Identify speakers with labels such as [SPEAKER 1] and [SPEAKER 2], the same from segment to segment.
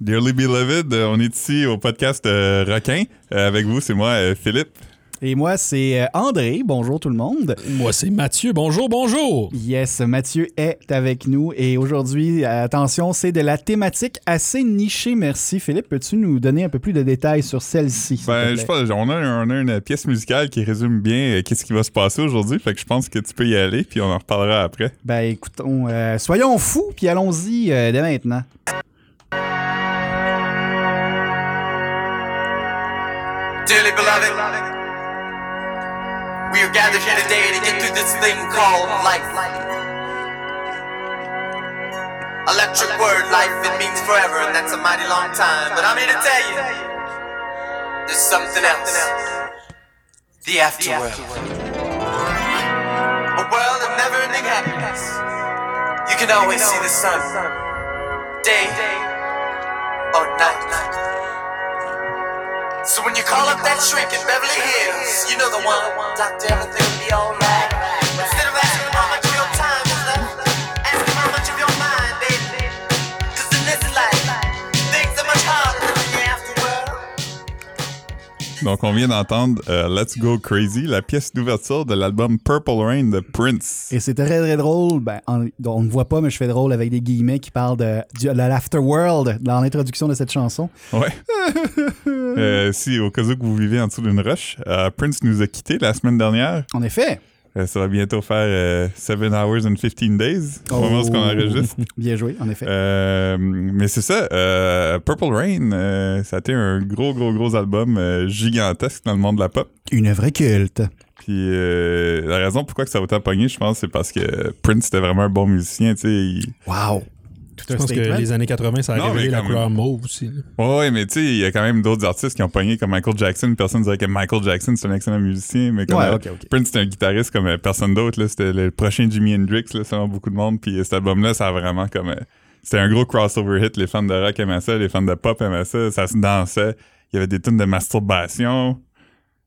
[SPEAKER 1] Dearly Beloved, euh, on est ici au podcast euh, Requin. Euh, avec vous, c'est moi, euh, Philippe.
[SPEAKER 2] Et moi, c'est euh, André. Bonjour tout le monde.
[SPEAKER 3] Moi, c'est Mathieu. Bonjour, bonjour.
[SPEAKER 2] Yes, Mathieu est avec nous. Et aujourd'hui, attention, c'est de la thématique assez nichée. Merci. Philippe, peux-tu nous donner un peu plus de détails sur celle-ci? s'il te
[SPEAKER 1] Ben, je
[SPEAKER 2] plaît?
[SPEAKER 1] sais pas, on a, un- on a une pièce musicale qui résume bien euh, qu'est-ce qui va se passer aujourd'hui. Fait que je pense que tu peux y aller, puis on en reparlera après.
[SPEAKER 2] Ben, écoutons, euh, soyons fous, puis allons-y euh, dès maintenant.
[SPEAKER 4] Dearly beloved, we are gathered here today to get through this thing called life. Electric word, life, it means forever, and that's a mighty long time. But I'm here to tell you, there's something else. The afterworld. A world of never-ending happiness. You can always see the sun, day or night. So when you call up that shrink in Beverly Hills, you know the one. Doctor, everything will be alright. Instead of asking him how much of your time is left, ask him how much of your mind, baby. 'Cause in this life, things are much harder than the afterworld.
[SPEAKER 1] Donc, on vient d'entendre euh, Let's Go Crazy, la pièce d'ouverture de l'album Purple Rain de Prince.
[SPEAKER 2] Et c'est très, très drôle. Ben, on, on ne voit pas, mais je fais drôle avec des guillemets qui parlent de, du- de l'afterworld dans l'introduction de cette chanson.
[SPEAKER 1] Ouais. Euh, si, au cas où que vous vivez en dessous d'une roche, euh, Prince nous a quittés la semaine dernière.
[SPEAKER 2] En effet.
[SPEAKER 1] Euh, ça va bientôt faire euh, 7 hours and 15 days au moment où
[SPEAKER 2] Oh.
[SPEAKER 1] on enregistre.
[SPEAKER 2] Bien joué, en effet.
[SPEAKER 1] Euh, mais c'est ça, euh, Purple Rain, euh, ça a été un gros, gros, gros album euh, gigantesque dans le monde de la pop.
[SPEAKER 2] Une œuvre culte.
[SPEAKER 1] Puis euh, la raison pourquoi que ça a autant pogné, je pense, c'est parce que Prince était vraiment un bon musicien, tu sais. il-
[SPEAKER 2] Wow. Tout
[SPEAKER 3] Je pense que les années 80, ça a
[SPEAKER 1] Non, mais
[SPEAKER 3] révélé la
[SPEAKER 1] quand
[SPEAKER 3] couleur mauve aussi. là.
[SPEAKER 1] Ouais, ouais, mais tu sais, il y a quand même d'autres artistes qui ont pogné comme Michael Jackson. Personne dirait que Michael Jackson, c'est un excellent musicien, mais comme
[SPEAKER 2] Ouais,
[SPEAKER 1] euh,
[SPEAKER 2] ok, ok.
[SPEAKER 1] Prince, c'était un guitariste comme euh, personne d'autre. là. C'était le prochain Jimi Hendrix, là, selon beaucoup de monde. Puis euh, cet album-là, ça a vraiment comme... euh, c'était un gros crossover hit. Les fans de rock aimaient ça, les fans de pop aimaient ça. Ça se dansait. Il y avait des tunes de masturbation.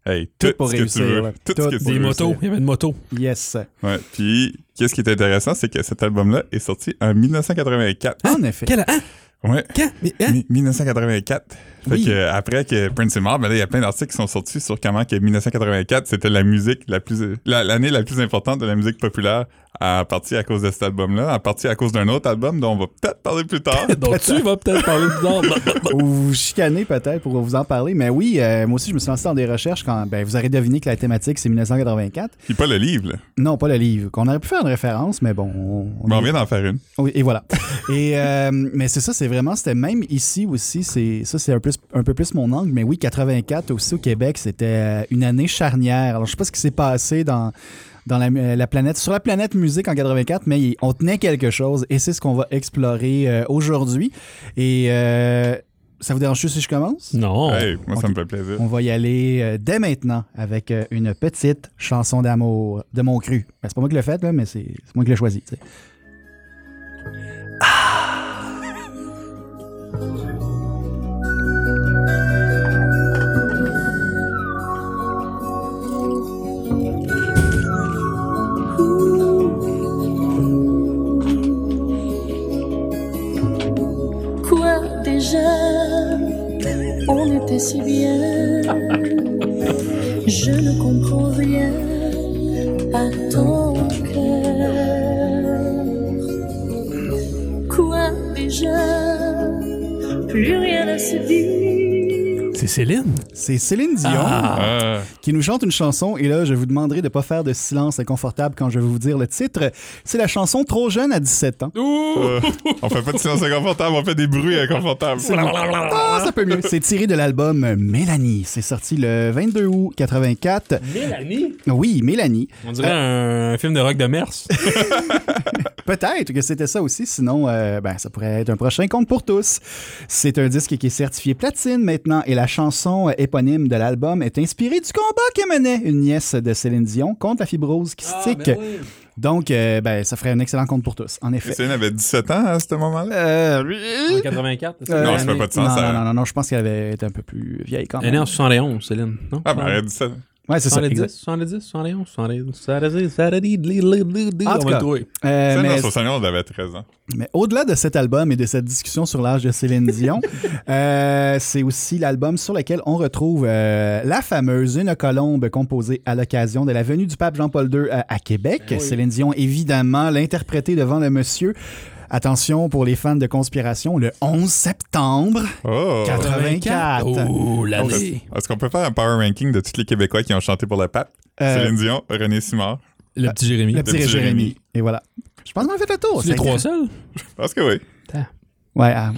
[SPEAKER 1] Hey, tout,
[SPEAKER 2] Tout pour
[SPEAKER 1] ce que
[SPEAKER 2] réussir,
[SPEAKER 1] tu veux.
[SPEAKER 2] là.
[SPEAKER 1] Tout, ce
[SPEAKER 2] Tout,
[SPEAKER 1] que tu
[SPEAKER 2] Oui,
[SPEAKER 3] Des
[SPEAKER 1] veux.
[SPEAKER 3] motos,
[SPEAKER 2] c'est-
[SPEAKER 3] il y avait une moto.
[SPEAKER 2] Yes.
[SPEAKER 1] Ouais. Puis, qu'est-ce qui est intéressant, c'est que cet album-là est sorti en 1984.
[SPEAKER 2] En effet.
[SPEAKER 3] Quelle hein?
[SPEAKER 1] Ouais.
[SPEAKER 3] Quand? Mais, hein?
[SPEAKER 1] Mi- 1984. Fait
[SPEAKER 3] Oui.
[SPEAKER 1] que après que Prince est mort, ben là, il y a plein d'articles qui sont sortis sur comment que 1984, c'était la musique la plus la- l'année la, plus importante de la musique populaire, en partie à cause de cet album-là, en partie à cause d'un autre album dont on va peut-être parler plus tard.
[SPEAKER 3] Donc tu vas peut-être parler de
[SPEAKER 2] ou vous chicaner peut-être pour vous en parler. Mais oui, euh, moi aussi, je me suis lancé dans des recherches quand ben, vous aurez deviné que la thématique, c'est 1984.
[SPEAKER 1] Puis pas le livre. là.
[SPEAKER 2] Non, pas le livre. Qu'on aurait pu faire une référence, mais bon. on- on
[SPEAKER 1] Mais on
[SPEAKER 2] est-
[SPEAKER 1] vient d'en faire une.
[SPEAKER 2] Oui, et voilà. Et, euh, mais c'est ça, c'est vraiment, c'était même ici aussi, c'est ça, c'est un, plus- un peu plus mon angle, mais oui, 84 aussi au Québec, c'était euh, une année charnière. Alors, je sais pas ce qui s'est passé dans, dans la, euh, la planète, sur la planète musique en 84, mais il- on tenait quelque chose et c'est ce qu'on va explorer euh, aujourd'hui. Et euh, ça vous dérange si je commence?
[SPEAKER 3] Non.
[SPEAKER 1] Hey, moi, ça
[SPEAKER 2] on-
[SPEAKER 1] me fait plaisir.
[SPEAKER 2] Oh. On va y aller euh, dès maintenant avec euh, une petite chanson d'amour de mon cru. Ben, c'est pas moi qui l'ai faite, là, mais c'est c'est moi qui l'ai choisi. tu sais.
[SPEAKER 5] Quoi déjà On était si bien. Je ne comprends rien à ton cœur. Quoi déjà Plus rien à se dire.
[SPEAKER 3] C'est Céline.
[SPEAKER 2] C'est Céline Dion.
[SPEAKER 1] Ah.
[SPEAKER 2] qui nous chante une chanson. Et là, je vous demanderai de ne pas faire de silence inconfortable quand je vais vous dire le titre. C'est la chanson Trop jeune à 17 ans.
[SPEAKER 1] Euh, on fait pas de silence inconfortable, on fait des bruits inconfortables.
[SPEAKER 2] Ah, ça peut mieux. C'est tiré de l'album Mélanie. C'est sorti le 22 août 84.
[SPEAKER 3] Mélanie?
[SPEAKER 2] Oui, Mélanie.
[SPEAKER 3] On dirait un film de rock de Mers.
[SPEAKER 2] Peut-être que c'était ça aussi, sinon euh, ben, ça pourrait être un prochain compte pour tous. C'est un disque qui est certifié platine maintenant et la chanson euh, éponyme de l'album est inspirée du combat que menait une nièce de Céline Dion contre la fibrose
[SPEAKER 1] Ah,
[SPEAKER 3] Ah,
[SPEAKER 2] kystique.
[SPEAKER 1] ben
[SPEAKER 3] ben
[SPEAKER 2] Donc, euh, ben, ça ferait un excellent compte pour tous, en effet.
[SPEAKER 1] Céline avait 17 ans à ce moment-là.
[SPEAKER 2] Euh,
[SPEAKER 3] En 84. c'est
[SPEAKER 1] non,
[SPEAKER 2] euh,
[SPEAKER 1] ça fait pas de sens.
[SPEAKER 2] Non,
[SPEAKER 1] ça.
[SPEAKER 2] non, non, non, je pense qu'elle avait été un peu plus vieille quand
[SPEAKER 3] Elle est née
[SPEAKER 2] même.
[SPEAKER 3] en 71, Céline. Non?
[SPEAKER 1] Ah, ben, elle a 17.
[SPEAKER 2] Ouais, c'est ça. exact.
[SPEAKER 3] 70, 70, 71, 71, 70, 70,
[SPEAKER 2] En
[SPEAKER 3] on
[SPEAKER 2] tout
[SPEAKER 3] va le
[SPEAKER 2] cas,
[SPEAKER 3] trouver.
[SPEAKER 2] euh,
[SPEAKER 1] Ça,
[SPEAKER 2] mais,
[SPEAKER 1] dans son salon, on avait 13 ans.
[SPEAKER 2] mais au-delà de cet album et de cette discussion sur l'âge de Céline Dion, euh, c'est aussi l'album sur lequel on retrouve euh, la fameuse Une colombe composée à l'occasion de la venue du pape Jean-Paul II à, à Québec.
[SPEAKER 1] Eh
[SPEAKER 2] Céline Dion, évidemment, l'interprétée devant le monsieur. Attention pour les fans de conspiration, le 11 septembre
[SPEAKER 1] Oh!
[SPEAKER 2] 84.
[SPEAKER 3] Oh, l'année.
[SPEAKER 1] Est-ce qu'on peut faire un power ranking de tous les Québécois qui ont chanté pour le pape?
[SPEAKER 2] Euh,
[SPEAKER 1] Céline Dion, René Simard.
[SPEAKER 3] Le petit Jérémy.
[SPEAKER 2] Le petit
[SPEAKER 1] petit
[SPEAKER 2] Jérémy.
[SPEAKER 1] Jérémy.
[SPEAKER 2] Et voilà. Je pense qu'on a fait le tour.
[SPEAKER 3] Tu
[SPEAKER 2] Ça
[SPEAKER 3] les
[SPEAKER 2] a
[SPEAKER 3] trois
[SPEAKER 2] été-
[SPEAKER 3] seuls?
[SPEAKER 1] Je pense que oui.
[SPEAKER 2] Ouais. ah.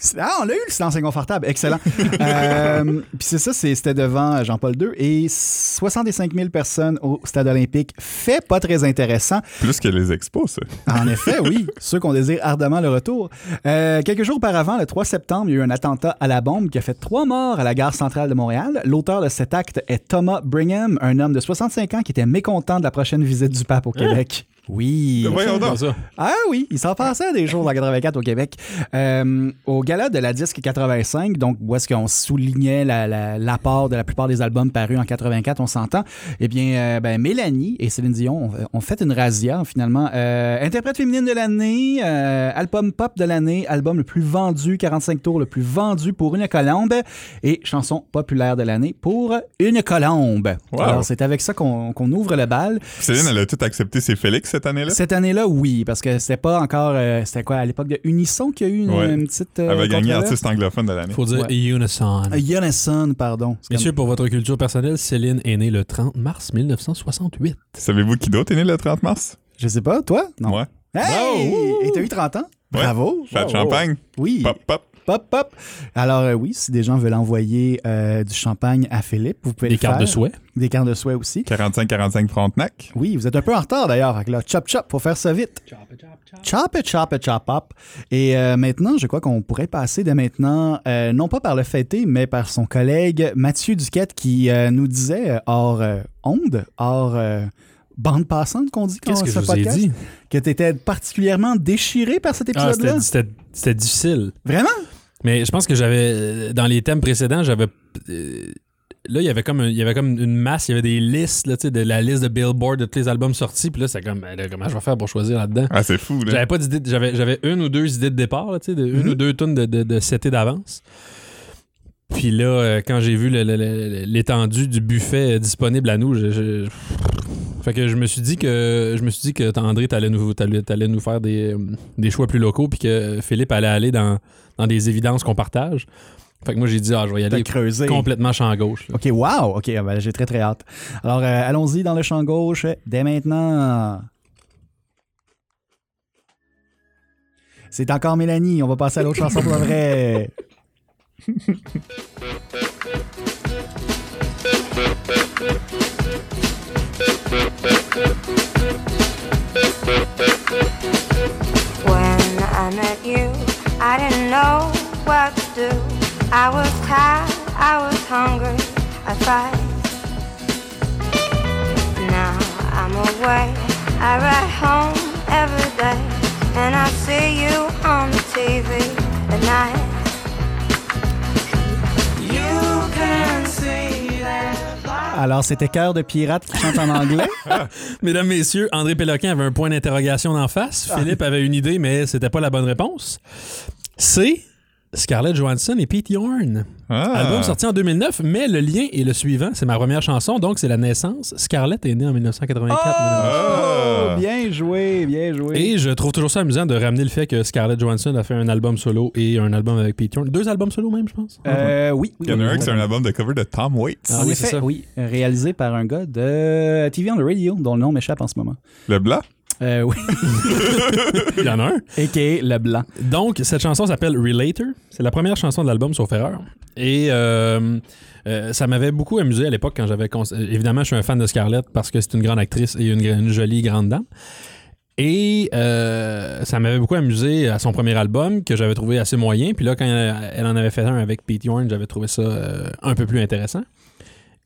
[SPEAKER 2] C'est- Ah, on l'a eu le silence inconfortable. Excellent. Euh, Puis c'est ça, c'est- c'était devant euh, Jean-Paul II et 65 000 personnes au stade olympique. Fait pas très intéressant.
[SPEAKER 1] Plus que les expos, ça.
[SPEAKER 2] En effet, oui. Ceux qu'on désire ardemment le retour. Euh, quelques jours auparavant, le 3 septembre, il y a eu un attentat à la bombe qui a fait trois morts à la gare centrale de Montréal. L'auteur de cet acte est Thomas Brigham, un homme de 65 ans qui était mécontent de la prochaine visite du pape au Québec. Oui.
[SPEAKER 1] Voyons donc.
[SPEAKER 3] ça.
[SPEAKER 2] Ah oui, il s'en passait des jours en 84 au Québec. Euh, au gala de la disque 85, donc où est-ce qu'on soulignait la- la- l'apport de la plupart des albums parus en 84, on s'entend, eh bien, euh, ben, Mélanie et Céline Dion ont, ont fait une razzia, finalement. Euh, interprète féminine de l'année, euh, album pop de l'année, album le plus vendu, 45 tours le plus vendu pour Une Colombe et chanson populaire de l'année pour Une Colombe.
[SPEAKER 1] Wow.
[SPEAKER 2] Alors, c'est avec ça qu'on qu'on ouvre le bal.
[SPEAKER 1] Céline, elle a tout accepté ses Félix cette année-là.
[SPEAKER 2] Cette année-là, oui, parce que c'était pas encore. euh, c'était quoi à l'époque de Unisson qu'il y a eu une,
[SPEAKER 1] Ouais.
[SPEAKER 2] une petite. euh,
[SPEAKER 1] Elle avait gagné
[SPEAKER 2] controverse?
[SPEAKER 1] artiste anglophone de l'année.
[SPEAKER 3] Faut dire
[SPEAKER 2] Ouais.
[SPEAKER 3] Unison.
[SPEAKER 2] Euh, Yonison, pardon. C'est
[SPEAKER 3] Messieurs, pour votre culture personnelle, Céline est née le 30 mars 1968.
[SPEAKER 1] Savez-vous qui d'autre est né le 30 mars?
[SPEAKER 2] comme- Je sais pas, toi Non.
[SPEAKER 1] Moi.
[SPEAKER 2] Hey
[SPEAKER 3] Bravo!
[SPEAKER 2] Et t'as eu 30 ans
[SPEAKER 1] Ouais.
[SPEAKER 2] Bravo
[SPEAKER 1] Fat
[SPEAKER 2] Wow.
[SPEAKER 1] champagne.
[SPEAKER 2] Oui,
[SPEAKER 1] Pop, pop.
[SPEAKER 2] pop, pop. Alors, euh, oui, si des gens veulent envoyer euh, du champagne à Philippe, vous pouvez
[SPEAKER 3] Des
[SPEAKER 2] le faire.
[SPEAKER 3] cartes de souhait.
[SPEAKER 2] Des cartes de souhait aussi.
[SPEAKER 1] 45-45 Frontenac.
[SPEAKER 2] Oui, vous êtes un peu en retard d'ailleurs. Fait que là, chop chop, faut faire ça vite. Chop it, chop it, chop up. Et euh, maintenant, je crois qu'on pourrait passer de maintenant, euh, non pas par le fêté, mais par son collègue Mathieu Duquette qui euh, nous disait euh, hors euh, onde, hors euh, bande passante qu'on dit quand
[SPEAKER 3] Qu'est-ce que
[SPEAKER 2] ce
[SPEAKER 3] je vous ai
[SPEAKER 2] podcast,
[SPEAKER 3] dit?
[SPEAKER 2] que tu étais particulièrement déchiré par cet
[SPEAKER 3] Ah,
[SPEAKER 2] épisode-là.
[SPEAKER 3] c'était- c'était c'était difficile.
[SPEAKER 2] Vraiment?
[SPEAKER 3] Mais je pense que j'avais euh, dans les thèmes précédents, j'avais euh, là il y avait comme un- il y avait comme une masse, il y avait des listes là, tu sais, de la liste de Billboard de tous les albums sortis, puis là c'est comme euh, là, comment je vais faire pour choisir là-dedans
[SPEAKER 1] Ah, c'est fou, là.
[SPEAKER 3] J'avais pas d'idée, de- j'avais j'avais une ou deux idées de départ, là, tu sais, de, une ou deux tonnes de de, de seté d'avance. Puis là, euh, quand j'ai vu le- le- le- l'étendue du buffet euh, disponible à nous, je, je- fait que je me suis dit que je me suis dit que André t'allais nous t'allais, t'allais nous faire des, euh, des choix plus locaux, puis que euh, Philippe allait aller dans, dans des évidences qu'on partage. Fait que moi j'ai dit ah je vais y
[SPEAKER 2] T'as
[SPEAKER 3] aller
[SPEAKER 2] creusé.
[SPEAKER 3] complètement champ gauche. là.
[SPEAKER 2] OK, wow! OK, ah ben, j'ai très très hâte. Alors, euh, allons-y dans le champ gauche euh, dès maintenant. C'est encore Mélanie, on va passer à l'autre chanson pour le vrai.
[SPEAKER 6] When I met you, I didn't know what to do. I was tired, I was hungry, I fight. Now I'm away, I ride home every day, and I see you on the TV at night. You can see that.
[SPEAKER 2] Alors, c'était Cœur de pirate qui chante en anglais.
[SPEAKER 3] Mesdames, messieurs, André Péloquin avait un point d'interrogation d'en face. Philippe avait une idée, mais c'était pas la bonne réponse. C'est Scarlett Johansson et Pete Yorn.
[SPEAKER 1] Ah.
[SPEAKER 3] Album sorti en 2009, mais le lien est le suivant. C'est ma première chanson, donc c'est la naissance. Scarlett est née en 1984. mesdames, messieurs.
[SPEAKER 1] Ah.
[SPEAKER 2] Oh, bien joué, bien joué.
[SPEAKER 3] Et je trouve toujours ça amusant de ramener le fait que Scarlett Johansson a fait un album solo et un album avec Pete Yorn. Deux albums solo même, je pense.
[SPEAKER 2] Euh, oui, oui.
[SPEAKER 1] Il y en a
[SPEAKER 2] oui,
[SPEAKER 1] un qui
[SPEAKER 2] oui.
[SPEAKER 1] c'est un album de cover de Tom Waits.
[SPEAKER 3] Ah
[SPEAKER 2] En
[SPEAKER 3] oui, c'est
[SPEAKER 2] effet,
[SPEAKER 3] ça.
[SPEAKER 2] oui, réalisé par un gars de TV on the Radio, dont le nom m'échappe en ce moment.
[SPEAKER 1] Le blanc?
[SPEAKER 2] Euh, oui,
[SPEAKER 3] Il y en a un.
[SPEAKER 2] a.k.a. Le Blanc.
[SPEAKER 3] Donc, cette chanson s'appelle Relator. C'est la première chanson de l'album, sauf erreur. Et euh, euh, ça m'avait beaucoup amusé à l'époque quand j'avais. cons- euh, Évidemment, je suis un fan de Scarlett parce que c'est une grande actrice et une, gra- une jolie grande dame. Et euh, ça m'avait beaucoup amusé à son premier album que j'avais trouvé assez moyen. Puis là, quand elle, elle en avait fait un avec Pete Yorn, j'avais trouvé ça euh, un peu plus intéressant.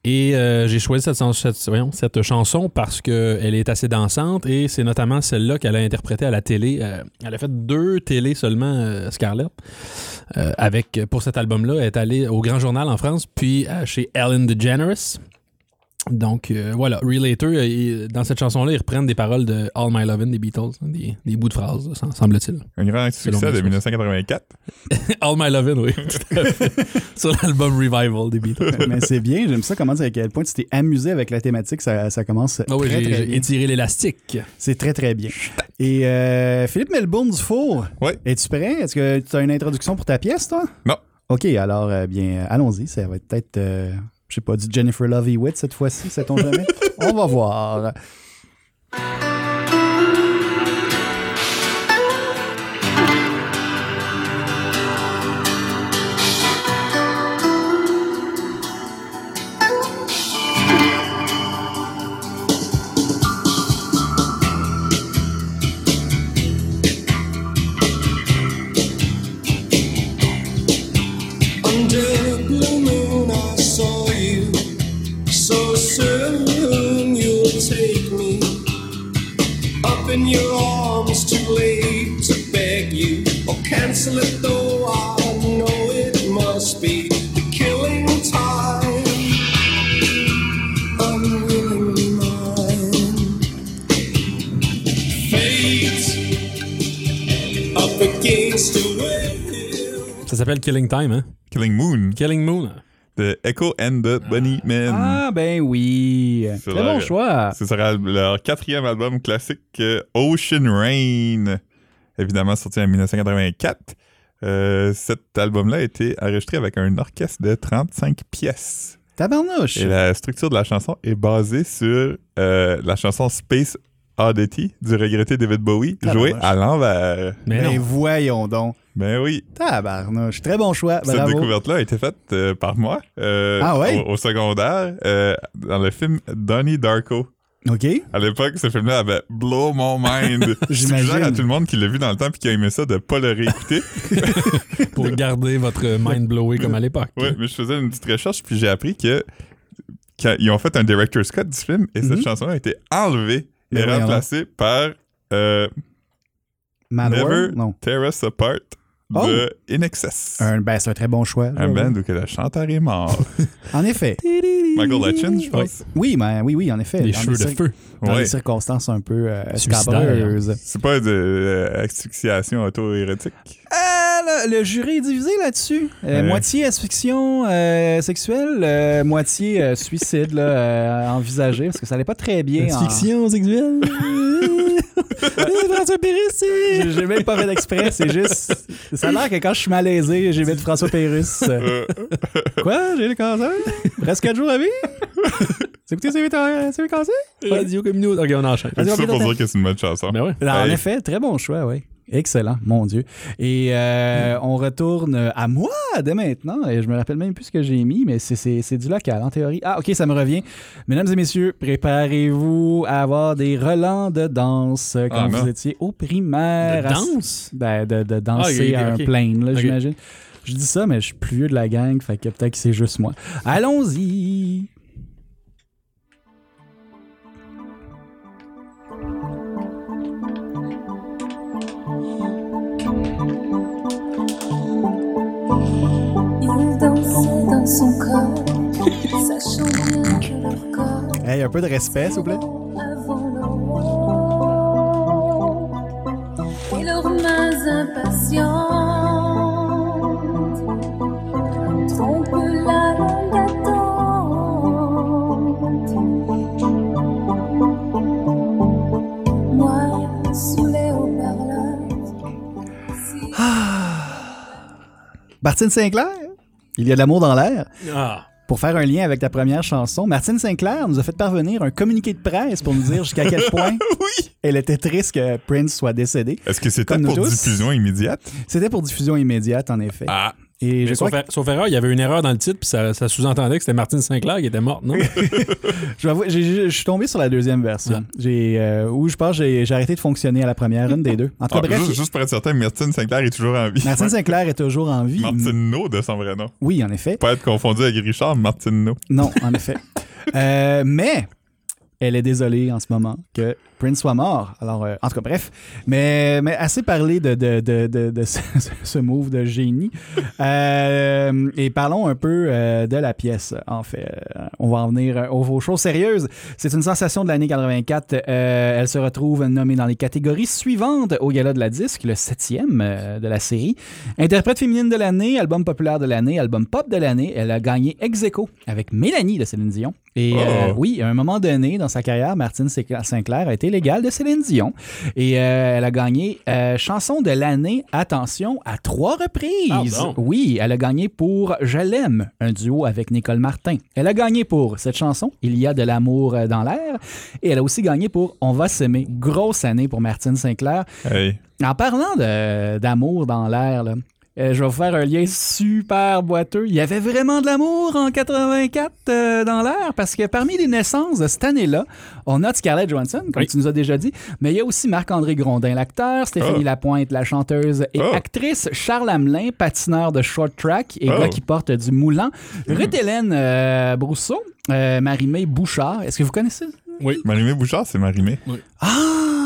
[SPEAKER 3] Et euh, j'ai choisi cette, chan- cette- voyons, cette chanson parce qu'elle est assez dansante et c'est notamment celle-là qu'elle a interprétée à la télé. Euh, elle a fait deux télés seulement, euh, Scarlett. euh, avec, pour cet album-là, est allée au Grand Journal en France, puis euh, chez Ellen DeGeneres. Donc euh, voilà, Relator, euh, il- dans cette chanson-là, ils reprennent des paroles de All My Lovin' des Beatles, hein, des, des bouts de phrases, sem- semble-t-il.
[SPEAKER 1] Un grand
[SPEAKER 3] Selon
[SPEAKER 1] succès
[SPEAKER 3] mes
[SPEAKER 1] de
[SPEAKER 3] sources.
[SPEAKER 1] 1984.
[SPEAKER 3] All My Lovin', oui, tout à fait. Sur l'album Revival des Beatles.
[SPEAKER 2] Mais c'est bien, j'aime ça comment dire à quel point tu t'es amusé avec la thématique, ça, ça commence
[SPEAKER 3] Ah oui,
[SPEAKER 2] très,
[SPEAKER 3] j'ai-
[SPEAKER 2] très
[SPEAKER 3] j'ai
[SPEAKER 2] bien.
[SPEAKER 3] étiré l'élastique.
[SPEAKER 2] C'est très, très bien. Et euh, Philippe Melbourne du Four,
[SPEAKER 1] Oui.
[SPEAKER 2] es-tu prêt? Est-ce que tu as une introduction pour ta pièce, toi?
[SPEAKER 1] Non.
[SPEAKER 2] OK, alors, euh, bien, euh, allons-y. Ça va être peut-être, euh, je sais pas, du Jennifer Love Hewitt cette fois-ci, sait-on jamais? On va voir.
[SPEAKER 7] Under the blue moon, I saw you. So soon you'll take me up in your arms, too late to beg you or cancel it, though I know it must be the killing time. Unwillingly mine. Fate up against a wave.
[SPEAKER 3] Ça s'appelle Killing Time, hein?
[SPEAKER 1] Killing Moon
[SPEAKER 3] Killing Moon. hein.
[SPEAKER 1] de Echo and the Bunny Men.
[SPEAKER 2] Ah, ben oui.
[SPEAKER 1] C'est
[SPEAKER 2] Très
[SPEAKER 1] vrai.
[SPEAKER 2] bon choix.
[SPEAKER 1] Ah. Ce sera leur quatrième album classique, euh, Ocean Rain, évidemment sorti en 1984. Euh, cet album-là a été enregistré avec un orchestre de 35 pièces.
[SPEAKER 2] Tabarnouche.
[SPEAKER 1] Et la structure de la chanson est basée sur euh, la chanson Space Oddity du regretté David Bowie, jouée
[SPEAKER 2] Tabarnouche.
[SPEAKER 1] à l'envers.
[SPEAKER 3] Mais
[SPEAKER 2] Ben
[SPEAKER 3] non.
[SPEAKER 2] voyons donc.
[SPEAKER 1] Ben oui,
[SPEAKER 2] Tabarnouche. Très bon choix. Ah, Bravo.
[SPEAKER 1] Cette découverte-là a été faite euh, par moi euh,
[SPEAKER 2] Ah ouais?
[SPEAKER 1] au, au secondaire euh, dans le film Donnie Darko.
[SPEAKER 2] OK.
[SPEAKER 1] À l'époque, ce film-là avait blow mon mind. Je
[SPEAKER 2] J'imagine.
[SPEAKER 1] suggère à tout le monde qui l'a vu dans le temps puis qui a aimé ça de pas le réécouter.
[SPEAKER 3] Pour garder votre mind blowé comme à l'époque.
[SPEAKER 1] ouais, mais je faisais une petite recherche puis j'ai appris que quand ils ont fait un director's cut du film et cette
[SPEAKER 2] Mhm.
[SPEAKER 1] chanson-là a été enlevée
[SPEAKER 2] Mais
[SPEAKER 1] et
[SPEAKER 2] voyons.
[SPEAKER 1] remplacée par euh, Never
[SPEAKER 2] Malware? Non. Oh!
[SPEAKER 1] Tear Us Apart de In Excess. Un,
[SPEAKER 2] Un, ben, c'est un très bon choix.
[SPEAKER 1] band où que le chanteur est mort.
[SPEAKER 2] En effet.
[SPEAKER 1] Michael Hutchins, je pense.
[SPEAKER 2] Oui, ben, oui, oui, en effet.
[SPEAKER 3] Les
[SPEAKER 2] Dans
[SPEAKER 3] cheveux
[SPEAKER 2] des
[SPEAKER 3] de
[SPEAKER 2] cir-
[SPEAKER 3] feu.
[SPEAKER 2] Dans
[SPEAKER 1] Ouais.
[SPEAKER 2] des circonstances un peu euh,
[SPEAKER 3] Suicidaires.
[SPEAKER 2] scabreuses.
[SPEAKER 1] C'est pas de euh, asphyxiation auto-érotique.
[SPEAKER 2] Ah, là, le jury est divisé là-dessus. Euh,
[SPEAKER 1] Ouais.
[SPEAKER 2] Moitié asphyxion euh, sexuelle, euh, moitié euh, suicide là, euh, envisagé, parce que ça allait pas très bien. en-
[SPEAKER 3] sexuelle. François Pérusse.
[SPEAKER 2] J'ai j'ai même pas fait d'exprès, c'est juste. Ça a l'air que quand je suis malaisé, j'ai mis de François Pérusse.
[SPEAKER 1] Euh,
[SPEAKER 2] Quoi? J'ai le cancer? Reste 4 jours à vie? C'est écoutez, c'est le cancer?
[SPEAKER 3] Radio Communauté. Ok, on enchaîne.
[SPEAKER 2] Vas-y,
[SPEAKER 1] tout ça
[SPEAKER 2] on
[SPEAKER 1] pour
[SPEAKER 2] fait
[SPEAKER 1] dire que c'est une bonne chanson.
[SPEAKER 3] Ben ouais.
[SPEAKER 2] En
[SPEAKER 1] Hey.
[SPEAKER 2] effet, très bon choix, oui. Excellent, mon Dieu. Et
[SPEAKER 3] Mm.
[SPEAKER 2] euh, on retourne à moi dès maintenant. Et je me rappelle même plus ce que j'ai mis, mais c'est- c'est c'est du local, en théorie. Ah, OK, ça me revient. Mesdames et messieurs, préparez-vous à avoir des relents de danse euh,
[SPEAKER 1] Ah,
[SPEAKER 2] quand
[SPEAKER 1] non.
[SPEAKER 2] vous étiez au primaire.
[SPEAKER 3] De
[SPEAKER 2] à-
[SPEAKER 3] danse?
[SPEAKER 2] Ben, de, de danser
[SPEAKER 3] Ah, ok,
[SPEAKER 2] à
[SPEAKER 3] ok.
[SPEAKER 2] un plane, là,
[SPEAKER 3] Ok.
[SPEAKER 2] j'imagine. Je dis ça, mais je suis plus vieux de la gang, fait que peut-être que c'est juste moi. Allons-y!
[SPEAKER 5] Ils dansaient dans son corps, sachant bien que leur corps
[SPEAKER 2] Hey, un peu de respect, s'il vous plaît.
[SPEAKER 5] avant le roi. Et leurs mains impatientes trompent la longue attente. Moi, sous les haut-parleurs,
[SPEAKER 2] Martine Sinclair, il y a de l'amour dans l'air.
[SPEAKER 3] Ah.
[SPEAKER 2] Pour faire un lien avec ta première chanson, Martine Sinclair nous a fait parvenir un communiqué de presse pour nous dire jusqu'à quel point elle était triste que Prince soit décédé.
[SPEAKER 1] Est-ce que c'était
[SPEAKER 2] Comme nous
[SPEAKER 1] pour
[SPEAKER 2] tous.
[SPEAKER 1] diffusion immédiate?
[SPEAKER 2] C'était pour diffusion immédiate, en effet.
[SPEAKER 1] Ah,
[SPEAKER 2] Et je
[SPEAKER 3] Mais
[SPEAKER 2] crois
[SPEAKER 3] sauf,
[SPEAKER 2] que,
[SPEAKER 3] er- sauf erreur, il y avait une erreur dans le titre, puis ça, ça sous-entendait que c'était Martine Sinclair qui était morte, non?
[SPEAKER 2] je, vais avouer, j'ai- j'ai- je suis tombé sur la deuxième version.
[SPEAKER 1] Ah.
[SPEAKER 2] J'ai, euh, où je pense que j'ai j'ai arrêté de fonctionner à la première, une des deux. En tout
[SPEAKER 1] Ah,
[SPEAKER 2] cas, bref,
[SPEAKER 1] juste, juste pour être certain, Martine Sinclair est toujours en vie.
[SPEAKER 2] Martine Sinclair est toujours en vie.
[SPEAKER 1] Martineau de son vrai nom.
[SPEAKER 2] Oui, en effet.
[SPEAKER 1] Pas être confondu avec Richard Martineau.
[SPEAKER 2] Non, en effet. Euh, mais elle est désolée en ce moment que Prince soit mort. Alors, euh, en tout cas, bref. Mais, mais assez parlé de, de, de, de- de ce, ce move de génie. Euh, et parlons un peu euh, de la pièce, en fait. Euh, On va en venir euh, aux, aux choses sérieuses. C'est une sensation de l'année 84. Euh, elle se retrouve nommée dans les catégories suivantes au Gala de la Disque, le septième euh, de la série. Interprète féminine de l'année, album populaire de l'année, album pop de l'année. Elle a gagné ex aequo avec Mélanie de Céline Dion. Et euh, oui, à un moment donné dans sa carrière, Martine Sincla- Sinclair a été l'égale de Céline Dion. Et euh, elle a gagné euh, chanson de l'année, attention, à trois reprises.
[SPEAKER 3] Pardon.
[SPEAKER 2] Oui, elle a gagné pour Je l'aime, un duo avec Nicole Martin. Elle a gagné pour cette chanson, Il y a de l'amour euh, dans l'air. Et elle a aussi gagné pour On va s'aimer. Grosse année pour Martine Sinclair.
[SPEAKER 1] Hey.
[SPEAKER 2] En parlant de- d'amour dans l'air, là, euh, je vais vous faire un lien super boiteux. Il y avait vraiment de l'amour en 84 euh, dans l'air parce que parmi les naissances de cette année-là, on a Scarlett Johansson, comme
[SPEAKER 3] Oui.
[SPEAKER 2] tu nous as déjà dit, mais il y a aussi Marc-André Grondin, l'acteur, Stéphanie
[SPEAKER 1] Oh.
[SPEAKER 2] Lapointe, la chanteuse et
[SPEAKER 1] Oh.
[SPEAKER 2] actrice, Charles Hamelin, patineur de short track et
[SPEAKER 1] Oh.
[SPEAKER 2] gars qui porte du moulant, Ruth Hélène euh, Brousseau, euh, Marie-Mé Bouchard. Est-ce que vous connaissez
[SPEAKER 1] Marimé Bouchard, c'est Marimé.
[SPEAKER 2] ah!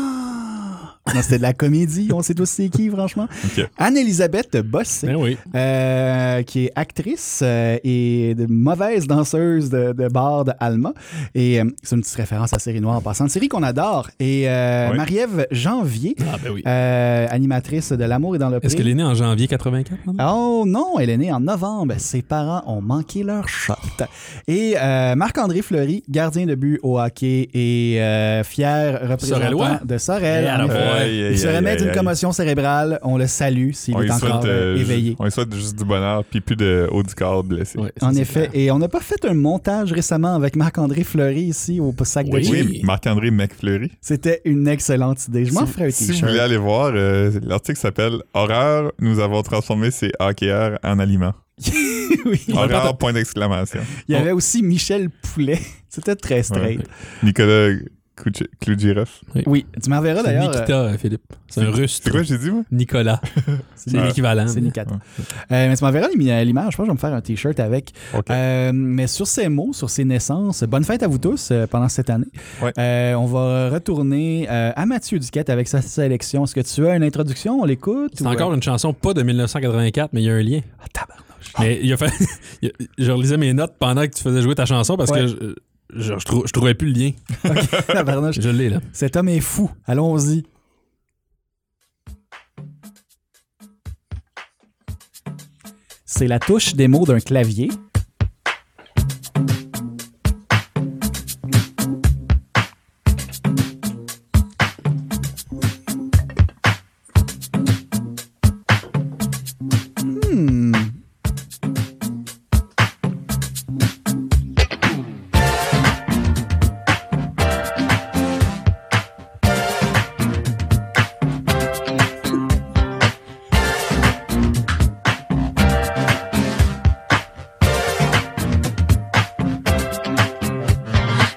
[SPEAKER 2] Non, c'était de la comédie. On sait tous c'est qui, franchement.
[SPEAKER 1] Ok.
[SPEAKER 2] Anne-Elisabeth Bossé,
[SPEAKER 3] Ben oui.
[SPEAKER 2] euh, qui est actrice euh, et de mauvaise danseuse de, de bar de Alma. Et euh, c'est une petite référence à Série Noire en passant. Une série qu'on adore. Et euh,
[SPEAKER 1] Ouais.
[SPEAKER 2] Marie-Ève Janvier,
[SPEAKER 3] Ah, ben oui.
[SPEAKER 2] euh, animatrice de L'amour et dans le pré.
[SPEAKER 3] Est-ce qu'elle est née en janvier 84? André?
[SPEAKER 2] Oh non, elle est née en novembre. Ses parents ont manqué leur shot. Et euh, Marc-André Fleury, gardien de but au hockey et euh, fier représentant
[SPEAKER 3] Sorellois?
[SPEAKER 2] de Sorel.
[SPEAKER 3] Eh,
[SPEAKER 2] en
[SPEAKER 3] alors,
[SPEAKER 2] effet.
[SPEAKER 3] ouais.
[SPEAKER 1] Aïe, aïe,
[SPEAKER 2] Il se
[SPEAKER 1] aïe,
[SPEAKER 2] remet
[SPEAKER 1] aïe,
[SPEAKER 2] d'une
[SPEAKER 1] aïe.
[SPEAKER 2] commotion cérébrale. On le salue s'il
[SPEAKER 1] On
[SPEAKER 2] est
[SPEAKER 1] lui
[SPEAKER 2] encore
[SPEAKER 1] souhaite,
[SPEAKER 2] euh,
[SPEAKER 1] euh, ju-
[SPEAKER 2] éveillé.
[SPEAKER 1] on lui souhaite juste du bonheur, puis plus de haut du corps blessé.
[SPEAKER 3] Ouais, ça,
[SPEAKER 2] En
[SPEAKER 3] c'est
[SPEAKER 2] effet,
[SPEAKER 3] clair.
[SPEAKER 2] et on n'a pas fait un montage récemment avec Marc-André Fleury ici au sac de
[SPEAKER 3] Oui.
[SPEAKER 2] chips.
[SPEAKER 1] Oui, Marc-André McFleury.
[SPEAKER 2] C'était une excellente idée. Je m'en ferai un
[SPEAKER 1] Si vous voulez
[SPEAKER 2] t-shirt.
[SPEAKER 1] aller voir, euh, l'article s'appelle Horreur, nous avons transformé ces hockeyeurs en aliments.
[SPEAKER 2] Oui.
[SPEAKER 1] Horreur, point d'exclamation.
[SPEAKER 2] Il y avait aussi Michel Poulet. C'était très straight.
[SPEAKER 1] Nicolas Kuch- Klugirev.
[SPEAKER 2] Oui, tu m'enverras
[SPEAKER 3] C'est
[SPEAKER 2] d'ailleurs.
[SPEAKER 3] Nikita, euh, Philippe. C'est un russe.
[SPEAKER 1] C'est quoi, j'ai dit, moi?
[SPEAKER 3] Nicolas. C'est
[SPEAKER 1] Ah.
[SPEAKER 3] l'équivalent.
[SPEAKER 2] C'est Nikat. Euh, mais tu m'enverras l'imi- l'image. Je pense que je vais me faire un t-shirt avec.
[SPEAKER 1] Ok.
[SPEAKER 2] Euh, mais sur ces mots, sur ces naissances, bonne fête à vous tous euh, pendant cette année.
[SPEAKER 1] Ouais.
[SPEAKER 2] Euh, on va retourner euh, à Mathieu Duquette avec sa sélection. Est-ce que tu as une introduction? On l'écoute?
[SPEAKER 3] C'est
[SPEAKER 2] ou,
[SPEAKER 3] encore
[SPEAKER 2] euh,
[SPEAKER 3] une chanson, pas de 1984, mais il y a un lien.
[SPEAKER 2] Ah, tabarnouche.
[SPEAKER 3] Mais il a fait... il a- je relisais mes notes pendant que tu faisais jouer ta chanson parce
[SPEAKER 2] Ouais.
[SPEAKER 3] que je, je, je trou- je trouvais plus le lien.
[SPEAKER 2] Ok, tabarnouche.
[SPEAKER 3] Je l'ai, là.
[SPEAKER 2] Cet homme est fou. Allons-y. C'est la touche des mots d'un clavier. Hmm.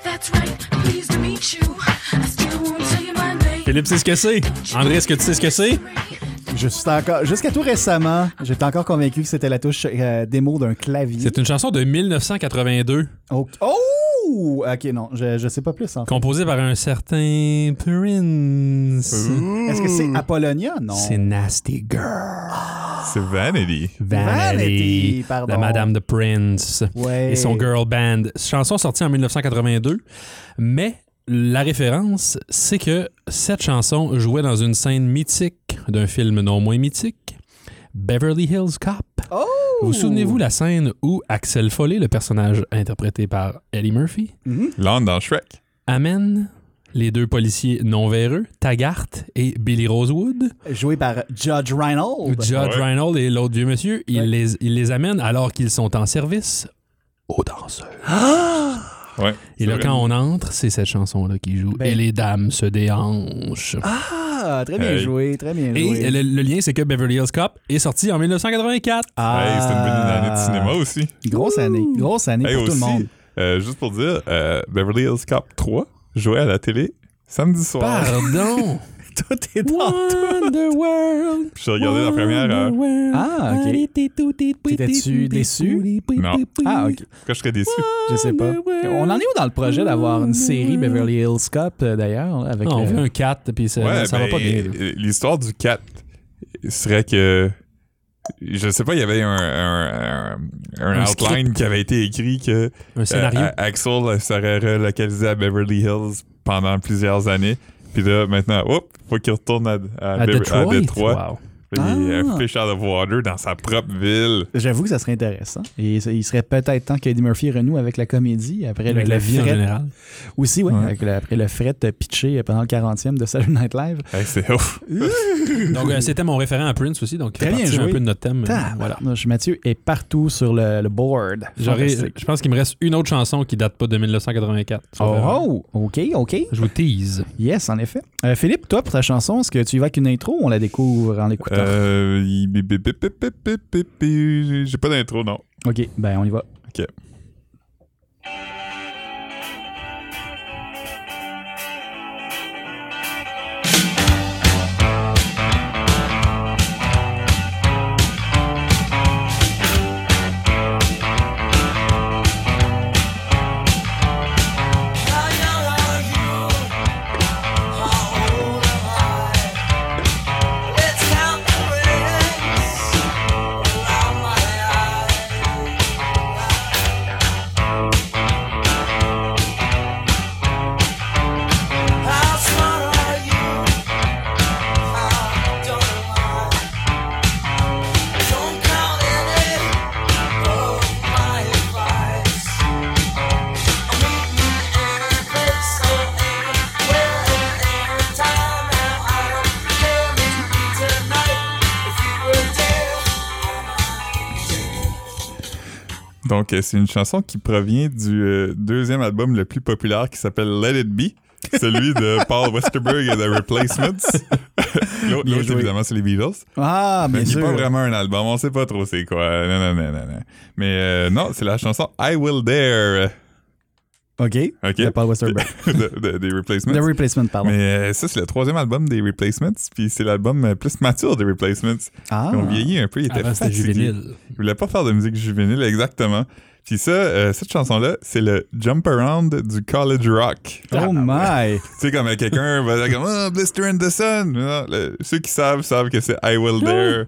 [SPEAKER 5] That's right, pleased to meet you. I still won't tell you my name.
[SPEAKER 3] Philippe, c'est ce que c'est. André, est-ce que tu sais ce que c'est?
[SPEAKER 2] Je suis encore, jusqu'à tout récemment, j'étais encore convaincu que c'était la touche euh, des mots d'un clavier.
[SPEAKER 3] C'est une chanson de 1982,
[SPEAKER 2] Ok. Oh! Ok, non, je, je sais pas plus hein. en fait.
[SPEAKER 3] composée par un certain Prince.
[SPEAKER 2] Est-ce que
[SPEAKER 1] Hmm.
[SPEAKER 2] c'est Apollonia? Non.
[SPEAKER 3] C'est Nasty Girl.
[SPEAKER 1] C'est Vanity.
[SPEAKER 2] Vanity,
[SPEAKER 3] Vanity,
[SPEAKER 2] pardon.
[SPEAKER 3] de Madame de Prince
[SPEAKER 2] Ouais.
[SPEAKER 3] et son girl band. Chanson sortie en 1982, mais la référence, c'est que cette chanson jouait dans une scène mythique d'un film non moins mythique, Beverly Hills Cop.
[SPEAKER 2] Oh!
[SPEAKER 3] Vous souvenez-vous la scène où Axel Foley, le personnage interprété par Eddie Murphy,
[SPEAKER 1] L'âne dans Shrek.
[SPEAKER 3] amène les deux policiers non-véreux, Taggart et Billy Rosewood,
[SPEAKER 2] Joué par Judge Reinhold.
[SPEAKER 3] Judge
[SPEAKER 1] Ouais.
[SPEAKER 3] Reinhold et l'autre vieux monsieur, il,
[SPEAKER 2] Ouais.
[SPEAKER 3] les, il les amène alors qu'ils sont en service aux danseurs.
[SPEAKER 1] Ouais.
[SPEAKER 3] Et
[SPEAKER 1] c'est
[SPEAKER 3] là,
[SPEAKER 1] vrai.
[SPEAKER 3] quand on entre, c'est cette chanson-là qui joue.
[SPEAKER 2] Ben-
[SPEAKER 3] Et les dames se déhanchent.
[SPEAKER 2] Ah, très bien
[SPEAKER 1] Hey.
[SPEAKER 2] joué, très bien
[SPEAKER 3] et
[SPEAKER 2] joué.
[SPEAKER 3] le, le lien, c'est que Beverly Hills Cop est sorti en 1984.
[SPEAKER 1] Hey, c'est une bonne année
[SPEAKER 3] Ah.
[SPEAKER 1] de cinéma aussi.
[SPEAKER 2] Ah. Grosse année, grosse année
[SPEAKER 1] Hey,
[SPEAKER 2] pour tout
[SPEAKER 1] aussi,
[SPEAKER 2] le monde.
[SPEAKER 1] euh, juste pour dire, euh, Beverly Hills Cop 3 jouait à la télé samedi soir.
[SPEAKER 3] Pardon!
[SPEAKER 2] tout est dans tout.
[SPEAKER 3] World.
[SPEAKER 1] Puis j'ai regardé la première hein. euh, heure.
[SPEAKER 2] Ah, ok. T'étais-tu déçu?
[SPEAKER 1] Non.
[SPEAKER 2] Ah, ok.
[SPEAKER 1] Pourquoi je serais déçu?
[SPEAKER 3] Ah.
[SPEAKER 2] Je sais pas. On en est où dans le projet d'avoir une série Beverly Hills Cop, euh, d'ailleurs? là, Avec,
[SPEAKER 1] Ah,
[SPEAKER 3] Non, on
[SPEAKER 2] euh,
[SPEAKER 3] veut un 4, puis ça,
[SPEAKER 1] Ouais,
[SPEAKER 3] ça va
[SPEAKER 1] ben,
[SPEAKER 3] pas bien. là.
[SPEAKER 1] euh, L'histoire du 4 serait que. Je sais pas, il y avait un, un, un- un
[SPEAKER 3] Un
[SPEAKER 1] outline
[SPEAKER 3] script.
[SPEAKER 1] qui avait été écrit que
[SPEAKER 3] Un scénario.
[SPEAKER 1] euh, A- Axel serait relocalisé à Beverly Hills pendant plusieurs années. Puis là, maintenant, hop, faut qu'il retourne à, à
[SPEAKER 3] à
[SPEAKER 1] Bever-
[SPEAKER 3] Detroit.
[SPEAKER 1] à Détroit.
[SPEAKER 3] Wow.
[SPEAKER 1] Puis il est
[SPEAKER 2] Ah.
[SPEAKER 1] un euh, fish out of water dans sa propre ville.
[SPEAKER 2] J'avoue que ça serait intéressant. Et ça- il serait peut-être temps que Eddie Murphy renoue avec la comédie après le,
[SPEAKER 3] Avec la
[SPEAKER 2] le
[SPEAKER 3] vie en
[SPEAKER 2] fret-
[SPEAKER 3] général.
[SPEAKER 2] Aussi, ouais,
[SPEAKER 1] Ouais.
[SPEAKER 2] avec le- après le fret euh, pitché pendant le 40e de Saturday Night Live.
[SPEAKER 1] Hey, c'est ouf.
[SPEAKER 3] Donc, euh, c'était mon référent à Prince aussi, donc
[SPEAKER 2] Très bien
[SPEAKER 3] bien un
[SPEAKER 2] joué.
[SPEAKER 3] peu de notre thème. euh,
[SPEAKER 2] voilà.
[SPEAKER 3] voilà.
[SPEAKER 2] Mathieu est partout sur le, le board.
[SPEAKER 3] J'aurais-
[SPEAKER 2] Fantastique.
[SPEAKER 3] je pense qu'il me reste une autre chanson qui date pas de 1984. Ça va faire-
[SPEAKER 2] Oh, oh, OK, OK.
[SPEAKER 3] Je vous tease.
[SPEAKER 2] Yes, en effet. Euh, Philippe, toi, pour ta chanson, est-ce que tu y vas avec une intro ou on la découvre en l'écoutant?
[SPEAKER 1] Euh, il- bip, bip, bip, bip, bip, bip, bip, bip. J'ai pas d'intro, non.
[SPEAKER 2] OK, ben on y va.
[SPEAKER 1] Ok.
[SPEAKER 7] Oh,
[SPEAKER 1] Donc, euh, c'est une chanson qui provient du euh, deuxième album le plus populaire qui s'appelle Let It Be, celui de Paul Westerberg et The Replacements. L'autre,
[SPEAKER 2] Bien
[SPEAKER 1] l'autre,
[SPEAKER 2] joué.
[SPEAKER 1] évidemment, c'est les Beatles.
[SPEAKER 2] Ah,
[SPEAKER 1] Mais
[SPEAKER 2] bien
[SPEAKER 1] qui n'est
[SPEAKER 2] sûr.
[SPEAKER 1] pas vraiment un album, on sait pas trop c'est quoi. Non, non, non, non, non. Mais euh, non, c'est la chanson I Will Dare
[SPEAKER 2] OK.
[SPEAKER 1] Ok.
[SPEAKER 2] De Paul Westerberg.
[SPEAKER 1] de- de- des Replacements.
[SPEAKER 2] Ben. The Replacement, pardon.
[SPEAKER 1] Mais euh, ça, c'est le troisième album des Replacements, puis c'est l'album euh, plus mature des Replacements.
[SPEAKER 2] Ah.
[SPEAKER 1] Ils ont vieilli un peu, ils étaient
[SPEAKER 3] Avant, c'était
[SPEAKER 1] fatigués.
[SPEAKER 3] juvénile.
[SPEAKER 1] Il voulait pas faire de musique juvénile, exactement. Puis ça, euh, cette chanson-là, c'est le jump around du college rock.
[SPEAKER 2] Oh my!
[SPEAKER 1] Tu sais, comme euh, quelqu'un va dire comme Ah, Blister in the Sun. Non, le- ceux qui savent, savent que c'est I Will Dare.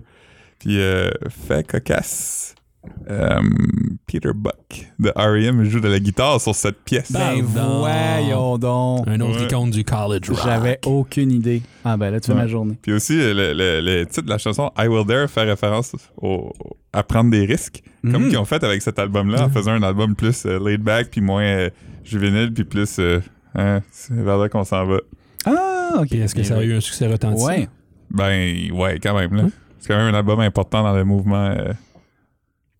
[SPEAKER 1] Puis, euh, fait cocasse. Euh, Peter Buck de R.E.M. joue de la guitare sur cette pièce.
[SPEAKER 2] Ben
[SPEAKER 3] Pardon.
[SPEAKER 2] voyons donc!
[SPEAKER 3] Un autre
[SPEAKER 1] Ouais.
[SPEAKER 3] icône du college rock.
[SPEAKER 2] J'avais aucune idée. Ah ben là, tu fais
[SPEAKER 1] Ouais.
[SPEAKER 2] ma journée.
[SPEAKER 1] Puis aussi, euh, le, le- le titre de la chanson I Will Dare fait référence au, à prendre des risques,
[SPEAKER 2] Mm.
[SPEAKER 1] comme qu'ils ont fait avec cet album-là, en faisant un album plus euh, laid back, puis moins euh, juvénile, puis plus. euh, hein, c'est vers là qu'on s'en va.
[SPEAKER 2] Ah, OK.
[SPEAKER 3] Puis est-ce que ça a eu un succès retentissant?
[SPEAKER 2] Ouais.
[SPEAKER 1] Ben, ouais, quand même. là.
[SPEAKER 2] Mm.
[SPEAKER 1] C'est quand même un album important dans le mouvement. euh,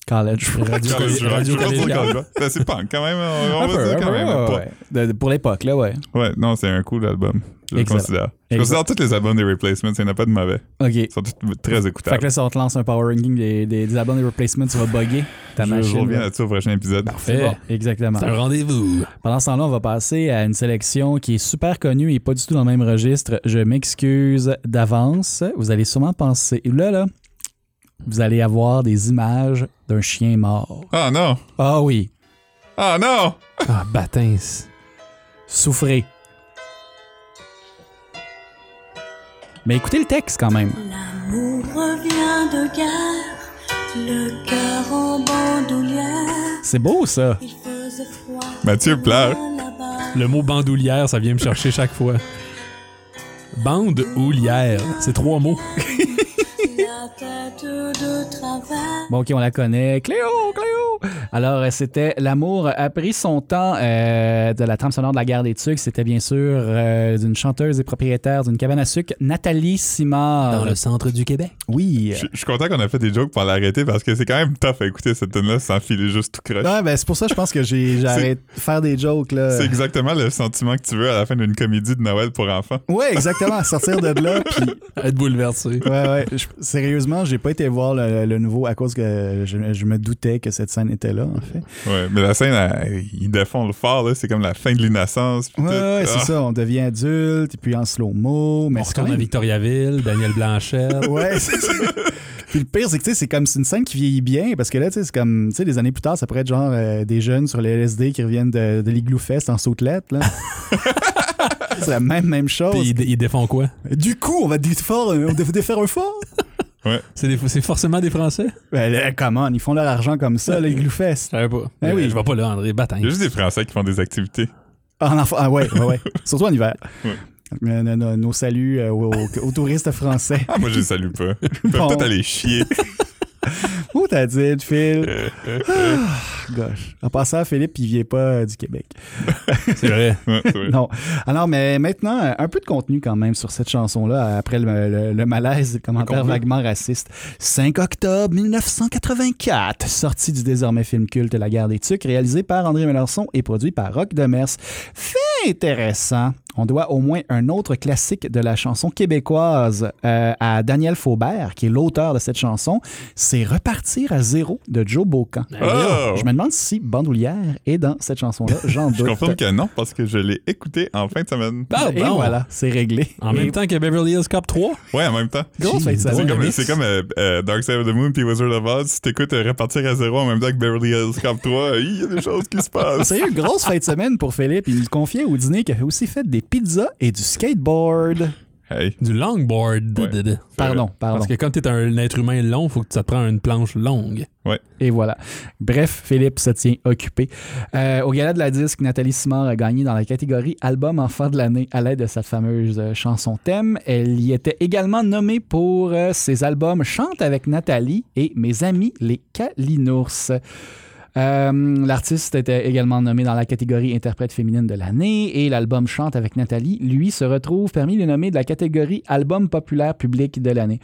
[SPEAKER 2] College
[SPEAKER 3] Radio-
[SPEAKER 1] college rock. Je
[SPEAKER 3] Radio-
[SPEAKER 1] pense que c'est
[SPEAKER 3] Radio-
[SPEAKER 1] college rock. Ben, C'est punk, quand même. On, on
[SPEAKER 2] Un
[SPEAKER 1] va
[SPEAKER 2] peu,
[SPEAKER 1] dire
[SPEAKER 2] un
[SPEAKER 1] quand
[SPEAKER 2] peu,
[SPEAKER 1] même.
[SPEAKER 2] ouais,
[SPEAKER 1] pas-
[SPEAKER 2] ouais. De- pour l'époque, là, ouais.
[SPEAKER 1] Ouais, non, c'est un cool album. Je le
[SPEAKER 2] Excellent.
[SPEAKER 1] considère. Je
[SPEAKER 2] Excellent.
[SPEAKER 1] considère tous les albums des Replacements, il n'y en a pas de mauvais.
[SPEAKER 2] OK.
[SPEAKER 1] Ils sont tous très
[SPEAKER 2] Fait que
[SPEAKER 1] écoutables.
[SPEAKER 2] là, si on te lance un power ranking des, des, des albums des replacements, tu vas bugger ta
[SPEAKER 1] Je, je
[SPEAKER 2] machine.
[SPEAKER 1] reviens
[SPEAKER 2] là.
[SPEAKER 1] là-dessus au prochain épisode.
[SPEAKER 2] C'est bon, exactement.
[SPEAKER 3] Eh. C'est un rendez-vous.
[SPEAKER 2] Pendant ce temps-là, on va passer à une sélection qui est super connue et pas du tout dans le même registre. Je m'excuse d'avance. Vous allez sûrement penser. Là, là, vous allez avoir des images d'un chien mort.
[SPEAKER 1] Ah non!
[SPEAKER 2] Ah oui,
[SPEAKER 1] Ah non!
[SPEAKER 3] Ah, Batins.
[SPEAKER 2] souffrez. Mais écoutez le texte quand même.
[SPEAKER 5] L'amour revient de guerre, le cœur en bandoulière.
[SPEAKER 2] C'est beau ça.
[SPEAKER 5] Il faisait froid.
[SPEAKER 3] Ben,
[SPEAKER 1] Mathieu pleure.
[SPEAKER 5] là-bas.
[SPEAKER 3] Le mot bandoulière, ça vient me chercher chaque fois. Bande ou lière, c'est trois mots.
[SPEAKER 5] La tête de travers.
[SPEAKER 2] Bon, ok, on la connaît. Cléo, Cléo! Alors, euh, c'était L'amour a pris son temps euh, de la trame sonore de la guerre des Tucs. C'était bien sûr euh, d'une chanteuse et propriétaire d'une cabane à sucre, Nathalie Simard. Euh,
[SPEAKER 3] centre du Québec.
[SPEAKER 2] Oui.
[SPEAKER 1] Je, je suis content qu'on a fait des jokes pour l'arrêter parce que c'est quand même tough à écouter cette tune là sans filer juste tout croche.
[SPEAKER 2] Non, ben, c'est pour ça, je pense que j'ai j'arrête de faire des jokes, là.
[SPEAKER 1] C'est exactement le sentiment que tu veux à la fin d'une comédie de Noël pour enfants.
[SPEAKER 2] Ouais, exactement. Sortir de là, puis
[SPEAKER 3] Être bouleversé.
[SPEAKER 2] Ouais, ouais. Je- sérieusement, j'ai pas été voir le, le nouveau à cause que je, je me doutais que cette scène était là. en fait.
[SPEAKER 1] Ouais, mais la scène, elle- ils défendent le fort, là. C'est comme la fin de l'innocence. puis
[SPEAKER 2] Ouais,
[SPEAKER 1] tout.
[SPEAKER 2] ouais, c'est
[SPEAKER 1] Ah.
[SPEAKER 2] ça. On devient adulte, et puis en slow-mo. Mais
[SPEAKER 3] On
[SPEAKER 2] c'est quand
[SPEAKER 3] retourne à
[SPEAKER 2] même-
[SPEAKER 3] Victoriaville, Daniel Blanchette.
[SPEAKER 2] Ouais, c'est ça. Puis le pire, c'est que tu sais, c'est comme c'est une scène qui vieillit bien parce que là, tu sais, c'est comme, tu sais, des années plus tard, ça pourrait être genre euh, des jeunes sur le LSD qui reviennent de, de l'Igloo Fest en sautelette, là. c'est la même, même
[SPEAKER 3] Puis
[SPEAKER 2] chose.
[SPEAKER 3] ils, ils défendent quoi?
[SPEAKER 2] Du coup, on va défaire, on va défaire un fort.
[SPEAKER 3] C'est des- c'est forcément des Français?
[SPEAKER 2] Ben, là, come on, ils font leur argent comme ça, là, l'Igloo Fest.
[SPEAKER 3] Je savais pas.
[SPEAKER 2] Eh oui.
[SPEAKER 3] Je vais pas là, André. Bataille.
[SPEAKER 1] Il y a juste des Français qui font des activités.
[SPEAKER 2] En enfant, ah ouais, ouais, ouais. Surtout en hiver.
[SPEAKER 1] Ouais.
[SPEAKER 2] Euh, no- no- nos saluts euh, aux, aux touristes français.
[SPEAKER 1] Ah, moi, je les salue pas. Ils peuvent
[SPEAKER 2] Bon.
[SPEAKER 1] peut-être aller chier.
[SPEAKER 2] Où t'as dit, Phil?
[SPEAKER 1] Euh, euh,
[SPEAKER 2] Gosh. En passant, Philippe, il vient pas euh, du Québec.
[SPEAKER 3] C'est vrai.
[SPEAKER 1] ouais, c'est vrai.
[SPEAKER 2] Non. Alors, mais maintenant, euh, un peu de contenu quand même sur cette chanson-là, après le, le- le malaise et le commentaire
[SPEAKER 3] contenu.
[SPEAKER 2] vaguement raciste. 5 octobre 1984, sortie du désormais film culte La guerre des tucs, réalisé par André Melançon et produit par Rock Demers. Fait intéressant, on doit au moins un autre classique de la chanson québécoise euh, à Daniel Faubert, qui est l'auteur de cette chanson. C'est Repartir à zéro de Joe Bocan.
[SPEAKER 1] Oh!
[SPEAKER 2] Je me demande si Bandoulière est dans cette chanson-là. J'en
[SPEAKER 1] Je
[SPEAKER 2] doute.
[SPEAKER 1] confirme que non, parce que je l'ai écouté en fin de semaine.
[SPEAKER 3] Ah,
[SPEAKER 2] Et
[SPEAKER 3] bon. Ah.
[SPEAKER 2] voilà, c'est réglé.
[SPEAKER 3] En même temps que Beverly Hills Cop 3.
[SPEAKER 1] Ouais, en même temps.
[SPEAKER 2] Grosse fin de
[SPEAKER 3] C'est
[SPEAKER 2] semaine.
[SPEAKER 1] C'est
[SPEAKER 3] Ouais,
[SPEAKER 1] comme,
[SPEAKER 3] mais-
[SPEAKER 1] c'est comme euh, euh, Dark Side of the Moon puis Wizard of Oz. Si t'écoutes euh, Repartir à zéro en même temps que Beverly Hills Cop 3, il y a des choses qui se passent.
[SPEAKER 2] Sérieux, grosse fin de semaine pour Philippe. Il nous confiait au dîner qu'il avait aussi fait des pizzas et du skateboard.
[SPEAKER 1] Hey.
[SPEAKER 3] Du longboard.
[SPEAKER 1] Ouais.
[SPEAKER 3] Dédé.
[SPEAKER 2] Pardon, pardon.
[SPEAKER 3] Parce que comme t'es un être humain long, faut que ça te prend une planche longue.
[SPEAKER 2] Et voilà. Bref, Philippe se tient occupé. Euh, au gala de la disque, Nathalie Simard a gagné dans la catégorie Album Enfant de l'année à l'aide de sa fameuse euh, chanson thème. Elle y était également nommée pour euh, ses albums Chante avec Nathalie et Mes amis les Calinours. Euh, L'artiste était également nommé dans la catégorie interprète féminine de l'année et l'album Chante avec Nathalie, lui, se retrouve parmi les nommés de la catégorie album populaire public de l'année.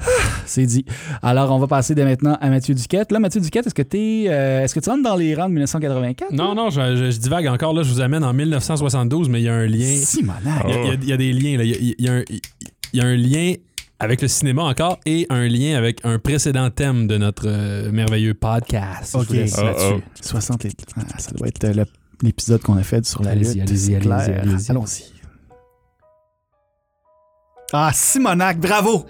[SPEAKER 2] Ah, C'est dit. Alors, on va passer dès maintenant à Mathieu Duquette. Là, Mathieu Duquette, est-ce que, t'es, euh, est-ce que tu rentres dans les rangs de 1984?
[SPEAKER 3] Non, non, je, je- je divague encore. Là, je vous amène en 1972, mais il y a un lien.
[SPEAKER 2] Simonac.
[SPEAKER 3] Il y a- il y, a- il y a des liens. là. Il y a- il y, a un- il y a un lien avec le cinéma encore et un lien avec un précédent thème de notre euh, merveilleux podcast.
[SPEAKER 2] Ok.
[SPEAKER 3] Je vous laisse
[SPEAKER 1] Oh,
[SPEAKER 3] là-dessus.
[SPEAKER 1] oh.
[SPEAKER 2] 60 et- ah, ça doit être euh, le- l'épisode qu'on a fait sur la
[SPEAKER 3] Allez-y,
[SPEAKER 2] lutte.
[SPEAKER 3] allez-y,
[SPEAKER 2] c'est
[SPEAKER 3] allez-y,
[SPEAKER 2] clair.
[SPEAKER 3] allez-y.
[SPEAKER 2] Allons-y. Ah, Simonac, bravo!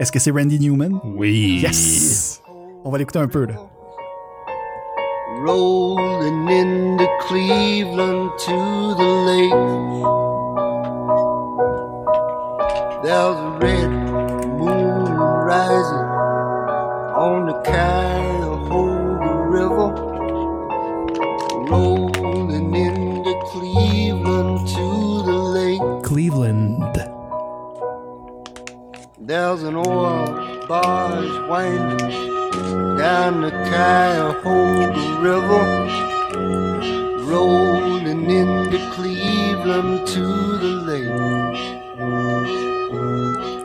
[SPEAKER 2] Est-ce que c'est Randy Newman?
[SPEAKER 3] Oui.
[SPEAKER 2] Yes! On va l'écouter un peu, là.
[SPEAKER 7] Rolling into Cleveland to the lake. There's a red moon rising on the Cuyahoga River. Rolling into Cleveland to the lake.
[SPEAKER 3] Cleveland.
[SPEAKER 7] There's an oil barge winding down the Cuyahoga River. rolling into Cleveland to the lake.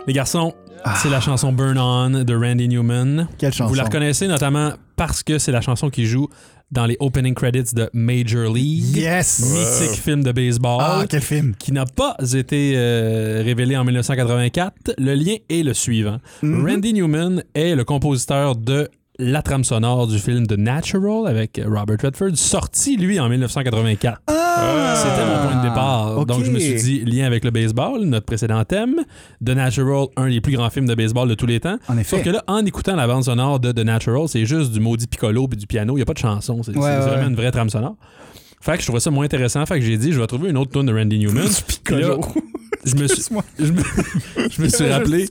[SPEAKER 3] Les garçons,
[SPEAKER 2] Ah.
[SPEAKER 3] c'est la chanson Burn On de Randy Newman.
[SPEAKER 2] Quelle chanson?
[SPEAKER 3] Vous la reconnaissez notamment parce que c'est la chanson qui joue dans les opening credits de Major League.
[SPEAKER 2] Yes!
[SPEAKER 3] Mythique film de baseball.
[SPEAKER 2] Ah, quel film!
[SPEAKER 3] qui n'a pas été euh, révélé en 1984, le lien est le suivant.
[SPEAKER 2] Mm-hmm.
[SPEAKER 3] Randy Newman est le compositeur de la trame sonore du film The Natural avec Robert Redford, sorti lui en 1984. C'était mon point de départ.
[SPEAKER 2] Ah! ok.
[SPEAKER 3] Donc je me suis dit, lien avec le baseball, notre précédent thème. The Natural, un des plus grands films de baseball de tous les temps.
[SPEAKER 2] En effet.
[SPEAKER 3] Sauf que là, en écoutant la bande sonore de The Natural, c'est juste du maudit piccolo puis du piano. Il n'y a pas de chanson. C'est
[SPEAKER 2] Ouais,
[SPEAKER 3] c'est
[SPEAKER 2] ouais,
[SPEAKER 3] vraiment
[SPEAKER 2] ouais.
[SPEAKER 3] une vraie trame sonore. Fait que je trouvais ça moins intéressant. Fait que j'ai dit, je vais trouver une autre tune de Randy Newman. Puis là, je me suis, je me, je me suis rappelé,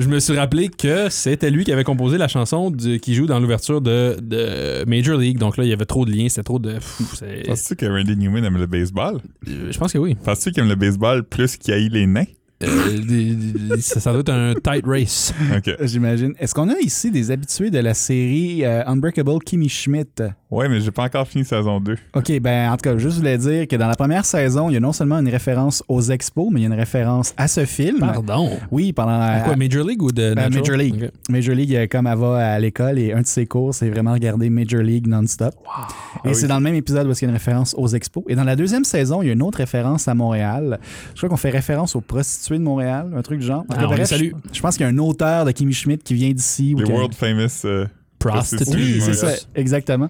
[SPEAKER 3] je me suis rappelé que c'était lui qui avait composé la chanson du- qui joue dans l'ouverture de, de Major League. Donc là, il y avait trop de liens, c'était trop de. pff, c'est-
[SPEAKER 1] Penses-tu que Randy Newman aime le baseball?
[SPEAKER 3] euh, je pense que oui.
[SPEAKER 1] Penses-tu qu'il aime le baseball plus qu'il haït les nains?
[SPEAKER 3] Euh, des- des- ça, ça doit être un tight race.
[SPEAKER 1] Ok.
[SPEAKER 2] J'imagine. Est-ce qu'on a ici des habitués de la série euh, Unbreakable Kimmy Schmidt?
[SPEAKER 1] Ouais, mais j'ai pas encore fini saison 2.
[SPEAKER 2] OK, ben en tout cas, juste voulais dire que dans la première saison, il y a non seulement une référence aux expos, mais il y a une référence à ce film.
[SPEAKER 3] Pardon.
[SPEAKER 2] Oui, pendant la-
[SPEAKER 3] Quoi, Ah. Major League ou de
[SPEAKER 2] Ben,
[SPEAKER 3] Natural?
[SPEAKER 2] Major League.
[SPEAKER 3] Ok.
[SPEAKER 2] Major League, euh, comme elle va à l'école et un de ses cours, c'est vraiment regarder Major League non-stop.
[SPEAKER 3] Ah
[SPEAKER 2] Et c'est dans le même épisode où il y a une référence aux expos. Et dans la deuxième saison, il y a une autre référence à Montréal. Je crois qu'on fait référence aux prostituées de Montréal, un truc du genre. En tout cas,
[SPEAKER 3] Ah, on les
[SPEAKER 2] bref,
[SPEAKER 3] salue.
[SPEAKER 2] Je, je pense qu'il y a un auteur de Kimi Schmidt qui vient d'ici. ou
[SPEAKER 1] Les
[SPEAKER 2] qui-
[SPEAKER 1] world famous euh,
[SPEAKER 3] prostitute.
[SPEAKER 1] Oui,
[SPEAKER 2] C'est
[SPEAKER 1] Ouais.
[SPEAKER 2] ça, exactement.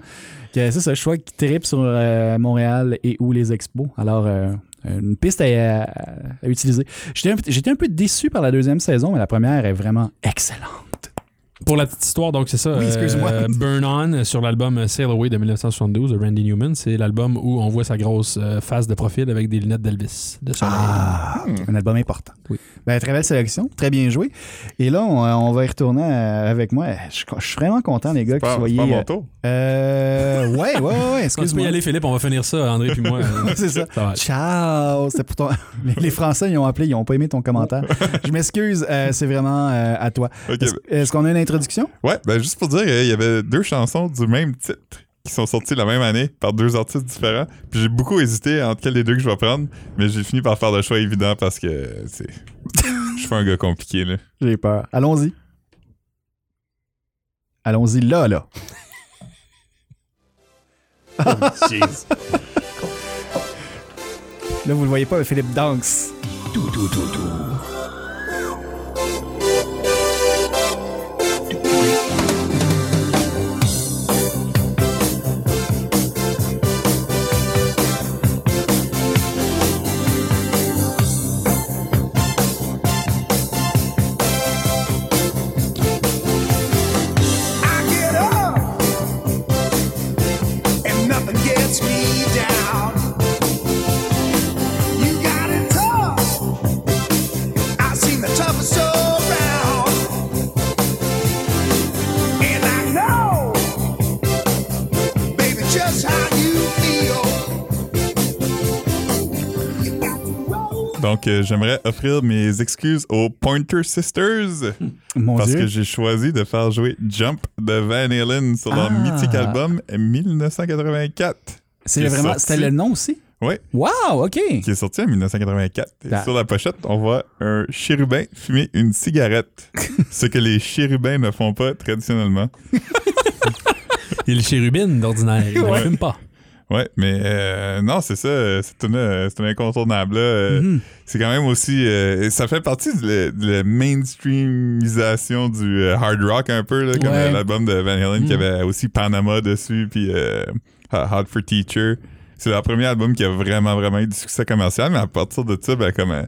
[SPEAKER 2] Que C'est ça, je crois qu'il tripe sur euh, Montréal et ou les expos. Alors, euh, une piste à, à- à utiliser. J'étais un, peu- j'étais un peu déçu par la deuxième saison, mais la première est vraiment excellente.
[SPEAKER 3] Pour la petite histoire, donc c'est ça.
[SPEAKER 2] Oui, excuse-moi.
[SPEAKER 3] euh, Burn On euh, sur l'album Sail Away de 1972 de euh, Randy Newman. C'est l'album où on voit sa grosse euh, face de profil avec des lunettes d'Elvis. de soleil.
[SPEAKER 2] Ah, Hmm. Un album important.
[SPEAKER 3] Oui.
[SPEAKER 2] Ben, très belle sélection, très bien joué. Et là, on, on va y retourner euh, avec moi. Je, je suis vraiment content, les gars, que
[SPEAKER 1] Pas,
[SPEAKER 2] vous
[SPEAKER 1] c'est
[SPEAKER 2] soyez.
[SPEAKER 1] pas
[SPEAKER 2] euh,
[SPEAKER 1] mon tour.
[SPEAKER 2] euh, ouais, ouais, ouais, ouais,
[SPEAKER 3] Quand tu peux
[SPEAKER 2] excuse-moi.
[SPEAKER 3] y aller, Philippe, on va finir ça, André puis moi. Euh,
[SPEAKER 2] C'est ça.
[SPEAKER 3] va être-
[SPEAKER 2] Ciao! C'est pour ton- les, les Français, ils ont appelé, ils n'ont pas aimé ton commentaire. Je m'excuse, euh, c'est vraiment euh, à toi.
[SPEAKER 1] Ok, ben.
[SPEAKER 2] Est-ce est-ce qu'on a une introduction?
[SPEAKER 1] Ouais, ben juste pour dire, euh, il y avait deux chansons du même titre qui sont sorties la même année par deux artistes différents. Puis j'ai beaucoup hésité entre quel des deux que je vais prendre, mais j'ai fini par faire le choix évident parce que c'est. Je suis pas un gars compliqué, là.
[SPEAKER 2] J'ai peur. Allons-y. Allons-y là, là.
[SPEAKER 1] Oh,
[SPEAKER 2] Là, vous le voyez pas, mais Philippe danse.
[SPEAKER 7] I get up and nothing gets me down. You got it tough. I've seen the toughest around, and I know, baby, just how you feel. You got to roll.
[SPEAKER 1] Donc euh, j'aimerais offrir mes excuses aux Pointer Sisters
[SPEAKER 2] Mon
[SPEAKER 1] parce
[SPEAKER 2] Dieu.
[SPEAKER 1] que j'ai choisi de faire jouer Jump de Van Halen sur leur
[SPEAKER 2] Ah.
[SPEAKER 1] mythique album 1984.
[SPEAKER 2] C'est
[SPEAKER 1] qui est
[SPEAKER 2] vraiment.
[SPEAKER 1] sorti.
[SPEAKER 2] C'était le nom aussi?
[SPEAKER 1] Ouais,
[SPEAKER 2] Wow, OK.
[SPEAKER 1] qui est sorti en 1984. Et
[SPEAKER 2] Ah.
[SPEAKER 1] sur la pochette, on voit un chérubin fumer une cigarette, ce que les chérubins ne font pas traditionnellement.
[SPEAKER 3] Il est le chérubine d'ordinaire. Il ne fume pas.
[SPEAKER 1] Ouais, mais euh, non, c'est ça, euh, c'est une, euh, c'est un incontournable. là, euh, C'est quand même aussi, euh, ça fait partie de, la- de la mainstreamisation du euh, hard rock un peu, là, comme
[SPEAKER 3] Ouais.
[SPEAKER 1] euh, l'album de Van Halen qui avait aussi Panama dessus, puis euh, Hot for Teacher. C'est leur premier album qui a vraiment, vraiment eu du succès commercial, mais à partir de ça, ben, comme, euh,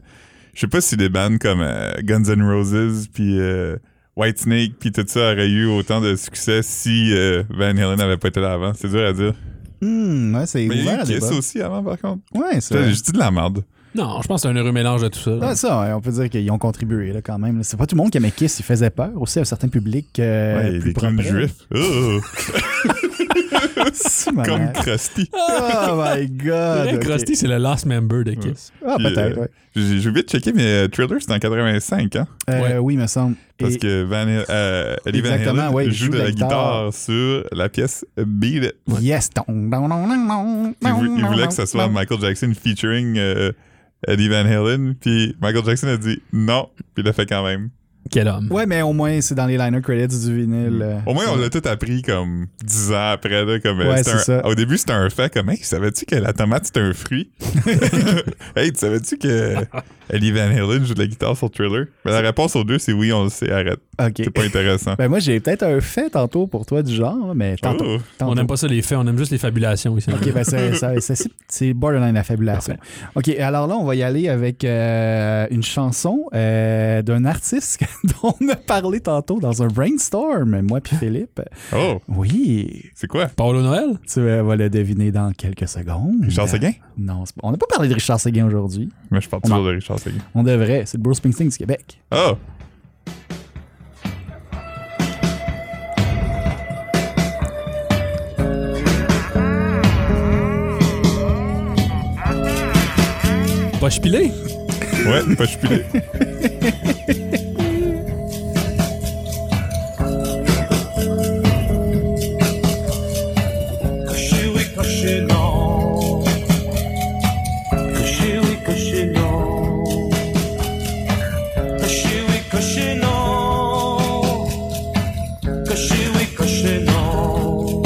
[SPEAKER 1] je sais pas si des bands comme euh, Guns N' Roses, puis euh, Whitesnake, puis tout ça auraient eu autant de succès si euh, Van Halen n'avait pas été là avant. C'est dur à dire.
[SPEAKER 2] Hmm, ouais, c'est
[SPEAKER 1] Mais il y
[SPEAKER 2] ouvert
[SPEAKER 1] a eu
[SPEAKER 2] à
[SPEAKER 1] Kiss
[SPEAKER 2] débat.
[SPEAKER 1] aussi avant, par contre.
[SPEAKER 2] Ouais, c'est
[SPEAKER 1] J'ai
[SPEAKER 2] vrai.
[SPEAKER 1] dit de la merde.
[SPEAKER 3] Non, je pense que c'est un heureux mélange de tout ça.
[SPEAKER 2] Ouais, ça, ouais, on peut dire qu'ils ont contribué là, quand même. là. C'est pas tout le monde qui aimait Kiss, ils faisaient peur aussi à un certain public euh,
[SPEAKER 1] Ouais, des
[SPEAKER 2] plus
[SPEAKER 1] clowns
[SPEAKER 2] propre.
[SPEAKER 1] juifs. Oh,
[SPEAKER 2] Si, ma
[SPEAKER 1] comme
[SPEAKER 2] mère.
[SPEAKER 1] Krusty.
[SPEAKER 2] Oh my god!
[SPEAKER 3] Ray
[SPEAKER 2] ok.
[SPEAKER 3] Krusty, c'est le last member de Kiss.
[SPEAKER 2] Ah,
[SPEAKER 1] Puis,
[SPEAKER 2] peut-être,
[SPEAKER 1] euh,
[SPEAKER 2] ouais.
[SPEAKER 1] J'ai j'ai oublié de checker, mais euh, Thriller, c'est en 85, hein?
[SPEAKER 2] Euh,
[SPEAKER 3] ouais.
[SPEAKER 2] Oui, me semble.
[SPEAKER 1] Parce
[SPEAKER 2] Et-
[SPEAKER 1] que Van, Hal- euh, Eddie Van
[SPEAKER 2] Exactement,
[SPEAKER 1] Halen
[SPEAKER 2] ouais, il
[SPEAKER 1] joue de la guitare. sur la pièce Beat It.
[SPEAKER 2] Yes! Don, don, don, don, don,
[SPEAKER 1] Il, vou- il
[SPEAKER 2] don,
[SPEAKER 1] voulait
[SPEAKER 2] don,
[SPEAKER 1] que ce soit
[SPEAKER 2] don.
[SPEAKER 1] Michael Jackson featuring euh, Eddie Van Halen, puis Michael Jackson a dit non, puis il l'a fait quand même.
[SPEAKER 3] Quel homme.
[SPEAKER 2] Ouais, mais au moins, c'est dans les liner credits du vinyle. euh.
[SPEAKER 1] Mm. Au moins, on l'a tout appris comme 10 ans après. Là, comme, euh,
[SPEAKER 2] Ouais,
[SPEAKER 1] c'était
[SPEAKER 2] c'est
[SPEAKER 1] un-
[SPEAKER 2] ça.
[SPEAKER 1] Au début, c'était un fait comme Hey, savais-tu que la tomate, c'est un fruit Hey, tu savais-tu que Ellie Van Halen joue de la guitare sur Thriller Ben, La réponse aux deux, c'est oui, on le sait, arrête.
[SPEAKER 2] Ok.
[SPEAKER 1] C'est pas intéressant.
[SPEAKER 2] Ben moi, j'ai peut-être un fait tantôt pour toi du genre, mais tantôt.
[SPEAKER 1] Oh.
[SPEAKER 3] On
[SPEAKER 2] tantôt.
[SPEAKER 3] n'aime pas ça les faits, on aime juste les fabulations ici.
[SPEAKER 2] Ok, ben c'est- ça- ça- c'est- c'est borderline la fabulation. Ok, alors là, on va y aller avec euh, une chanson euh, d'un artiste dont on a parlé tantôt dans un brainstorm, moi puis Philippe.
[SPEAKER 1] Oh,
[SPEAKER 2] Oui,
[SPEAKER 1] c'est quoi
[SPEAKER 3] Paolo Noël?
[SPEAKER 2] tu euh, vas le deviner dans quelques secondes.
[SPEAKER 1] Richard Seguin
[SPEAKER 2] Non, c'est pas- on n'a pas parlé de Richard Seguin aujourd'hui.
[SPEAKER 1] Mais je parle toujours de Richard Seguin.
[SPEAKER 2] On devrait, c'est le Bruce Springsteen du Québec.
[SPEAKER 1] Oh
[SPEAKER 3] Poche pilée?
[SPEAKER 1] Ouais, pas chupilé.
[SPEAKER 7] Cocher, oui, cocher, non. Cocher, oui, cocher, non. Cocher, oui, cocher, non. Cocher, oui, cocher, non.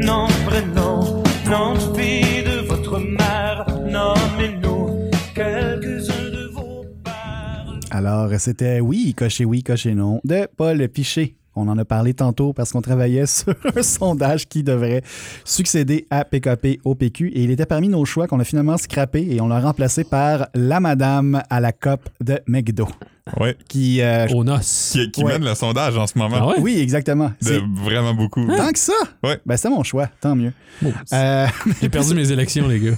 [SPEAKER 7] Non, prénom, nom de fille de votre mère. Nommez-nous quelques-uns de vos parents.
[SPEAKER 2] Alors, c'était Oui, coché oui, coché non de Paul Piché. On en a parlé tantôt parce qu'on travaillait sur un sondage qui devrait succéder à PKP au PQ. Et il était parmi nos choix qu'on a finalement scrappé et on l'a remplacé par la madame à la COP de McDo.
[SPEAKER 1] Ouais.
[SPEAKER 2] Qui, euh, je-
[SPEAKER 3] Aux noces.
[SPEAKER 1] Qui, qui
[SPEAKER 2] Ouais.
[SPEAKER 1] mène le sondage en ce moment.
[SPEAKER 3] Ah ouais?
[SPEAKER 2] Oui, exactement.
[SPEAKER 1] De
[SPEAKER 2] C'est-
[SPEAKER 1] vraiment beaucoup.
[SPEAKER 2] Tant que ça!
[SPEAKER 1] Ouais.
[SPEAKER 2] Ben, c'était mon choix, tant mieux. Euh,
[SPEAKER 3] J'ai perdu mes élections, les gars.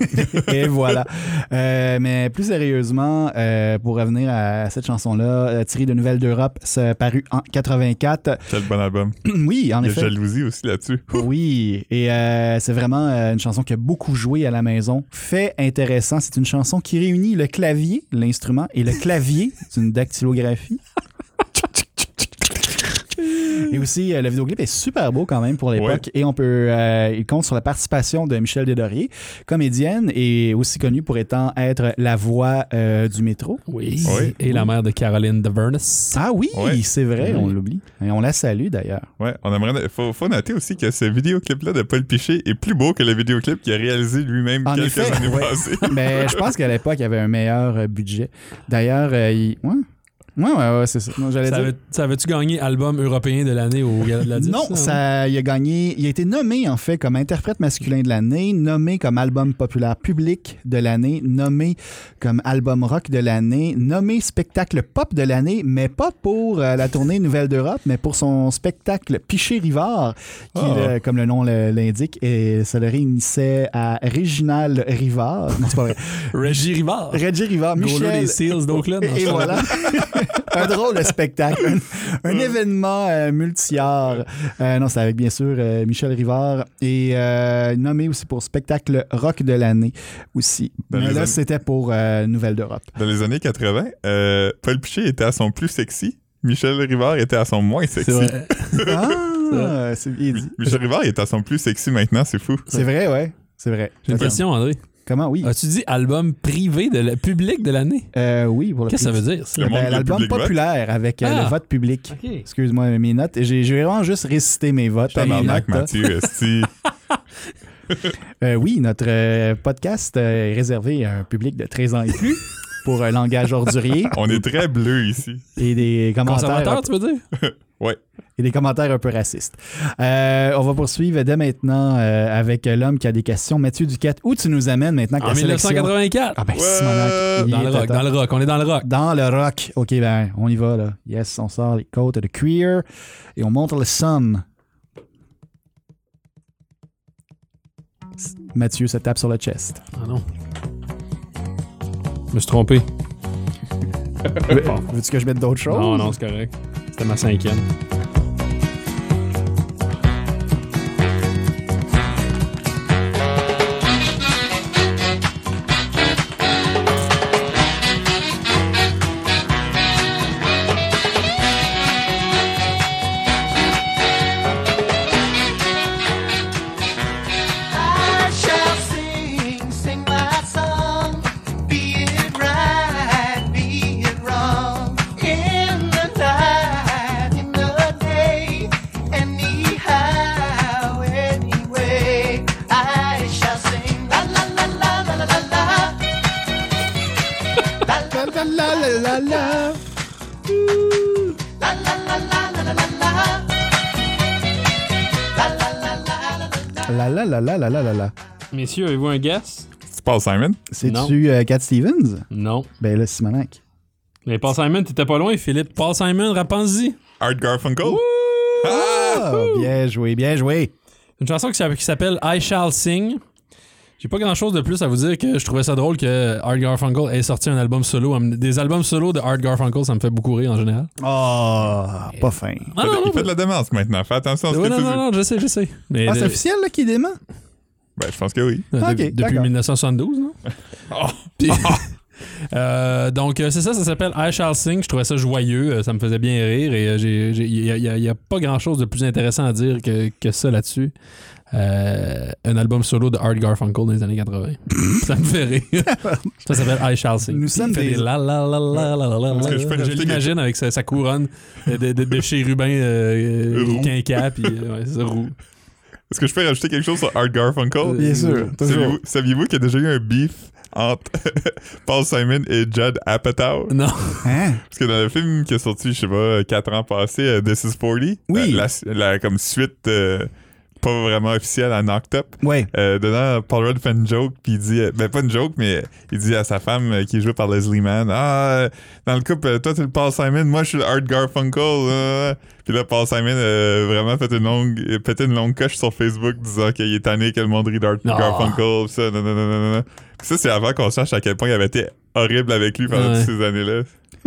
[SPEAKER 2] et voilà. Euh, mais plus sérieusement, euh, pour revenir à cette chanson-là, euh, tirée de Nouvelles d'Europe, c'est paru en 84.
[SPEAKER 1] Quel bon album.
[SPEAKER 2] oui, en
[SPEAKER 1] Il y a
[SPEAKER 2] effet.
[SPEAKER 1] jalousie aussi là-dessus.
[SPEAKER 2] Oui, et euh, c'est vraiment euh, une chanson qui a beaucoup joué à la maison. Fait intéressant, c'est une chanson qui réunit le clavier, l'instrument, et le clavier, c'est une dactylographie. Et aussi, euh, le vidéoclip est super beau quand même pour l'époque. Et on peut, euh, il compte sur la participation de Michel Deslauriers, comédienne et aussi connue pour étant être la voix euh, du métro.
[SPEAKER 3] Oui.
[SPEAKER 1] Oui.
[SPEAKER 3] Et la mère de Caroline Deverness.
[SPEAKER 2] Ah oui,
[SPEAKER 1] Ouais.
[SPEAKER 2] c'est vrai, on l'oublie. Et on la salue d'ailleurs.
[SPEAKER 1] Ouais, on aimerait. Faut, faut noter aussi que ce vidéoclip-là de Paul Piché est plus beau que le vidéoclip qu'il a réalisé lui-même
[SPEAKER 2] En
[SPEAKER 1] quelques
[SPEAKER 2] effet,
[SPEAKER 1] années
[SPEAKER 2] ouais.
[SPEAKER 1] passées.
[SPEAKER 2] Mais Ben, je pense qu'à l'époque, il y avait un meilleur euh, budget. D'ailleurs, euh, il... ouais. Ouais, ouais, ouais, c'est ça. Non, j'allais
[SPEAKER 3] Ça
[SPEAKER 2] dire-
[SPEAKER 3] avait- ça avait-tu gagné album européen de l'année au Gala de la Disque,
[SPEAKER 2] Non, ça, il a gagné. Il a été nommé, en fait, comme interprète masculin de l'année, nommé comme album populaire public de l'année, nommé comme album rock de l'année, nommé spectacle pop de l'année, mais pas pour euh, la tournée Nouvelle d'Europe, mais pour son spectacle Piché Rivard, qui,
[SPEAKER 1] Ah.
[SPEAKER 2] le- comme le nom le- l'indique, et ça le réunissait à Réginal Rivard. Non, c'est pas vrai.
[SPEAKER 3] Reggie Rivard.
[SPEAKER 2] Reggie Rivard,
[SPEAKER 3] Goaler
[SPEAKER 2] Michel.
[SPEAKER 3] des Seals d'Oakland.
[SPEAKER 2] Et, et voilà. un drôle de spectacle. Un, un événement euh, multi-art. Euh, non, c'est avec, bien sûr, euh, Michel Rivard. Et euh, nommé aussi pour spectacle rock de l'année aussi.
[SPEAKER 3] Ben,
[SPEAKER 1] Dans
[SPEAKER 2] Mais
[SPEAKER 1] les
[SPEAKER 2] là,
[SPEAKER 1] années-
[SPEAKER 2] c'était pour euh, Nouvelle d'Europe.
[SPEAKER 1] Dans les années 80, euh, Paul Piché était à son plus sexy. Michel Rivard était à son moins
[SPEAKER 3] C'est
[SPEAKER 1] sexy.
[SPEAKER 3] vrai.
[SPEAKER 2] Ah, c'est bien dit.
[SPEAKER 1] Michel Rivard est à son plus sexy maintenant, c'est fou.
[SPEAKER 2] C'est vrai, ouais. C'est vrai.
[SPEAKER 3] J'ai Ah, une question, André.
[SPEAKER 2] Comment, oui.
[SPEAKER 3] As-tu dit album privé de la, public de l'année?
[SPEAKER 2] Euh, oui, pour le
[SPEAKER 3] Qu'est-ce que ça
[SPEAKER 2] prix.
[SPEAKER 3] veut dire? ça?
[SPEAKER 1] Le monde
[SPEAKER 2] Ben,
[SPEAKER 1] du
[SPEAKER 2] L'album
[SPEAKER 1] public vote.
[SPEAKER 2] populaire avec euh,
[SPEAKER 3] Ah.
[SPEAKER 2] le vote public.
[SPEAKER 3] Ok.
[SPEAKER 2] Excuse-moi mes notes. J'ai j'ai vraiment juste récité mes votes.
[SPEAKER 1] Tabarnak,
[SPEAKER 2] Mes notes,
[SPEAKER 1] Mathieu, esti.
[SPEAKER 2] Euh, oui, notre euh, podcast euh, est réservé à un public de 13 ans et plus pour un langage ordurier
[SPEAKER 1] On est très bleu ici.
[SPEAKER 2] et des commentaires,
[SPEAKER 3] Conservateur, tu veux dire?
[SPEAKER 1] Ouais.
[SPEAKER 2] et des commentaires un peu racistes. Euh, on va poursuivre dès maintenant euh, avec l'homme qui a des questions. Mathieu Duquette, où tu nous amènes maintenant que
[SPEAKER 3] En
[SPEAKER 2] la sélection...
[SPEAKER 3] 1984.
[SPEAKER 2] Ah ben,
[SPEAKER 1] Ouais,
[SPEAKER 2] Simonac, il
[SPEAKER 3] dans le
[SPEAKER 2] était
[SPEAKER 3] rock,
[SPEAKER 2] temps.
[SPEAKER 3] dans le rock. On est dans le rock.
[SPEAKER 2] Dans le rock. OK, ben, on y va, là. Yes, on sort les côtes de queer et on montre le somme. Mathieu se tape sur le chest.
[SPEAKER 3] Ah non. Je me suis trompé.
[SPEAKER 2] Veux- Veux-tu que je mette d'autres choses?
[SPEAKER 3] Non, non, c'est correct. C'était ma cinquième.
[SPEAKER 4] I shall sing, sing my song, be it right, be it wrong. In the night, in the day, anyhow, anyway, I shall sing la la la la la la la.
[SPEAKER 2] La, la, la, la, la, la.
[SPEAKER 4] La la la
[SPEAKER 2] La la
[SPEAKER 4] la la la la la. La la la la la la la.
[SPEAKER 2] la la la la la la.
[SPEAKER 3] Messieurs, avez-vous un guess?
[SPEAKER 1] C'est Paul Simon?
[SPEAKER 2] C'est-tu euh, Cat Stevens?
[SPEAKER 3] Non.
[SPEAKER 2] Ben là, Simonac.
[SPEAKER 3] Mais Paul Simon, t'étais pas loin, Philippe. Paul Simon, rapenzi.
[SPEAKER 1] Art Garfunkel? Oh!
[SPEAKER 2] Ah, bien joué, bien joué.
[SPEAKER 3] Une chanson qui s'appelle- qui s'appelle I Shall Sing. J'ai pas grand chose de plus à vous dire que je trouvais ça drôle que Art Garfunkel ait sorti un album solo. Des albums solo de Art Garfunkel, ça me fait beaucoup rire en général.
[SPEAKER 2] Ah, pas fin.
[SPEAKER 3] Ah
[SPEAKER 1] Il fait de la démence maintenant. Fais attention à ce
[SPEAKER 3] Ouais,
[SPEAKER 1] que
[SPEAKER 3] non,
[SPEAKER 1] tu
[SPEAKER 3] non,
[SPEAKER 1] dis.
[SPEAKER 3] non, je sais, je sais. Mais
[SPEAKER 2] Ah,
[SPEAKER 3] de-
[SPEAKER 2] c'est officiel là, qui dément?
[SPEAKER 1] Ben, je pense que oui.
[SPEAKER 3] de-
[SPEAKER 2] Ah, ok,
[SPEAKER 3] depuis
[SPEAKER 2] d'accord.
[SPEAKER 3] 1972, non?
[SPEAKER 1] Oh.
[SPEAKER 3] Puis- Ah. Euh, donc, euh, c'est ça, ça s'appelle I Shall Sing. Je trouvais ça joyeux, euh, ça me faisait bien rire et euh, j'ai- j'ai- il n'y a, pas grand chose de plus intéressant à dire que, que ça là-dessus. Euh, un album solo de Art Garfunkel dans les années 80. ça me fait rire. ça s'appelle I Shall Sing.
[SPEAKER 2] Nous
[SPEAKER 3] Puis il
[SPEAKER 2] sommes
[SPEAKER 3] fait
[SPEAKER 2] des-
[SPEAKER 3] la la la la la la la
[SPEAKER 1] Parce
[SPEAKER 3] la.
[SPEAKER 1] que je peux
[SPEAKER 3] Je
[SPEAKER 1] rajouter
[SPEAKER 3] l'imagine avec sa, sa couronne de, de, de chérubin euh,
[SPEAKER 1] Roux.
[SPEAKER 3] quinca, puis euh, ouais, c'est ça, roux.
[SPEAKER 1] Est-ce que je peux rajouter quelque chose sur Art Garfunkel?
[SPEAKER 2] Euh, Bien sûr, toujours.
[SPEAKER 1] Saviez-vous saviez-vous qu'il y a déjà eu un beef entre Paul Simon et Judd Apatow?
[SPEAKER 3] Non.
[SPEAKER 2] Hein?
[SPEAKER 1] Parce que dans le film qui est sorti, je sais pas, 4 ans passés, euh, This is 40,
[SPEAKER 2] Oui.
[SPEAKER 1] la, la- la comme suite euh, pas vraiment officielle à Knocked Up,
[SPEAKER 2] Ouais.
[SPEAKER 1] euh, dedans, Paul Rudd fait une joke, puis il dit, euh, ben pas une joke, mais il dit à sa femme euh, qui est jouée par Leslie Mann, ah, euh, dans le couple, euh, toi tu le Paul Simon, moi je suis le Art Garfunkel. euh. Puis là, Paul Simon euh, vraiment fait une longue, euh, pété une longue coche sur Facebook disant qu'il est tanné que le monde rit d'Art
[SPEAKER 3] Ah.
[SPEAKER 1] Garfunkel, pis ça, non, non, non, non, non. Puis ça, c'est avant qu'on sache à quel point il avait été horrible avec lui pendant
[SPEAKER 3] Ouais.
[SPEAKER 1] toutes ces années-là.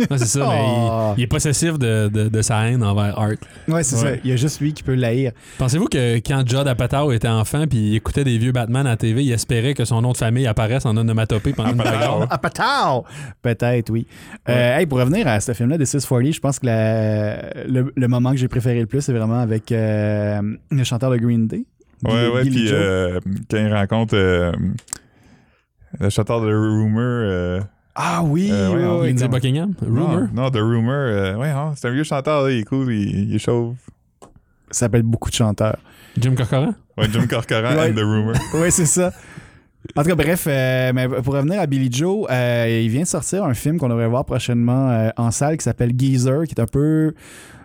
[SPEAKER 3] Non, c'est ça, mais
[SPEAKER 2] Oh.
[SPEAKER 3] il, il est possessif de, de- de sa haine envers Art.
[SPEAKER 2] Ouais, c'est ça.
[SPEAKER 1] Ouais.
[SPEAKER 2] Il y a juste lui qui peut l'haïr.
[SPEAKER 3] Pensez-vous que quand Judd Apatow était enfant puis il écoutait des vieux Batman à la TV, il espérait que son nom de famille apparaisse en onomatopée pendant une
[SPEAKER 1] Apatow.
[SPEAKER 3] seconde?
[SPEAKER 2] Ah, patao! Peut-être, oui. Euh, hey, pour revenir à ce film-là, This is 40, je pense que la- le, le moment que j'ai préféré le plus, c'est vraiment avec euh, le chanteur de Green Day.
[SPEAKER 1] Ouais,
[SPEAKER 2] Billy-
[SPEAKER 1] ouais,
[SPEAKER 2] Billy
[SPEAKER 1] puis
[SPEAKER 2] Joe.
[SPEAKER 1] euh, quand il rencontre euh, le chanteur de Rumor. euh,
[SPEAKER 2] Ah oui!
[SPEAKER 1] euh,
[SPEAKER 2] oui,
[SPEAKER 1] ouais,
[SPEAKER 2] oui, Ah.
[SPEAKER 3] Lindsay
[SPEAKER 2] comment-
[SPEAKER 3] Buckingham? Rumor?
[SPEAKER 1] Non, non, The Rumor. euh, ouais, hein, c'est un vieux chanteur, là, il est cool, il, il est chauve.
[SPEAKER 2] Ça s'appelle beaucoup de chanteurs.
[SPEAKER 3] Jim Corcoran?
[SPEAKER 1] Ouais, Jim Corcoran
[SPEAKER 2] Ouais.
[SPEAKER 1] and The Rumor.
[SPEAKER 2] Oui, c'est ça. En tout cas, bref, euh, mais pour revenir à Billy Joe, euh, il vient de sortir un film qu'on devrait voir prochainement euh, en salle qui s'appelle Geezer, qui est un peu.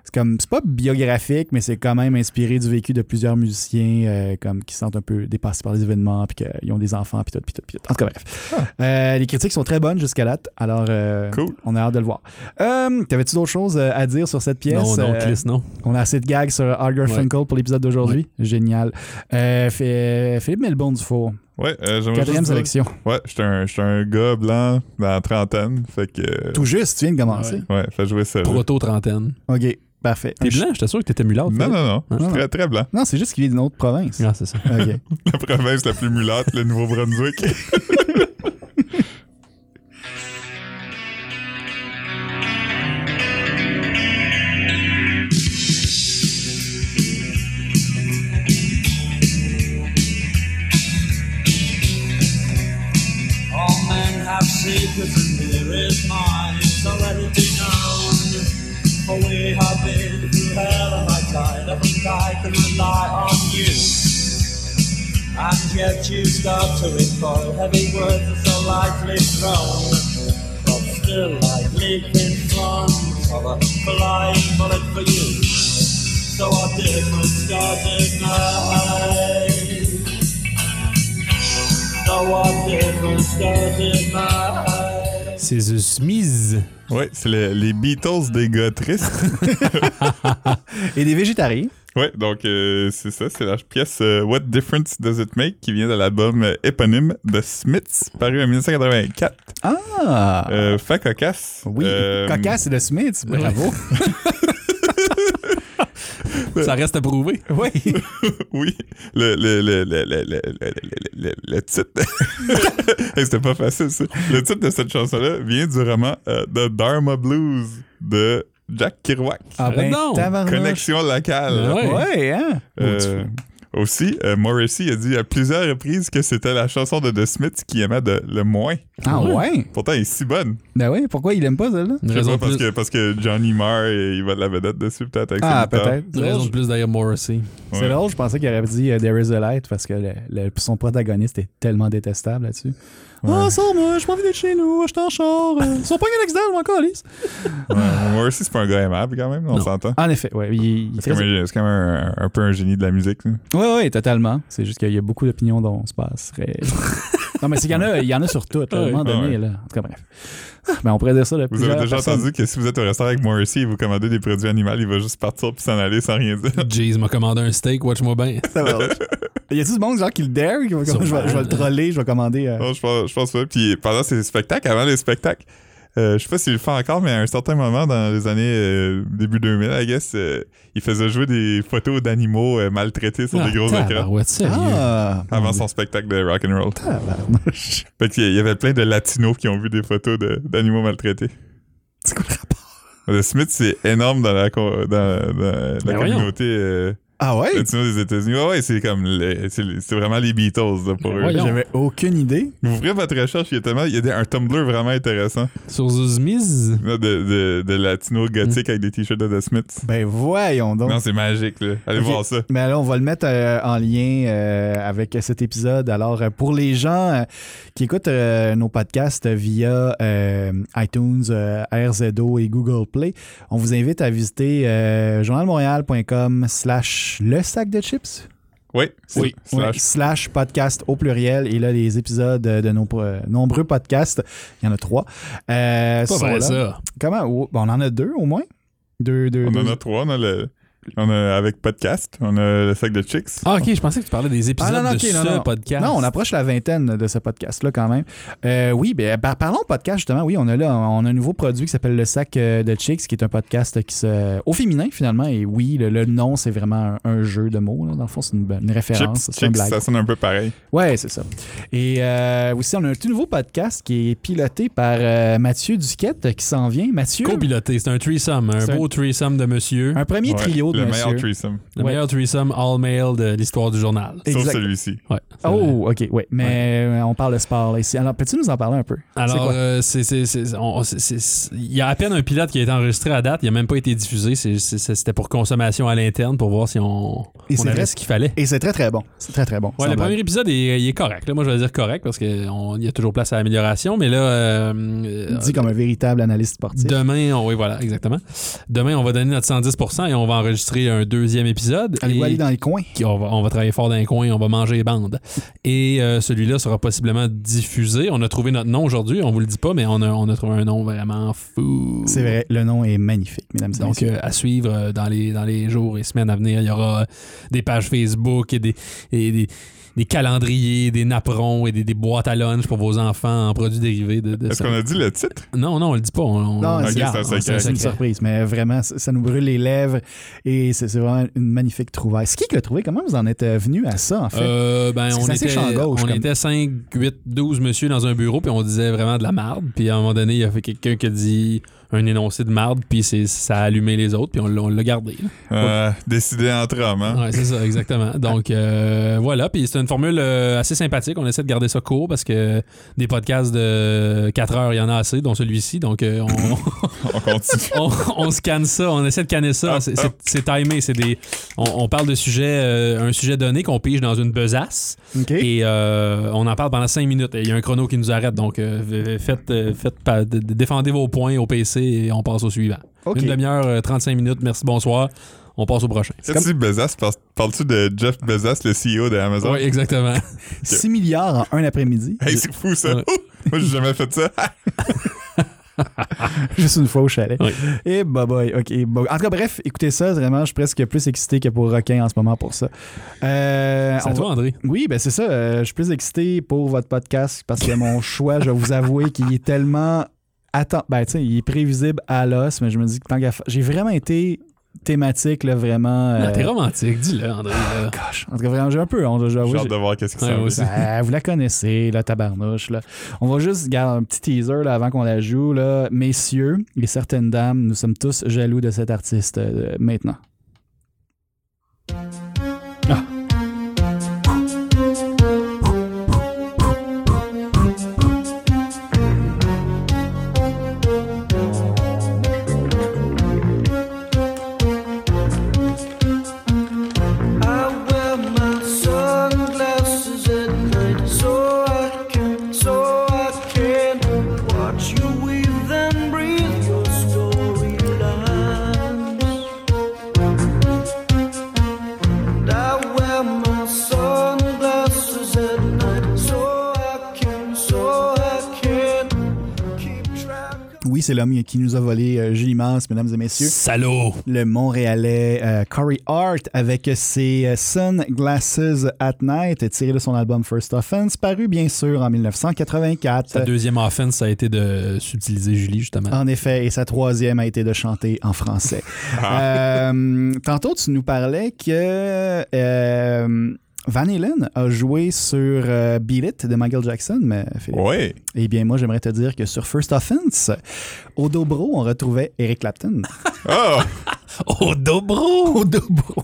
[SPEAKER 2] C'est comme c'est pas biographique, mais c'est quand même inspiré du vécu de plusieurs musiciens euh, comme qui se sentent un peu dépassés par les événements, puis qu'ils ont des enfants, puis tout, puis tout, puis tout. En tout cas, bref. Euh, les critiques sont très bonnes jusqu'à date, alors euh,
[SPEAKER 1] Cool.
[SPEAKER 2] on a hâte de le voir. Euh, T'avais-tu d'autres choses euh, à dire sur cette pièce?
[SPEAKER 3] non, non,
[SPEAKER 2] Euh,
[SPEAKER 3] Chris, non.
[SPEAKER 2] on a assez de gags sur Arger Finkel pour l'épisode d'aujourd'hui. Génial. Euh, fait- Philippe Melbourne Dufour,
[SPEAKER 1] Ouais, euh, j'aimerais
[SPEAKER 2] quatrième
[SPEAKER 1] juste dire-
[SPEAKER 2] sélection.
[SPEAKER 1] Ouais, j'étais un, j'étais un gars blanc dans la trentaine, fait que.
[SPEAKER 2] Tout juste, tu viens de commencer.
[SPEAKER 1] Ouais, fait jouer ça. là.
[SPEAKER 3] Proto-trentaine.
[SPEAKER 2] OK, parfait.
[SPEAKER 3] T'es
[SPEAKER 2] Un ch-
[SPEAKER 3] blanc? J'étais sûr que t'étais mulâtre.
[SPEAKER 1] Non,
[SPEAKER 3] Philippe.
[SPEAKER 1] non, non,
[SPEAKER 2] Ah.
[SPEAKER 1] je suis très, très blanc.
[SPEAKER 2] Non, c'est juste qu'il est d'une autre province.
[SPEAKER 3] Ah, c'est ça.
[SPEAKER 2] OK.
[SPEAKER 1] La province la plus mulâtre, le Nouveau-Brunswick.
[SPEAKER 7] All men have secrets and there is mine. It's already known. For we have been through hell and I died. I think I can rely on you. And yet you start to recoil. Heavy words are so lightly thrown. But still like leaping fronts of a flying bullet for you. So our difference doesn't matter. So what difference does it make?
[SPEAKER 3] C'est The Smith.
[SPEAKER 1] ouais, c'est le- les Beatles des gars tristes.
[SPEAKER 2] Et des végétariens.
[SPEAKER 1] Ouais, donc euh, c'est ça, c'est la pièce euh, What Difference Does It Make qui vient de l'album euh, éponyme de Smiths, paru en 1984.
[SPEAKER 2] Ah!
[SPEAKER 1] Euh, fait cocasse.
[SPEAKER 2] oui,
[SPEAKER 1] Euh,
[SPEAKER 2] cocasse et le Smith, bravo.
[SPEAKER 3] Ça reste à prouver.
[SPEAKER 2] oui.
[SPEAKER 1] Oui, le, le, le, le, le, le, le, le- le- le titre. Hey, C'était pas facile, ça. Le titre de cette chanson-là vient du roman euh, The Dharma Blues de Jack Kerouac.
[SPEAKER 2] Ah ben,
[SPEAKER 3] Non.
[SPEAKER 2] tabarnouche.
[SPEAKER 1] Connexion locale.
[SPEAKER 3] Ben ouais.
[SPEAKER 2] Ouais, hein?
[SPEAKER 1] Euh, aussi, euh, Morrissey a dit à plusieurs reprises que c'était la chanson de The Smith qui aimait de- le moins.
[SPEAKER 2] Ah ouais?
[SPEAKER 1] Pourtant, elle est si bonne.
[SPEAKER 2] Ben ouais, pourquoi il aime pas celle-là?
[SPEAKER 3] Une
[SPEAKER 1] Je sais
[SPEAKER 3] raison
[SPEAKER 1] pas,
[SPEAKER 3] de
[SPEAKER 1] parce,
[SPEAKER 3] plus.
[SPEAKER 1] que, parce que Johnny Marr, il va de la vedette dessus, peut-être. avec
[SPEAKER 2] Ah,
[SPEAKER 1] ses guitares.
[SPEAKER 2] peut-être.
[SPEAKER 3] Une raison de plus derrière Morrissey.
[SPEAKER 2] C'est
[SPEAKER 1] Ouais.
[SPEAKER 2] drôle, je pensais qu'il aurait dit euh, There is a light parce que le- le- son protagoniste est tellement détestable là-dessus. Ah, ça, moi, je m'en vais de chez nous, je t'en char. euh, Ils sont pas un accident, moi, calisse.
[SPEAKER 1] Ouais, Morrissey, c'est pas un gars aimable quand même, on s'entend.
[SPEAKER 2] En effet, ouais. Il, il
[SPEAKER 1] C'est comme un- c'est quand même un, un peu un génie de la musique. là.
[SPEAKER 2] Ouais, ouais, totalement. C'est juste qu'il y a beaucoup d'opinions dont on se passerait. non, mais c'est qu'il y en a, il y en a sur toutes, là, à un moment
[SPEAKER 1] Ah, ouais.
[SPEAKER 2] donné, là. En tout cas, bref. Ah, ben, on pourrait dire ça de
[SPEAKER 1] Vous avez
[SPEAKER 2] plusieurs
[SPEAKER 1] déjà
[SPEAKER 2] personnes.
[SPEAKER 1] entendu que si vous êtes au restaurant avec Morrissey et vous commandez des produits animaux, il va juste partir puis s'en aller sans rien dire.
[SPEAKER 3] Jeez, m'a commandé un steak, watch-moi bien.
[SPEAKER 2] Ça va. y a-tu du monde, genre, qui le dare? qui va comme, je, vais, je vais le troller, je vais commander. euh,
[SPEAKER 1] Non, je pense, je pense pas. Puis pendant ces spectacles, avant les spectacles, euh, je sais pas s'il le fait encore, mais à un certain moment dans les années euh, début 2000, I guess, euh, il faisait jouer des photos d'animaux euh, maltraités sur des gros écrans
[SPEAKER 3] Ah, tabarouette, sérieux.
[SPEAKER 2] Ah! bah,
[SPEAKER 1] avant son spectacle de rock and roll.
[SPEAKER 2] Tabarnouche.
[SPEAKER 1] Fait qu'il y avait plein de latinos qui ont vu des photos de- d'animaux maltraités.
[SPEAKER 2] C'est quoi le rapport?
[SPEAKER 1] Le Smith, c'est énorme dans la, co- dans, dans la
[SPEAKER 3] Ben voyons.
[SPEAKER 1] communauté euh,
[SPEAKER 2] Ah ouais?
[SPEAKER 1] Tu vois, les États-Unis, ouais, ouais, c'est comme les- c'est les- c'est vraiment les Beatles là,
[SPEAKER 2] Ben
[SPEAKER 1] pour eux.
[SPEAKER 3] Ouais,
[SPEAKER 2] J'avais aucune idée.
[SPEAKER 1] Vous ferez votre recherche, il y a tellement, il y a des- un Tumblr vraiment intéressant
[SPEAKER 3] Sur Zuzmiz.
[SPEAKER 1] là, de, de, de latino
[SPEAKER 2] Mm.
[SPEAKER 1] gothique avec des t-shirts de The Smiths.
[SPEAKER 2] Ben voyons donc.
[SPEAKER 1] Non, c'est magique, là. Allez
[SPEAKER 2] Ok.
[SPEAKER 1] voir ça.
[SPEAKER 2] Mais alors, on va le mettre euh, en lien euh, avec cet épisode. Alors, euh, pour les gens euh, qui écoutent euh, nos podcasts via euh, iTunes, euh, RZO et Google Play, on vous invite à visiter euh, journalmontréal.com slash le sac de chips.
[SPEAKER 1] Oui.
[SPEAKER 2] Oui.
[SPEAKER 1] Slash.
[SPEAKER 2] Ouais, slash podcast au pluriel. Et là, les épisodes euh, de nos pro- nombreux podcasts, il y en a trois. euh,
[SPEAKER 3] Pas
[SPEAKER 2] sont
[SPEAKER 3] vrai,
[SPEAKER 2] là.
[SPEAKER 3] ça.
[SPEAKER 2] Comment? Oh, ben, on en a deux au moins. Deux, deux,
[SPEAKER 1] On en
[SPEAKER 2] deux-
[SPEAKER 1] a trois. On a, le, on a avec podcast, on a le sac de chicks.
[SPEAKER 3] Ah, ok, je pensais que tu parlais des épisodes
[SPEAKER 2] Ah, non, non,
[SPEAKER 3] de
[SPEAKER 2] ok,
[SPEAKER 3] ce
[SPEAKER 2] non, non.
[SPEAKER 3] podcast.
[SPEAKER 2] Non, on approche la vingtaine de ce podcast-là quand même. Euh, oui, ben, par- parlons podcast justement. Oui, on a là, on a un nouveau produit qui s'appelle le sac euh, de chicks, qui est un podcast qui se au féminin finalement. Et oui, le, le nom c'est vraiment un, un jeu de mots. là. Dans le fond, c'est une, une référence,
[SPEAKER 1] Chips,
[SPEAKER 2] Ah, c'est une
[SPEAKER 1] chicks,
[SPEAKER 2] blague.
[SPEAKER 1] ça sonne un peu pareil.
[SPEAKER 2] Ouais, c'est ça. Et euh, aussi, on a un tout nouveau podcast qui est piloté par euh, Mathieu Duquette euh, qui s'en vient. Mathieu,
[SPEAKER 3] Copiloté, c'est un threesome, un
[SPEAKER 2] C'est
[SPEAKER 3] beau
[SPEAKER 2] un-
[SPEAKER 3] threesome de monsieur.
[SPEAKER 2] un premier
[SPEAKER 1] Ouais,
[SPEAKER 2] trio de
[SPEAKER 1] Le
[SPEAKER 2] monsieur.
[SPEAKER 1] meilleur threesome.
[SPEAKER 3] Le
[SPEAKER 2] Ouais.
[SPEAKER 3] meilleur threesome all-male de l'histoire du journal.
[SPEAKER 1] Sauf
[SPEAKER 2] Exact.
[SPEAKER 1] celui-ci.
[SPEAKER 3] Ouais, c'est vrai.
[SPEAKER 2] Oh, ok, oui. Mais euh, on parle de sport là, ici. Alors, peux-tu nous en parler un peu? C'est
[SPEAKER 3] Alors,
[SPEAKER 2] quoi?
[SPEAKER 3] euh, c'est- c'est- c'est- on- c'est- c'est- il y a à peine un pilote qui a été enregistré à date. Il n'a même pas été diffusé. C'est- c'est- c'est- C'était pour consommation à l'interne pour voir si on,
[SPEAKER 2] Et
[SPEAKER 3] on
[SPEAKER 2] c'est
[SPEAKER 3] avait
[SPEAKER 2] vrai-
[SPEAKER 3] ce qu'il fallait.
[SPEAKER 2] Et c'est très très bon. C'est très très bon.
[SPEAKER 3] Ouais,
[SPEAKER 2] Sans
[SPEAKER 3] le
[SPEAKER 2] blague.
[SPEAKER 3] premier épisode est, il est correct. là. Moi, je vais dire correct parce qu'il y a toujours place à amélioration. Mais là, euh, euh,
[SPEAKER 2] Dit comme un véritable analyste sportif.
[SPEAKER 3] demain, on, oui, voilà, exactement. Demain, on va donner notre 110 et on va enregistrer un deuxième épisode.
[SPEAKER 2] Allez
[SPEAKER 3] Et-
[SPEAKER 2] aller dans les coins.
[SPEAKER 3] qui- on va, on va travailler fort dans les coins, on va manger les bandes. Et euh, celui-là sera possiblement diffusé. On a trouvé notre nom aujourd'hui, on vous le dit pas, mais on a, on a trouvé un nom vraiment fou.
[SPEAKER 2] C'est vrai, le nom est magnifique, mesdames et
[SPEAKER 3] Donc,
[SPEAKER 2] messieurs.
[SPEAKER 3] euh, à suivre euh, dans les, dans les jours et semaines à venir, il y aura euh, des pages Facebook et des, et des, des calendriers, des napperons et des, des boîtes à lunch pour vos enfants en produits dérivés de, de
[SPEAKER 1] Est-ce
[SPEAKER 3] ça.
[SPEAKER 1] qu'on a dit le titre?
[SPEAKER 3] Non, non, on le dit pas. On, on-
[SPEAKER 2] Non,
[SPEAKER 3] on le
[SPEAKER 2] ok,
[SPEAKER 3] garde.
[SPEAKER 1] c'est un secret.
[SPEAKER 3] On-
[SPEAKER 2] C'est une
[SPEAKER 3] secret.
[SPEAKER 2] surprise, mais vraiment, ça, ça nous brûle les lèvres et c'est c'est vraiment une magnifique trouvaille. C'est qui qui l'a trouvé? Comment vous en êtes euh, venu à ça, en fait?
[SPEAKER 3] Euh, ben,
[SPEAKER 2] Parce que
[SPEAKER 3] on
[SPEAKER 2] c'est assez
[SPEAKER 3] était,
[SPEAKER 2] champ gauche,
[SPEAKER 3] on
[SPEAKER 2] comme-
[SPEAKER 3] était 5, 8, 12 monsieur dans un bureau, puis on disait vraiment de la marde. Puis à un moment donné, il y a fait quelqu'un qui a dit un énoncé de marde, puis c'est- ça a allumé les autres, puis on, l'a- on l'a gardé. là.
[SPEAKER 1] Euh, décidé entre hommes, hein?
[SPEAKER 2] Ah.
[SPEAKER 3] Ouais, c'est ça, exactement. Donc euh, voilà, puis c'est une formule euh, assez sympathique. On essaie de garder ça court parce que des podcasts de 4 heures, il y en a assez, dont celui-ci. Donc euh, on.
[SPEAKER 1] On continue.
[SPEAKER 3] on, on scanne ça, on essaie de canner ça.
[SPEAKER 2] Ah,
[SPEAKER 1] Hop,
[SPEAKER 3] C'est- c'est-
[SPEAKER 1] hop.
[SPEAKER 3] C'est timé. C'est des. On, on parle de sujets, euh, un sujet donné qu'on pige dans une besace.
[SPEAKER 2] OK.
[SPEAKER 3] Et euh, on en parle pendant cinq minutes. Et Il y a un chrono qui nous arrête. Donc euh, v- faites, euh, faites pa- d- d- défendez vos points au PC et on passe au suivant.
[SPEAKER 2] OK.
[SPEAKER 3] Une demi-heure, euh, 35 minutes. Merci, bonsoir. On passe au prochain.
[SPEAKER 1] Quand tu dis Bezos, par- parles-tu de Jeff Bezos, le CEO de Amazon?
[SPEAKER 3] Oui, exactement.
[SPEAKER 2] 6 milliards en un après-midi.
[SPEAKER 1] Hey, c'est fou ça!
[SPEAKER 3] Ouais. Ah,
[SPEAKER 1] Ouh! Moi, j'ai jamais fait ça.
[SPEAKER 2] Juste une fois au chalet.
[SPEAKER 3] Oui.
[SPEAKER 2] Et bah boy, ok. bah- en tout cas, bref, écoutez ça, vraiment, je suis presque plus excité que pour Requin en ce moment pour ça. Euh,
[SPEAKER 3] C'est à
[SPEAKER 2] on
[SPEAKER 3] toi,
[SPEAKER 2] va-
[SPEAKER 3] André.
[SPEAKER 2] Oui, ben c'est ça. euh, je suis plus excité pour votre podcast parce que mon choix, je vais vous avouer qu'il est tellement. Attends, ben, tu sais, il est prévisible à l'os, mais je me dis que tant qu'à. fa- J'ai vraiment été thématique, là, vraiment. euh, Ah,
[SPEAKER 3] Ah, T'es romantique, dis-le, André. là.
[SPEAKER 2] gosh, en tout cas, vraiment, j'ai un peu. On, je dois avouer,
[SPEAKER 1] J'ai hâte de voir qu'est-ce qui
[SPEAKER 3] Ouais,
[SPEAKER 1] s'en
[SPEAKER 3] moi
[SPEAKER 1] vient.
[SPEAKER 3] aussi.
[SPEAKER 2] ben, vous la connaissez, la tabarnouche. Là. On va juste garder un petit teaser là, avant qu'on la joue. Là. Messieurs et certaines dames, nous sommes tous jaloux de cet artiste euh, maintenant. Ah.
[SPEAKER 8] I wear my sunglasses at night so I can, so I can watch you weave and breathe your storylines. And I wear my sunglasses at night so I can, so I can keep track. of-
[SPEAKER 2] Oui, c'est l'homme qui nous a volé euh, Julie Masse, mesdames et messieurs.
[SPEAKER 3] Salaud!
[SPEAKER 2] le Montréalais euh, Corey Hart avec ses euh, Sunglasses at Night, tiré de son album First Offense, paru bien sûr en 1984.
[SPEAKER 3] Sa deuxième offense, ça a été de subtiliser Julie, justement.
[SPEAKER 2] En effet, et sa troisième a été de chanter en français. Euh, tantôt, tu nous parlais que euh, Van Halen a joué sur euh, Beat It de Michael Jackson, mais Philippe,
[SPEAKER 1] Ouais.
[SPEAKER 2] eh bien moi j'aimerais te dire que sur First Offense, au dobro, Ah, on retrouvait Eric Clapton.
[SPEAKER 1] Oh!
[SPEAKER 3] Au dobro! Au dobro!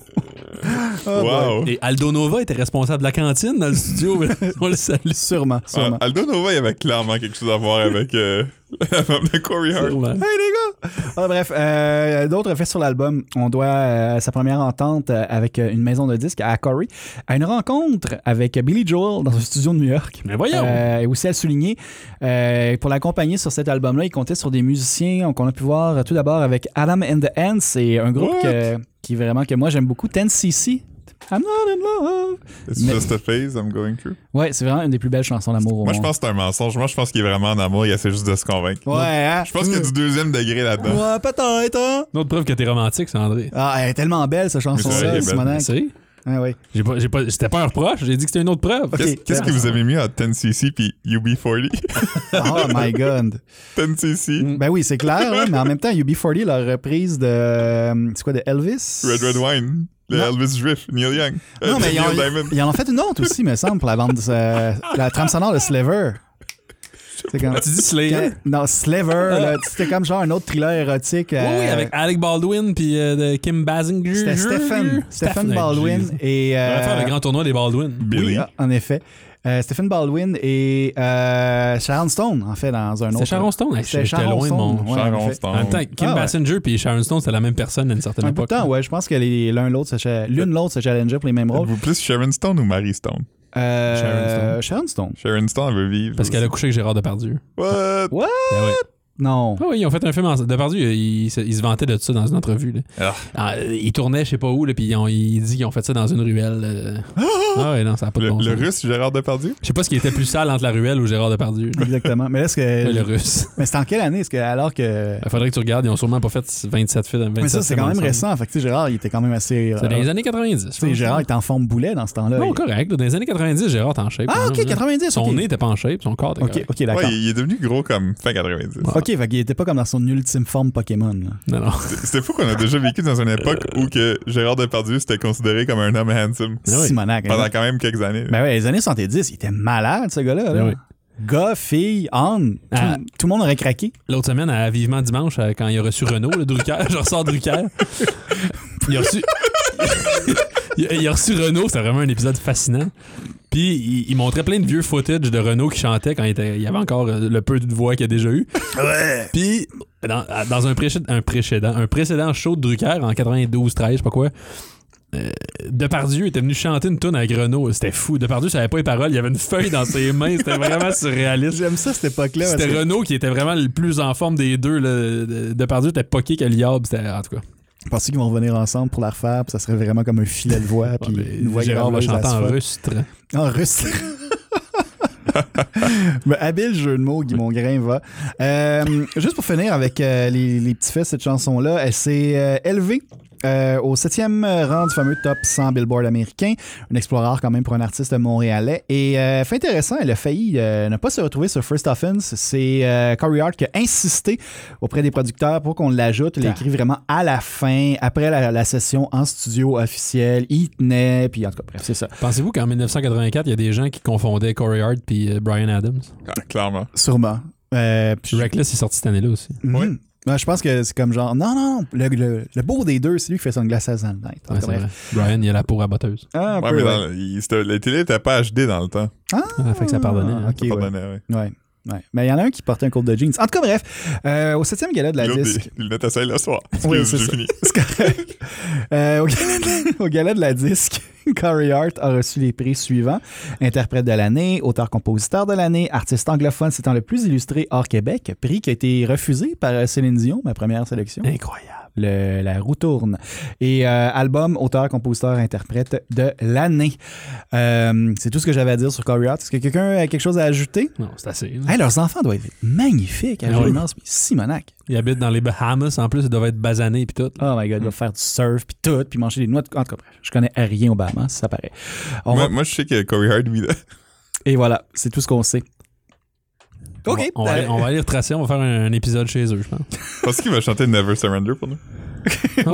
[SPEAKER 2] bah,
[SPEAKER 1] wow.
[SPEAKER 3] Et Aldo Nova était responsable de la cantine dans le studio. On le salue.
[SPEAKER 2] Sûrement,
[SPEAKER 1] Ah,
[SPEAKER 2] sûrement.
[SPEAKER 1] Aldo Nova, il avait clairement quelque chose à voir avec euh, la femme de Corey Hart.
[SPEAKER 3] sûrement.
[SPEAKER 2] Hey les gars! Ah, bref, euh, d'autres faits sur l'album. On doit euh, sa première entente euh, avec euh, une maison de disques à Corey, à une rencontre avec euh, Billy Joel dans un studio de New York.
[SPEAKER 3] Mais voyons!
[SPEAKER 2] Euh, et aussi à le souligner, euh, pour l'accompagner sur cet album-là, il comptait sur des musiciens qu'on a pu voir euh, tout d'abord avec Adam and the Ants, c'est un groupe
[SPEAKER 1] What?
[SPEAKER 2] que- qui vraiment que moi j'aime beaucoup, 10cc. I'm not in love.
[SPEAKER 1] It's
[SPEAKER 2] Mais-
[SPEAKER 1] just a phase I'm going through.
[SPEAKER 2] Ouais, c'est vraiment une des plus belles chansons d'amour au
[SPEAKER 1] Moi, je
[SPEAKER 2] monde.
[SPEAKER 1] pense que c'est un mensonge. Moi, je pense qu'il est vraiment en amour. Il essaie juste de se convaincre.
[SPEAKER 2] Ouais, hein?
[SPEAKER 1] Je pense qu'il y a du deuxième degré là-dedans.
[SPEAKER 2] Ouais, peut-être, hein?
[SPEAKER 3] Une autre preuve que t'es romantique, c'est André.
[SPEAKER 2] Ah, elle est tellement belle, cette
[SPEAKER 1] c'est vrai
[SPEAKER 2] chanson-là,
[SPEAKER 1] qu'elle est belle.
[SPEAKER 2] Simonac.
[SPEAKER 3] C'est
[SPEAKER 2] Ah, oui.
[SPEAKER 3] j'ai pas, j'ai pas, C'était pas un reproche, j'ai dit que c'était une autre preuve.
[SPEAKER 2] Ok.
[SPEAKER 1] Qu'est-ce qu'est-ce que vous avez mis à 10cc puis UB40?
[SPEAKER 2] Oh my god.
[SPEAKER 1] 10cc,
[SPEAKER 2] Ben oui, c'est clair, là, mais en même temps, UB40, leur reprise de. euh, C'est quoi, de Elvis
[SPEAKER 1] Red Red Wine, le
[SPEAKER 2] Non.
[SPEAKER 1] Elvis Drift, Neil Young, euh,
[SPEAKER 2] Non, mais ils
[SPEAKER 1] Neil
[SPEAKER 2] en,
[SPEAKER 1] Diamond.
[SPEAKER 2] ils en ont fait une autre aussi, me semble, pour la bande. euh, la trame sonore de Sliver. C'est quand.
[SPEAKER 3] Tu dis Slayer?
[SPEAKER 2] quand- Non, Sliver, là, c'était comme genre un autre thriller érotique.
[SPEAKER 3] Oui, oui,
[SPEAKER 2] euh,
[SPEAKER 3] avec Alec Baldwin puis euh, de Kim Basinger.
[SPEAKER 2] C'était Stephen, Stephen Baldwin et.
[SPEAKER 3] On
[SPEAKER 2] euh,
[SPEAKER 3] va faire le grand tournoi des Baldwin.
[SPEAKER 1] Billy.
[SPEAKER 2] oui, ah, en effet. Euh, Stephen Baldwin et euh, Sharon Stone, en fait, dans un autre.
[SPEAKER 3] C'est Sharon Stone? Hey,
[SPEAKER 2] C'était
[SPEAKER 3] J'étais
[SPEAKER 2] Sharon
[SPEAKER 3] loin de
[SPEAKER 2] Stone,
[SPEAKER 3] mon...
[SPEAKER 2] ouais, en
[SPEAKER 1] Sharon
[SPEAKER 2] effet.
[SPEAKER 1] Stone.
[SPEAKER 3] En même temps, Kim
[SPEAKER 2] Ah ouais.
[SPEAKER 3] Basinger puis Sharon Stone, c'est la même personne à une certaine
[SPEAKER 2] Un bout de
[SPEAKER 3] époque.
[SPEAKER 2] temps, ouais. Je pense que les- l'un l'autre se cha- l'une l'autre se challengeait pour les mêmes rôles.
[SPEAKER 1] Vous plus Sharon Stone ou Mary Stone?
[SPEAKER 2] Euh, Sharon Stone.
[SPEAKER 1] Sharon Stone, elle veut vivre.
[SPEAKER 3] Parce qu'elle a couché avec Gérard Depardieu.
[SPEAKER 1] What?
[SPEAKER 2] What?
[SPEAKER 3] Ben ouais.
[SPEAKER 2] Non.
[SPEAKER 3] Ah oui, ils ont fait un film ensemble. Depardieu, il, il se, il se vantait de ça dans une entrevue. Là.
[SPEAKER 1] Ah.
[SPEAKER 3] Ah, il tournait je sais pas où, là, puis ils ont- il dit qu'ils ont fait ça dans une ruelle. euh. Ah ouais, non, ça n'a pas de
[SPEAKER 1] Le,
[SPEAKER 3] bon
[SPEAKER 1] le
[SPEAKER 3] sens.
[SPEAKER 1] russe Gérard Depardieu?
[SPEAKER 3] Je sais pas ce qui était plus sale entre la ruelle ou Gérard Depardieu.
[SPEAKER 2] Exactement. Mais est-ce
[SPEAKER 3] Ouais, le
[SPEAKER 2] que.
[SPEAKER 3] russe.
[SPEAKER 2] Mais c'est en quelle année? Est-ce que alors que.
[SPEAKER 3] Il faudrait que tu regardes, ils ont sûrement pas fait 27 films. 27
[SPEAKER 2] Mais ça, c'est quand
[SPEAKER 3] films
[SPEAKER 2] même
[SPEAKER 3] ensemble.
[SPEAKER 2] récent. Fait que, tu sais, Gérard, il était quand même assez. euh,
[SPEAKER 3] C'est dans les
[SPEAKER 2] tu
[SPEAKER 3] années 90. je
[SPEAKER 2] sais,
[SPEAKER 3] pense.
[SPEAKER 2] Gérard était en forme boulet dans ce temps-là.
[SPEAKER 3] Non,
[SPEAKER 2] Il-
[SPEAKER 3] correct. Dans les années 90, Gérard était en shape. hein,
[SPEAKER 2] Ah,
[SPEAKER 3] quand
[SPEAKER 2] ok,
[SPEAKER 3] même, là.
[SPEAKER 2] 90.
[SPEAKER 3] Son
[SPEAKER 2] ok.
[SPEAKER 3] nez était pas en shape, son corps était
[SPEAKER 2] Ok,
[SPEAKER 3] correct.
[SPEAKER 2] ok, d'accord.
[SPEAKER 1] Ouais, il il est devenu gros comme fin 90.
[SPEAKER 2] Ok, fait qu'il était pas comme dans son ultime forme Pokémon. là.
[SPEAKER 3] Non, non.
[SPEAKER 1] C'était fou qu'on a déjà vécu dans une époque où que Gérard Depardieu c'était considéré comme un homme handsome.
[SPEAKER 3] Ah oui.
[SPEAKER 2] Simonac. hein.
[SPEAKER 1] Pendant quand même quelques années.
[SPEAKER 2] Ben ouais, les années 70, il était malade, ce gars-là. là.
[SPEAKER 3] Ah oui.
[SPEAKER 2] Gars, fille, âne, tout,
[SPEAKER 3] Ah.
[SPEAKER 2] tout le monde aurait craqué.
[SPEAKER 3] L'autre semaine, à Vivement Dimanche, euh, quand il a reçu Renault, le Drucker, je ressors Drucker. Il a reçu. il, a, il a reçu Renault, c'était vraiment un épisode fascinant. Puis il, il montrait plein de vieux footage de Renault qui chantait quand il, était- il y avait encore euh, le peu de voix qu'il a déjà eu. Puis dans, dans un, précédent, un, précédent, un précédent show de Drucker en 92-13, je sais pas quoi. euh, Depardieu était venu chanter une tune avec Renault. C'était fou. Depardieu savait pas les paroles. Il avait une feuille dans ses mains. C'était vraiment surréaliste.
[SPEAKER 2] J'aime ça, cette époque-là. parce
[SPEAKER 3] C'était
[SPEAKER 2] que-
[SPEAKER 3] Renault qui était vraiment le plus en forme des deux. Là. Depardieu était poqué que Liab. C'était, en tout cas.
[SPEAKER 2] Pensez qu'ils vont revenir ensemble pour la refaire, puis ça serait vraiment comme un filet de voix, puis une voix
[SPEAKER 3] Gérard va
[SPEAKER 2] graveleuse à
[SPEAKER 3] chanter en
[SPEAKER 2] souhait.
[SPEAKER 3] rustre.
[SPEAKER 2] En Ah, russe. Mais habile jeu de mots, Guy Mongrain va. Euh, juste pour finir avec euh, les, les petits faits, cette chanson-là, elle s'est euh, élevée euh, au septième rang du fameux top 100 Billboard américain. Un explorateur quand même pour un artiste montréalais. Et euh, fait intéressant, elle a failli euh, ne pas se retrouver sur First Offense. C'est euh, Corey Hart qui a insisté auprès des producteurs pour qu'on l'ajoute. Il a écrit vraiment à la fin, après la, la session en studio officielle. Il tenait, puis en tout cas, bref, c'est ça.
[SPEAKER 3] Pensez-vous qu'en 1984, il y a des gens qui confondaient Corey Hart puis euh, Brian Adams?
[SPEAKER 1] Ah, clairement.
[SPEAKER 2] Sûrement. Euh, puis-
[SPEAKER 3] Reckless est sorti cette année-là aussi.
[SPEAKER 2] Mhm. Ouais, je pense que c'est comme genre, non, non, le, le, le beau des deux, c'est lui qui fait son glace à Night.
[SPEAKER 3] Ah, Ouais, c'est vrai. Brian, il a la peau raboteuse.
[SPEAKER 2] Ah, un
[SPEAKER 1] Ouais,
[SPEAKER 2] peu,
[SPEAKER 1] mais
[SPEAKER 2] ouais.
[SPEAKER 1] dans, il- c'était- la télé était pas HD dans le temps.
[SPEAKER 3] Ah, fait que ça pardonnait.
[SPEAKER 2] Ah,
[SPEAKER 3] hein.
[SPEAKER 2] ok, ouais.
[SPEAKER 1] Pardonnez, ouais.
[SPEAKER 2] Ouais, ouais. Mais il y en a un qui portait un code de jeans. En tout cas, bref, euh, au septième gala de la
[SPEAKER 1] L'autre,
[SPEAKER 2] disque.
[SPEAKER 1] il lunettes à soleil le soir.
[SPEAKER 2] Oui,
[SPEAKER 1] Excuse,
[SPEAKER 2] c'est
[SPEAKER 1] j'ai
[SPEAKER 2] ça.
[SPEAKER 1] fini.
[SPEAKER 2] C'est correct. Euh, au, gala de, au gala de la disque, Corey Hart a reçu les prix suivants interprète de l'année, auteur-compositeur de l'année, artiste anglophone s'étant le plus illustré hors Québec, prix qui a été refusé par euh, Céline Dion, ma première sélection.
[SPEAKER 3] Incroyable.
[SPEAKER 2] Le- la roue tourne. Et euh, album, auteur, compositeur, interprète de l'année. Euh, c'est tout ce que j'avais à dire sur Corey Hart. Est-ce que quelqu'un a quelque chose à ajouter?
[SPEAKER 3] Non, c'est assez. là.
[SPEAKER 2] Hey, leurs enfants doivent être magnifiques à
[SPEAKER 3] Mm. Ah
[SPEAKER 2] jouer
[SPEAKER 3] oui.
[SPEAKER 2] dans ce- Simonac.
[SPEAKER 3] Il habite dans les Bahamas. En plus, il doit être basané puis tout.
[SPEAKER 2] Oh my god, ils doivent faire du surf, puis tout, puis manger des noix. De... En tout cas, bref, je connais rien au Bahamas, ça paraît. On
[SPEAKER 1] Moi,
[SPEAKER 2] va-
[SPEAKER 1] moi, je sais que Corey Hart, lui, là,
[SPEAKER 2] Et voilà, c'est tout ce qu'on sait.
[SPEAKER 3] On
[SPEAKER 2] OK.
[SPEAKER 3] va- On va, aller, on va aller retracer. On va faire un, un épisode chez eux, je pense.
[SPEAKER 1] parce qu'il va chanter Never Surrender pour nous.
[SPEAKER 3] Ah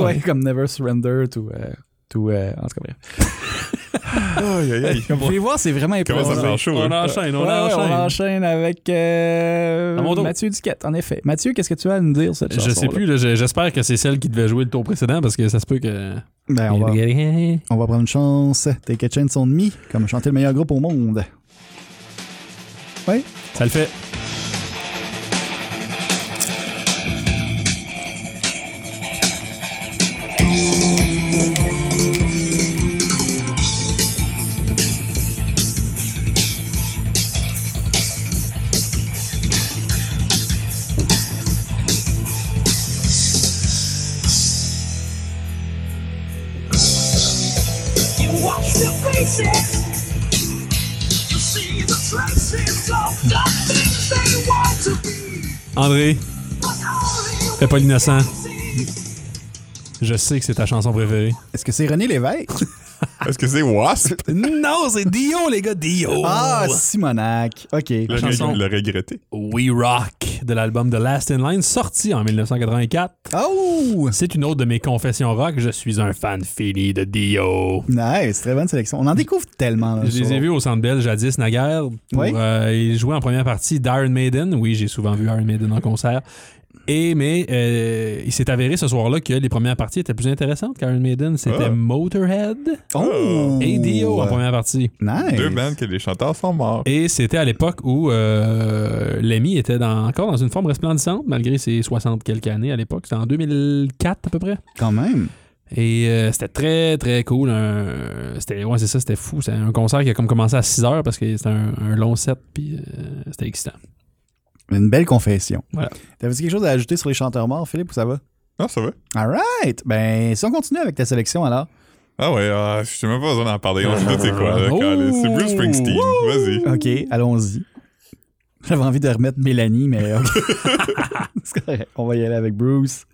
[SPEAKER 2] ouais, comme Never Surrender to... euh, to, euh, en tout cas, bref.
[SPEAKER 1] Aïe, aïe, aïe.
[SPEAKER 2] Vous pouvez voir, c'est vraiment
[SPEAKER 1] Comment ça
[SPEAKER 2] impressionnant.
[SPEAKER 1] fait chaud?
[SPEAKER 3] On
[SPEAKER 1] hein?
[SPEAKER 3] enchaîne, on
[SPEAKER 2] Ouais, ouais,
[SPEAKER 3] enchaîne.
[SPEAKER 2] avec euh,
[SPEAKER 3] À mon tour.
[SPEAKER 2] Mathieu Duquette, en effet. Mathieu, qu'est-ce que tu as à nous dire cette chanson
[SPEAKER 3] Je sais plus, là, j'ai- j'espère que c'est celle qui devait jouer le tour précédent parce que ça se peut que.
[SPEAKER 2] Ben, on, va, on va prendre une chance. Take a chance on me, comme chanter le meilleur groupe au monde. Oui,
[SPEAKER 3] Ça le fait.
[SPEAKER 7] You watch the faces. You see the traces of the things they want to be.
[SPEAKER 3] André,
[SPEAKER 7] But how
[SPEAKER 3] fais pas l'innocent.
[SPEAKER 7] do you see?
[SPEAKER 3] Je sais que c'est ta chanson préférée.
[SPEAKER 2] Est-ce que c'est René Lévesque?
[SPEAKER 1] Est-ce que c'est Wasp?
[SPEAKER 3] non, c'est Dio, les gars, Dio.
[SPEAKER 2] Ah, Simonac. OK.
[SPEAKER 1] Le,
[SPEAKER 3] chanson.
[SPEAKER 1] reg- le regretté.
[SPEAKER 3] We Rock de l'album The Last in Line, sorti en 1984.
[SPEAKER 2] Oh!
[SPEAKER 3] C'est une autre de mes confessions rock. Je suis un fan fini de Dio.
[SPEAKER 2] Nice, très bonne sélection. On en découvre tellement. Là,
[SPEAKER 3] Je les
[SPEAKER 2] sur-
[SPEAKER 3] ai vus au Centre Bell jadis naguère. Pour,
[SPEAKER 2] Oui.
[SPEAKER 3] euh, ils jouaient en première partie d'Iron Maiden. Oui, j'ai souvent vu Iron Maiden en concert. Et mais euh, il s'est avéré ce soir-là que les premières parties étaient plus intéressantes qu'Iron Maiden. C'était
[SPEAKER 1] Ah.
[SPEAKER 3] Motorhead
[SPEAKER 2] Oh!
[SPEAKER 3] et Dio en première partie.
[SPEAKER 2] Nice.
[SPEAKER 1] Deux bandes que les chanteurs sont morts.
[SPEAKER 3] Et c'était à l'époque où euh, Lemmy était dans- encore dans une forme resplendissante, malgré ses 60 quelques années à l'époque. C'était en 2004 à peu près.
[SPEAKER 2] Quand même.
[SPEAKER 3] Et euh, c'était très, très cool. Un- C'était, ouais, c'est ça, c'était fou. C'était un concert qui a comme commencé à 6 heures parce que c'était un, un long set, puis euh, c'était excitant.
[SPEAKER 2] Une belle confession.
[SPEAKER 3] Voilà.
[SPEAKER 2] T'avais-tu quelque chose à ajouter sur les chanteurs morts, Philippe, ou ça va?
[SPEAKER 1] Non, ça va.
[SPEAKER 2] All right. Ben, si on continue avec ta sélection, alors.
[SPEAKER 1] Ah ouais, ah, je sais même pas besoin d'en parler. On sait tout c'est quoi. là,
[SPEAKER 3] Oh!
[SPEAKER 1] Calais. C'est Bruce Springsteen. Vas-y.
[SPEAKER 2] OK, allons-y. J'avais envie de remettre Mélanie, mais OK. C'est correct. On va y aller avec Bruce.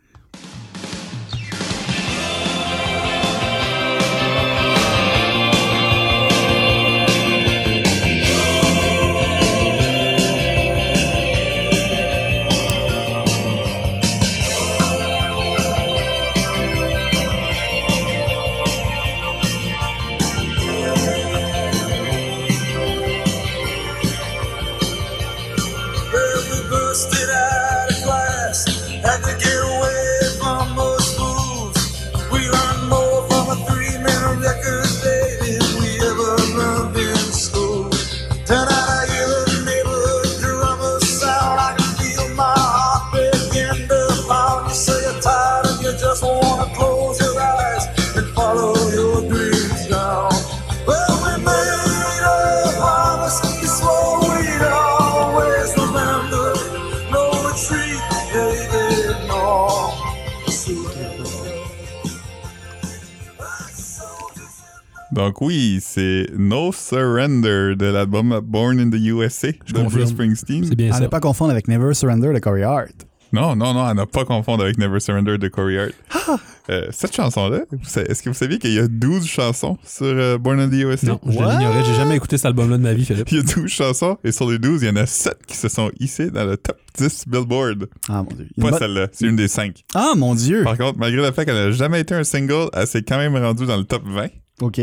[SPEAKER 7] Well, we busted out of class, had to get away from most fools. We learned more from a three-minute record day than we ever learned in school. Ten out of your neighborhood drummers out, I can feel my heart begin to pound. You say you're tired and you just wanna close your eyes and follow your dreams down. Well, we made a promise, we swore we'd always remember. No retreat, baby, no.
[SPEAKER 1] Donc oui, c'est No Surrender de l'album Born in the USA de
[SPEAKER 3] confirme.
[SPEAKER 1] Bruce Springsteen.
[SPEAKER 3] C'est bien
[SPEAKER 2] À ne
[SPEAKER 3] ça.
[SPEAKER 2] pas confondre avec Never Surrender de Corey Hart.
[SPEAKER 1] Non, non, non, à ne pas confondre avec Never Surrender de Corey Hart. Euh, cette chanson-là, vous sa- est-ce que vous saviez qu'il y a 12 chansons sur euh, Born in the USA?
[SPEAKER 3] Non, je l'ignorais. J'ai jamais écouté cet album-là de ma vie, Philippe.
[SPEAKER 1] Il y a 12 chansons et sur les 12, il y en a 7 qui se sont hissées dans le top 10 Billboard.
[SPEAKER 2] Ah, mon Dieu. Il y a une
[SPEAKER 1] Pas
[SPEAKER 2] bonne-
[SPEAKER 1] celle-là, c'est une des 5.
[SPEAKER 2] Ah, mon Dieu.
[SPEAKER 1] Par contre, malgré le fait qu'elle n'a jamais été un single, elle s'est quand même rendue dans le top 20.
[SPEAKER 2] OK.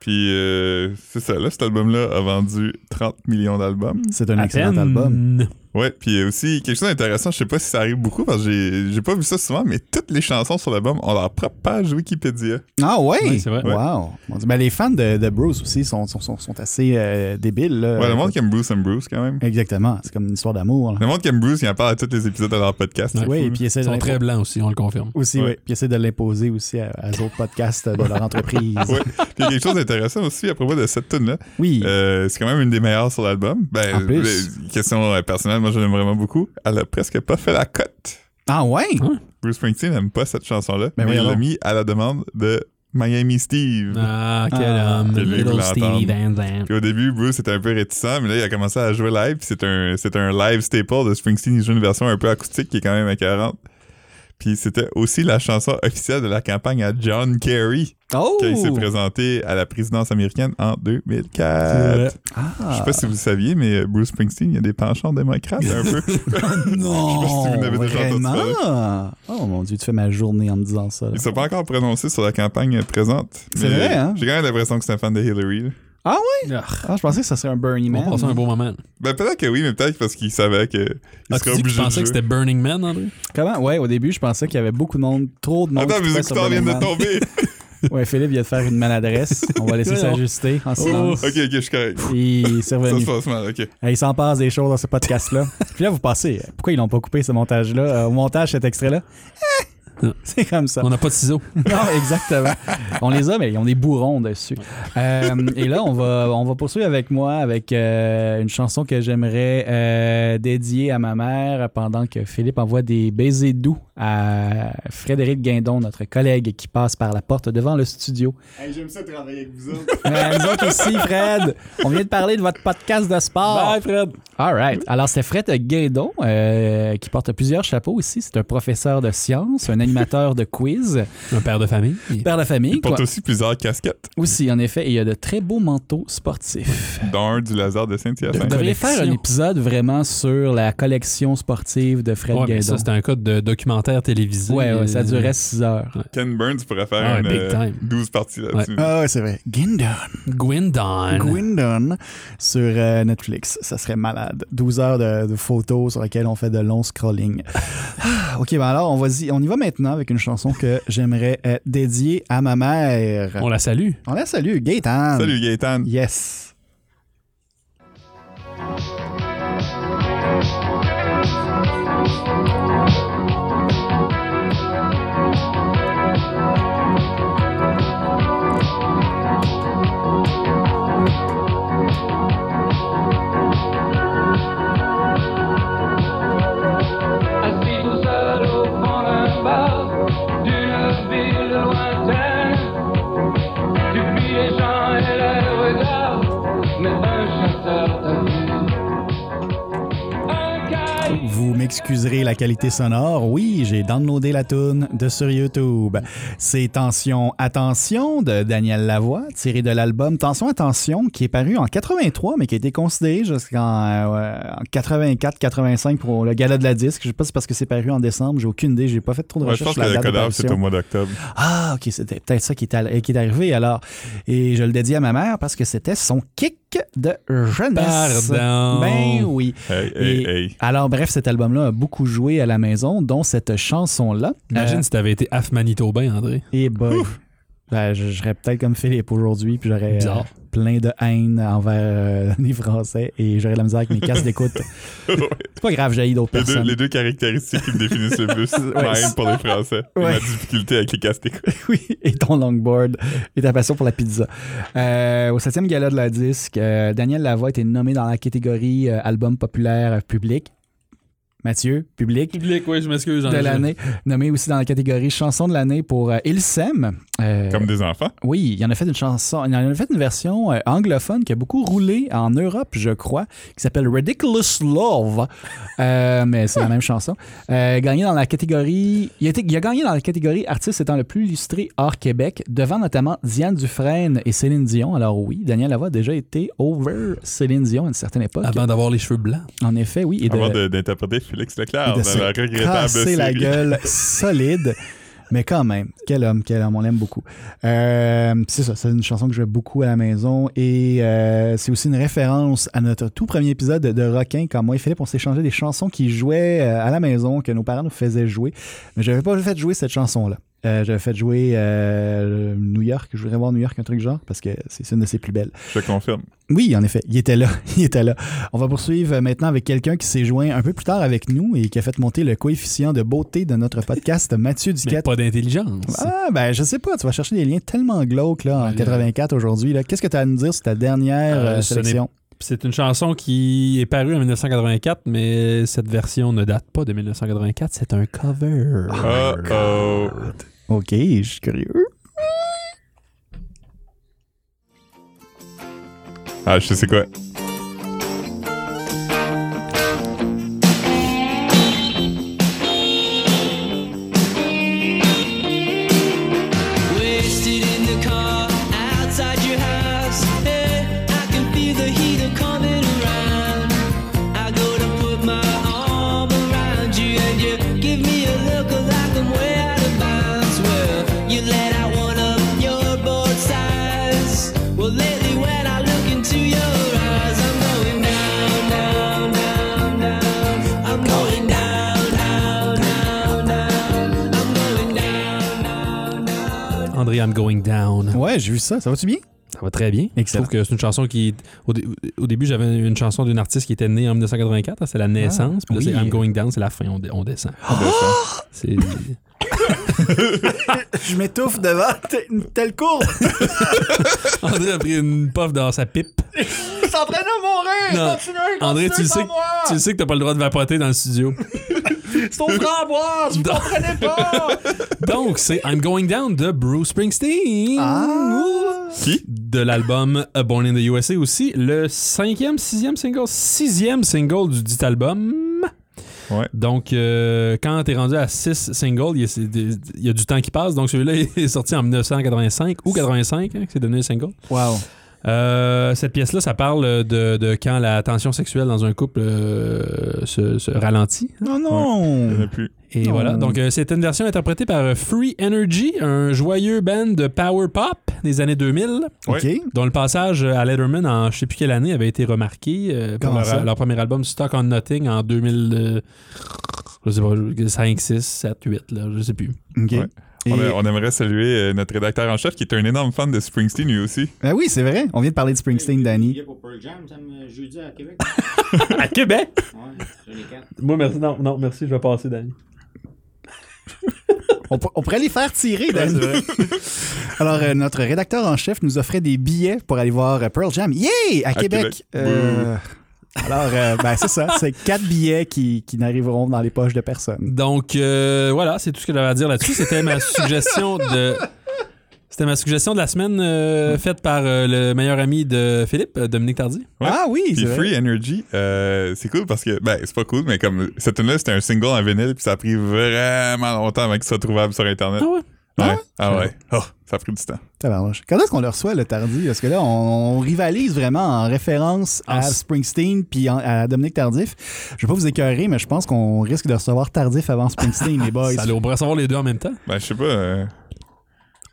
[SPEAKER 1] Puis euh, c'est ça, là, cet album-là a vendu 30 millions d'albums.
[SPEAKER 2] C'est un
[SPEAKER 3] À
[SPEAKER 2] excellent
[SPEAKER 3] peine.
[SPEAKER 2] album.
[SPEAKER 1] Ouais, puis aussi, quelque chose d'intéressant, je sais pas si ça arrive beaucoup parce que j'ai- j'ai pas vu ça souvent, mais toutes les chansons sur l'album ont leur propre page Wikipédia.
[SPEAKER 2] Ah, ouais.
[SPEAKER 3] Oui, c'est vrai.
[SPEAKER 2] Wow. Mon Dieu. Ben, les fans de, de Bruce aussi sont, sont, sont, sont assez euh, débiles. là.
[SPEAKER 1] Ouais, le monde qui aime Bruce and Bruce quand même.
[SPEAKER 2] Exactement. C'est comme une histoire d'amour. là.
[SPEAKER 1] Le monde qui aime Bruce, il en parle à tous les épisodes de leur podcast.
[SPEAKER 3] Ouais. hein.
[SPEAKER 1] C'est
[SPEAKER 2] Oui,
[SPEAKER 1] cool.
[SPEAKER 2] et puis ils essaient
[SPEAKER 3] Ils
[SPEAKER 2] de
[SPEAKER 3] sont très
[SPEAKER 2] l'impo-
[SPEAKER 3] blancs aussi, on le confirme.
[SPEAKER 2] aussi,
[SPEAKER 1] Ouais.
[SPEAKER 2] oui. Puis ils essaient de l'imposer aussi à, à autres podcasts de leur entreprise.
[SPEAKER 1] Ouais. Euh, Puis il y a quelque chose d'intéressant aussi à propos de cette tune là
[SPEAKER 2] Oui.
[SPEAKER 1] c'est quand même une des meilleures sur l'album. Ben,
[SPEAKER 2] En plus.
[SPEAKER 1] euh, question euh, personnelle, moi je l'aime vraiment beaucoup. Elle a presque pas fait la cote.
[SPEAKER 2] Ah ouais?
[SPEAKER 1] Bruce Springsteen n'aime pas cette chanson-là, mais
[SPEAKER 2] Ben
[SPEAKER 1] il
[SPEAKER 2] voyons
[SPEAKER 1] l'a
[SPEAKER 2] donc.
[SPEAKER 1] mis à la demande de Miami Steve.
[SPEAKER 3] Ah, quel
[SPEAKER 2] Ah,
[SPEAKER 3] homme.
[SPEAKER 1] je l'ai
[SPEAKER 3] Little
[SPEAKER 1] voulu
[SPEAKER 3] Steve Van Zandt.
[SPEAKER 1] Puis au début, Bruce était un peu réticent, mais là, il a commencé à jouer live. Puis c'est un, c'est un live staple de Springsteen. Il joue une version un peu acoustique qui est quand même écœurante. Puis c'était aussi la chanson officielle de la campagne à John Kerry
[SPEAKER 2] Oh!
[SPEAKER 1] quand il s'est présenté à la présidence américaine en
[SPEAKER 2] Euh,
[SPEAKER 1] 2004.
[SPEAKER 2] ah.
[SPEAKER 1] Je sais pas si vous le saviez, mais Bruce Springsteen, il a des penchants démocrates un peu.
[SPEAKER 2] Non!
[SPEAKER 1] si vous n'avez déjà entendu
[SPEAKER 2] vraiment? Oh mon Dieu, tu fais ma journée en me disant ça. là.
[SPEAKER 1] Il s'est pas encore prononcé sur la campagne présente.
[SPEAKER 2] C'est
[SPEAKER 1] mais
[SPEAKER 2] vrai, hein?
[SPEAKER 1] J'ai quand même l'impression que c'est un fan de Hillary. là.
[SPEAKER 2] Ah ouais?
[SPEAKER 3] Ah,
[SPEAKER 2] Ah, je pensais que ça serait un Burning
[SPEAKER 3] On
[SPEAKER 2] Man.
[SPEAKER 3] va passer un beau moment.
[SPEAKER 1] Ben peut-être que oui, mais peut-être parce qu'il savait que il serait
[SPEAKER 3] Ah, tu dis que tu
[SPEAKER 1] obligé de
[SPEAKER 3] pensais
[SPEAKER 1] jouer.
[SPEAKER 3] que c'était Burning Man, André?
[SPEAKER 2] Comment? Ouais, au début, je pensais qu'il y avait beaucoup de monde, trop de monde.
[SPEAKER 1] Attends,
[SPEAKER 2] qui
[SPEAKER 1] mes
[SPEAKER 2] trippait sur
[SPEAKER 1] écouteurs viennent de
[SPEAKER 2] Burning Man.
[SPEAKER 1] tomber.
[SPEAKER 2] Ouais, Philippe vient de faire une maladresse. On va laisser
[SPEAKER 3] Voyons.
[SPEAKER 2] s'ajuster en silence.
[SPEAKER 1] Oh, Ok, ok, je suis correct.
[SPEAKER 2] Puis c'est
[SPEAKER 1] Ça
[SPEAKER 2] revenu.
[SPEAKER 1] se passe mal, ok.
[SPEAKER 2] Hey, il s'en passe des choses dans ce podcast-là. Puis là, vous passez. Pourquoi ils l'ont pas coupé, ce montage-là, euh, au montage, cet extrait-là? Eh, C'est comme ça.
[SPEAKER 3] On n'a pas de ciseaux.
[SPEAKER 2] Non, exactement. On les a, mais ils ont des bourrons dessus. Euh, et là, on va, on va poursuivre avec moi avec euh, une chanson que j'aimerais euh, dédier à ma mère pendant que Philippe envoie des baisers doux à Frédéric Guindon, notre collègue qui passe par la porte devant le studio.
[SPEAKER 1] J'aime ça travailler avec vous
[SPEAKER 2] Euh, nous autres aussi, Fred, on vient de parler de votre podcast de sport.
[SPEAKER 3] Bye, Fred.
[SPEAKER 2] All right. Alors, c'est Fred Guédon euh, qui porte plusieurs chapeaux ici. C'est un professeur de sciences, un animateur de quiz,
[SPEAKER 3] Un père de famille.
[SPEAKER 2] père de famille.
[SPEAKER 1] Porte
[SPEAKER 2] quoi.
[SPEAKER 1] aussi plusieurs casquettes,
[SPEAKER 2] Aussi, en effet, il y a de très beaux manteaux sportifs.
[SPEAKER 1] dont un du Lazare de
[SPEAKER 2] Vous
[SPEAKER 1] Saint-Hyacinthe.
[SPEAKER 2] devriez
[SPEAKER 3] Ben, collection.
[SPEAKER 2] faire un épisode vraiment sur la collection sportive de Fred
[SPEAKER 3] Ouais, mais
[SPEAKER 2] Guédon.
[SPEAKER 3] ça, c'était un code de documentaire télévisé.
[SPEAKER 2] ouais, ouais, ça
[SPEAKER 3] Euh,
[SPEAKER 2] durait 6 heures.
[SPEAKER 1] Ken Burns pourrait faire
[SPEAKER 3] Ah,
[SPEAKER 1] une,
[SPEAKER 3] big
[SPEAKER 1] euh,
[SPEAKER 3] time.
[SPEAKER 1] 12 parties là-dessus.
[SPEAKER 2] Ah ouais, c'est vrai. Guindon.
[SPEAKER 3] Gwyndon.
[SPEAKER 2] Gwindon sur euh, Netflix. Ça serait malade. 12 heures de, de photos sur lesquelles on fait de longs scrolling. Ah, OK, ben alors, on, va y, on y va maintenant avec une chanson que j'aimerais euh, dédier à ma mère.
[SPEAKER 3] On la salue.
[SPEAKER 2] On la salue, Gaëtan.
[SPEAKER 1] Salut Gaëtan.
[SPEAKER 2] Yes.
[SPEAKER 9] Assis tout seul au fond d'un bar d'une ville lointaine Tu fuis les gens et les regards Mais un chasseur t'a vu Un caillou
[SPEAKER 2] Vous m'excuserez la qualité sonore. Oui, j'ai downloadé la toune de sur YouTube. C'est Tension, Attention de Daniel Lavoie, tiré de l'album Tension, Attention, qui est paru en 83, mais qui a été considéré jusqu'en euh, 84-85 pour le gala de la disque. Je sais pas si c'est parce que c'est paru en décembre, j'ai aucune idée, j'ai pas fait trop de
[SPEAKER 1] Ouais, je
[SPEAKER 2] recherches
[SPEAKER 1] pense
[SPEAKER 2] sur
[SPEAKER 1] que
[SPEAKER 2] la
[SPEAKER 1] le
[SPEAKER 2] date de
[SPEAKER 1] codage, c'est
[SPEAKER 2] parution.
[SPEAKER 1] au mois d'octobre.
[SPEAKER 2] Ah, ok, c'était peut-être ça qui est, al- qui est arrivé alors. Et je le dédie à ma mère parce que c'était son kick de jeunesse.
[SPEAKER 3] Pardon.
[SPEAKER 2] Ben oui.
[SPEAKER 1] Hey, hey,
[SPEAKER 2] Et-
[SPEAKER 1] hey.
[SPEAKER 2] Alors, bref, cet album-là a beaucoup joué à la maison, dont cette chanson-là.
[SPEAKER 3] Imagine
[SPEAKER 1] Euh,
[SPEAKER 3] si t'avais été half Manitobain, André.
[SPEAKER 2] Et boy. Ben, je je serais peut-être comme Philippe aujourd'hui, puis j'aurais euh,
[SPEAKER 3] Bizarre.
[SPEAKER 2] plein de haine envers euh, les Français et j'aurais de la misère avec mes casques d'écoute. C'est pas grave, j'ai d'autres
[SPEAKER 1] Les deux,
[SPEAKER 2] personnes.
[SPEAKER 1] les deux caractéristiques qui me définissent le plus, la haine pour les Français. et
[SPEAKER 2] Ouais.
[SPEAKER 1] Ma difficulté avec les casquettes.
[SPEAKER 2] oui, et ton longboard et ta passion pour la pizza. Euh, au septième gala de la disque, euh, Daniel Lavoie a été nommé dans la catégorie euh, album populaire euh, public. Mathieu, public.
[SPEAKER 3] Public, oui, je m'excuse.
[SPEAKER 2] de l'année, nommé aussi dans la catégorie chanson de l'année pour euh, Il s'aime. Euh,
[SPEAKER 1] Comme des enfants.
[SPEAKER 2] oui, il en a fait une chanson, il en a fait une version euh, anglophone qui a beaucoup roulé en Europe, je crois, qui s'appelle Ridiculous Love. Euh, mais c'est la même chanson. Euh, gagné dans la catégorie, il a, été- il a gagné dans la catégorie artiste étant le plus illustré hors Québec, devant notamment Diane Dufresne et Céline Dion. Alors oui, Daniel Lavoie a déjà été over Céline Dion à une certaine époque.
[SPEAKER 3] Avant d'avoir les cheveux blancs.
[SPEAKER 2] En effet, oui. Et de-
[SPEAKER 1] Avant de- d'interpréter Félix
[SPEAKER 2] et
[SPEAKER 1] Leclerc
[SPEAKER 2] de
[SPEAKER 1] dans la
[SPEAKER 2] se
[SPEAKER 1] regrettable
[SPEAKER 2] casser
[SPEAKER 1] série.
[SPEAKER 2] la gueule solide. Mais quand même, quel homme, quel homme, on l'aime beaucoup. Euh, c'est ça, c'est une chanson que je joue beaucoup à la maison et euh, c'est aussi une référence à notre tout premier épisode de Rockin quand moi et Philippe on s'échangeait des chansons qui jouaient euh, à la maison que nos parents nous faisaient jouer. Mais j'avais pas fait jouer cette chanson là. j'avais fait jouer euh, New York, je voudrais voir New York un truc genre parce que c'est une de ses plus belles.
[SPEAKER 1] Je te confirme.
[SPEAKER 2] Oui, en effet, il était là, il était là. On va poursuivre euh, maintenant avec quelqu'un qui s'est joint un peu plus tard avec nous et qui a fait monter le coefficient de beauté de notre podcast, Mathieu
[SPEAKER 3] Mais
[SPEAKER 2] Duquette.
[SPEAKER 3] pas d'intelligence.
[SPEAKER 2] Ah, ben, je sais pas, tu vas chercher des liens tellement glauques là, en 84 aujourd'hui. là. Qu'est-ce que tu as à nous dire sur ta dernière
[SPEAKER 3] Euh,
[SPEAKER 2] euh,
[SPEAKER 3] ce
[SPEAKER 2] sélection?
[SPEAKER 3] C'est une chanson qui est parue en 1984, mais cette version ne date pas de 1984, c'est un cover.
[SPEAKER 2] Ah,
[SPEAKER 1] Oh oh.
[SPEAKER 2] Ok, je suis curieux.
[SPEAKER 1] Ah, je sais c'est quoi.
[SPEAKER 10] Wasted in the car outside your house. Hey, I can feel the heat of coming around. I go to put my arm around you, and you give me a look like I'm way out of bounds. Well, you let out one of your both sides. Well, lately when I look into your eyes, I'm going down, down, down, down. I'm going down, down, down, down. I'm going down.
[SPEAKER 3] André intitulé I'm Going Down.
[SPEAKER 2] Ouais, j'ai vu ça. Ça va-tu bien?
[SPEAKER 3] Ça va très bien.
[SPEAKER 2] Excellent.
[SPEAKER 3] Je trouve que c'est une chanson qui. Au, dé- au début, j'avais une chanson d'une artiste qui était née en 1984. hein, c'est la naissance. Puis là,
[SPEAKER 2] Ah, oui. Ah.
[SPEAKER 3] c'est I'm Going Down, c'est la fin. On, dé- on descend. C'est.
[SPEAKER 2] Je m'étouffe devant t- une telle courbe.
[SPEAKER 3] André a pris une puff dans sa pipe.
[SPEAKER 2] Je suis en train de mourir.
[SPEAKER 3] Non.
[SPEAKER 2] Continue,
[SPEAKER 3] André, tu le, sais, tu le sais que t'as pas le droit de vapoter dans le studio.
[SPEAKER 2] C'est ton framboise.
[SPEAKER 3] Donc-
[SPEAKER 2] comprenais pas.
[SPEAKER 3] Donc, c'est I'm Going Down de Bruce Springsteen.
[SPEAKER 2] Ah.
[SPEAKER 1] Qui?
[SPEAKER 3] De l'album A Born in the USA aussi. Le cinquième, sixième single, sixième single du dit album.
[SPEAKER 1] Ouais.
[SPEAKER 3] Donc, euh, quand t'es rendu à 6 singles, il y a- c'est des- il y, a du temps qui passe. Donc, celui-là est sorti en 1985 ou 85, hein, que c'est devenu un single.
[SPEAKER 2] Wow.
[SPEAKER 3] Euh, cette pièce-là, ça parle de, de quand la tension sexuelle dans un couple euh, se, se ralentit.
[SPEAKER 2] Non, non.
[SPEAKER 1] Il y en a plus.
[SPEAKER 3] Et
[SPEAKER 2] Oh.
[SPEAKER 3] voilà, donc euh, c'est une version interprétée par euh, Free Energy, un joyeux band de power pop des années 2000,
[SPEAKER 1] Ouais.
[SPEAKER 2] OK.
[SPEAKER 3] dont le passage euh, à Letterman en je sais plus quelle année avait été remarqué euh, pour
[SPEAKER 2] Comment ça?
[SPEAKER 3] leur, leur premier album Stock on Nothing en 2000, euh, je sais pas, 5, 6, 7, 8, là, je sais plus.
[SPEAKER 2] OK.
[SPEAKER 1] Ouais.
[SPEAKER 2] Et-
[SPEAKER 1] On, a- on aimerait saluer euh, notre rédacteur en chef qui est un énorme fan de Springsteen lui aussi.
[SPEAKER 2] Ben oui, c'est vrai. On vient de parler de Springsteen, Danny.
[SPEAKER 11] pour Pearl Jam, ça me jeudi à Québec.
[SPEAKER 3] À Québec?
[SPEAKER 11] Ouais, sur les quatre.
[SPEAKER 3] Moi, merci, non, non, merci, je vais passer, Danny.
[SPEAKER 2] On, pour- on pourrait les faire tirer, Danny. Alors, euh, notre rédacteur en chef nous offrait des billets pour aller voir euh, Pearl Jam. Yay! À, Québec.
[SPEAKER 1] Québec.
[SPEAKER 2] Euh, alors, euh, ben, c'est ça. C'est quatre billets qui, qui n'arriveront dans les poches de personne.
[SPEAKER 3] Donc euh, voilà, c'est tout ce que j'avais à dire là-dessus. C'était ma suggestion de. C'était ma suggestion de la semaine euh, faite par euh, le meilleur ami de Philippe, euh, Dominique Tardy.
[SPEAKER 1] Ouais.
[SPEAKER 2] Ah oui, c'est
[SPEAKER 1] Puis
[SPEAKER 2] vrai.
[SPEAKER 1] Free Energy, euh, c'est cool parce que, ben, c'est pas cool, mais comme cette tune-là, c'était un single en vinyle, puis ça a pris vraiment longtemps avant qu'il soit trouvable sur Internet.
[SPEAKER 3] Ah ouais?
[SPEAKER 1] Ouais. Ah ouais. Oh, ça a pris du temps.
[SPEAKER 2] Tabarnouche. Quand est-ce qu'on le reçoit, le Tardy? Parce que là, on, on rivalise vraiment en référence à
[SPEAKER 3] En s-
[SPEAKER 2] Springsteen puis en- à Dominique Tardif. Je vais pas vous écœurer, mais je pense qu'on risque de recevoir Tardif avant Springsteen, les boys.
[SPEAKER 3] Salut, on pourrait savoir les deux en même temps.
[SPEAKER 1] Ben, je sais pas. euh,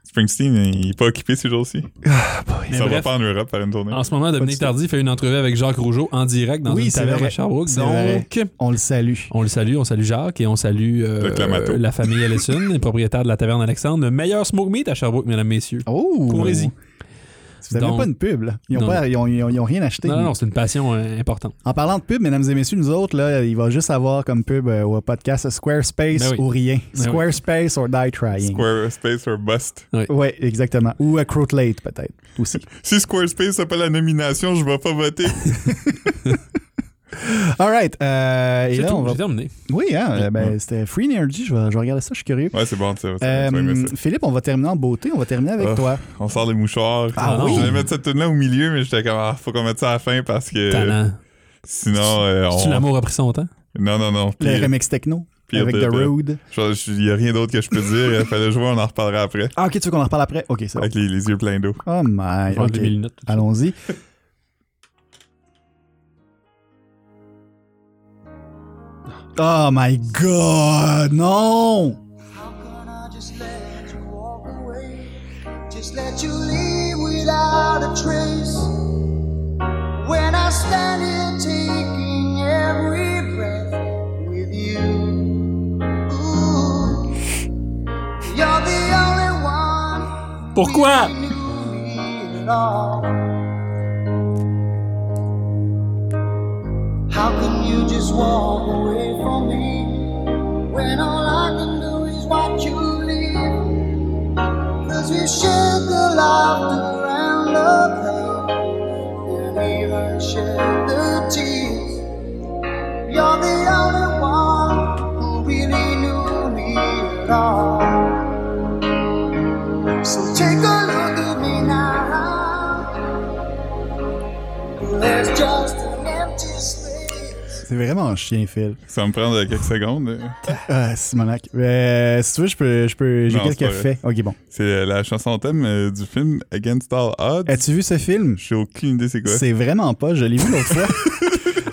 [SPEAKER 1] Springsteen, il est pas occupé ces jours-ci.
[SPEAKER 3] Mais
[SPEAKER 1] Ça va
[SPEAKER 3] Ben, bref,
[SPEAKER 1] pas en Europe par une tournée.
[SPEAKER 3] en ce moment, Dominique
[SPEAKER 2] Pas du
[SPEAKER 3] Tardy fait une entrevue avec Jacques Rougeau en direct dans
[SPEAKER 2] Oui,
[SPEAKER 3] une
[SPEAKER 2] c'est
[SPEAKER 3] taverne
[SPEAKER 2] vrai.
[SPEAKER 3] à Sherbrooke.
[SPEAKER 2] C'est
[SPEAKER 3] Donc,
[SPEAKER 2] vrai. On le salue.
[SPEAKER 3] on le salue, on salue Jacques et on salue euh,
[SPEAKER 1] Le Clamato.
[SPEAKER 3] euh, la famille Ellison, les propriétaires de la taverne Alexandre, le meilleur smoke meat à Sherbrooke, mesdames, messieurs.
[SPEAKER 2] Oh!
[SPEAKER 3] Courez-y.
[SPEAKER 2] Vous n'avez
[SPEAKER 3] Donc-
[SPEAKER 2] pas une pub, là. Ils n'ont
[SPEAKER 3] Non,
[SPEAKER 2] ils ont, ils ont rien acheté.
[SPEAKER 3] Non, non, non, c'est une passion euh, importante.
[SPEAKER 2] En parlant de pub, mesdames et messieurs, nous autres, là, il va juste avoir comme pub euh, au podcast Squarespace
[SPEAKER 3] Ben oui.
[SPEAKER 2] ou rien.
[SPEAKER 3] Ben oui.
[SPEAKER 2] Squarespace or Die Trying.
[SPEAKER 1] Squarespace or Bust.
[SPEAKER 2] Oui, exactement. Ou à Crotlate, peut-être, aussi.
[SPEAKER 1] Si Squarespace n'a pas la nomination, je vais pas voter.
[SPEAKER 2] All right. euh, et
[SPEAKER 3] C'est
[SPEAKER 2] là,
[SPEAKER 3] tout,
[SPEAKER 2] on va
[SPEAKER 3] j'ai terminé.
[SPEAKER 2] Oui, hein, euh, ben,
[SPEAKER 1] Ouais.
[SPEAKER 2] c'était Free Energy, je vais, je vais regarder ça, je suis curieux.
[SPEAKER 1] Ouais, c'est bon, tu sais, tu vas
[SPEAKER 2] Euh,
[SPEAKER 1] aimer ça.
[SPEAKER 2] Philippe, on va terminer en beauté, on va terminer avec
[SPEAKER 1] Oh.
[SPEAKER 2] toi.
[SPEAKER 1] On sort les mouchoirs.
[SPEAKER 2] Ah
[SPEAKER 1] Je
[SPEAKER 3] oui?
[SPEAKER 1] voulais mettre cette tune-là au milieu, mais j'étais comme, ah, faut qu'on mette ça à la fin parce que
[SPEAKER 3] Talent.
[SPEAKER 1] sinon, euh,
[SPEAKER 3] Tu
[SPEAKER 1] on.
[SPEAKER 3] l'amour a pris son temps?
[SPEAKER 1] Non, non, non.
[SPEAKER 2] Le
[SPEAKER 1] Pire,
[SPEAKER 2] remix techno
[SPEAKER 1] pire,
[SPEAKER 2] avec
[SPEAKER 1] pire,
[SPEAKER 2] The
[SPEAKER 1] pire.
[SPEAKER 2] Road.
[SPEAKER 1] Je- je- Il y a rien d'autre que je peux dire. Il fallait jouer, on en reparlera après.
[SPEAKER 2] Ah, ok, tu veux qu'on en reparle après? Ok, ça va.
[SPEAKER 1] Avec les, les yeux pleins d'eau.
[SPEAKER 2] Oh my,
[SPEAKER 3] Je vais enlever mes
[SPEAKER 2] ok. Ah.
[SPEAKER 3] lunettes.
[SPEAKER 2] Allons-y. Oh my god, non!
[SPEAKER 5] How can I just let you walk away? Just let you leave without a trace. When I stand here taking every breath with you, Ooh. you're the only one
[SPEAKER 3] Pourquoi?
[SPEAKER 5] who knew me at all. How can you just walk away from me? When all I can do is watch you leave. Cause we shared the laughter and the pain, and even shared the tears. You're the only one who really knew me at all. So take a look at me now. There's just an empty space.
[SPEAKER 2] C'est vraiment un chien, Phil.
[SPEAKER 1] Ça va me prendre quelques secondes.
[SPEAKER 2] Ah, Simonac. Euh, si tu veux, je peux. je peux- J'ai
[SPEAKER 1] Non, c'est
[SPEAKER 2] quelques
[SPEAKER 1] pas vrai.
[SPEAKER 2] faits. Ok, bon.
[SPEAKER 1] C'est la chanson thème euh, du film Against All Odds.
[SPEAKER 2] As-tu vu ce film?
[SPEAKER 1] J'ai aucune idée c'est quoi.
[SPEAKER 2] C'est vraiment pas. Je l'ai vu l'autre fois.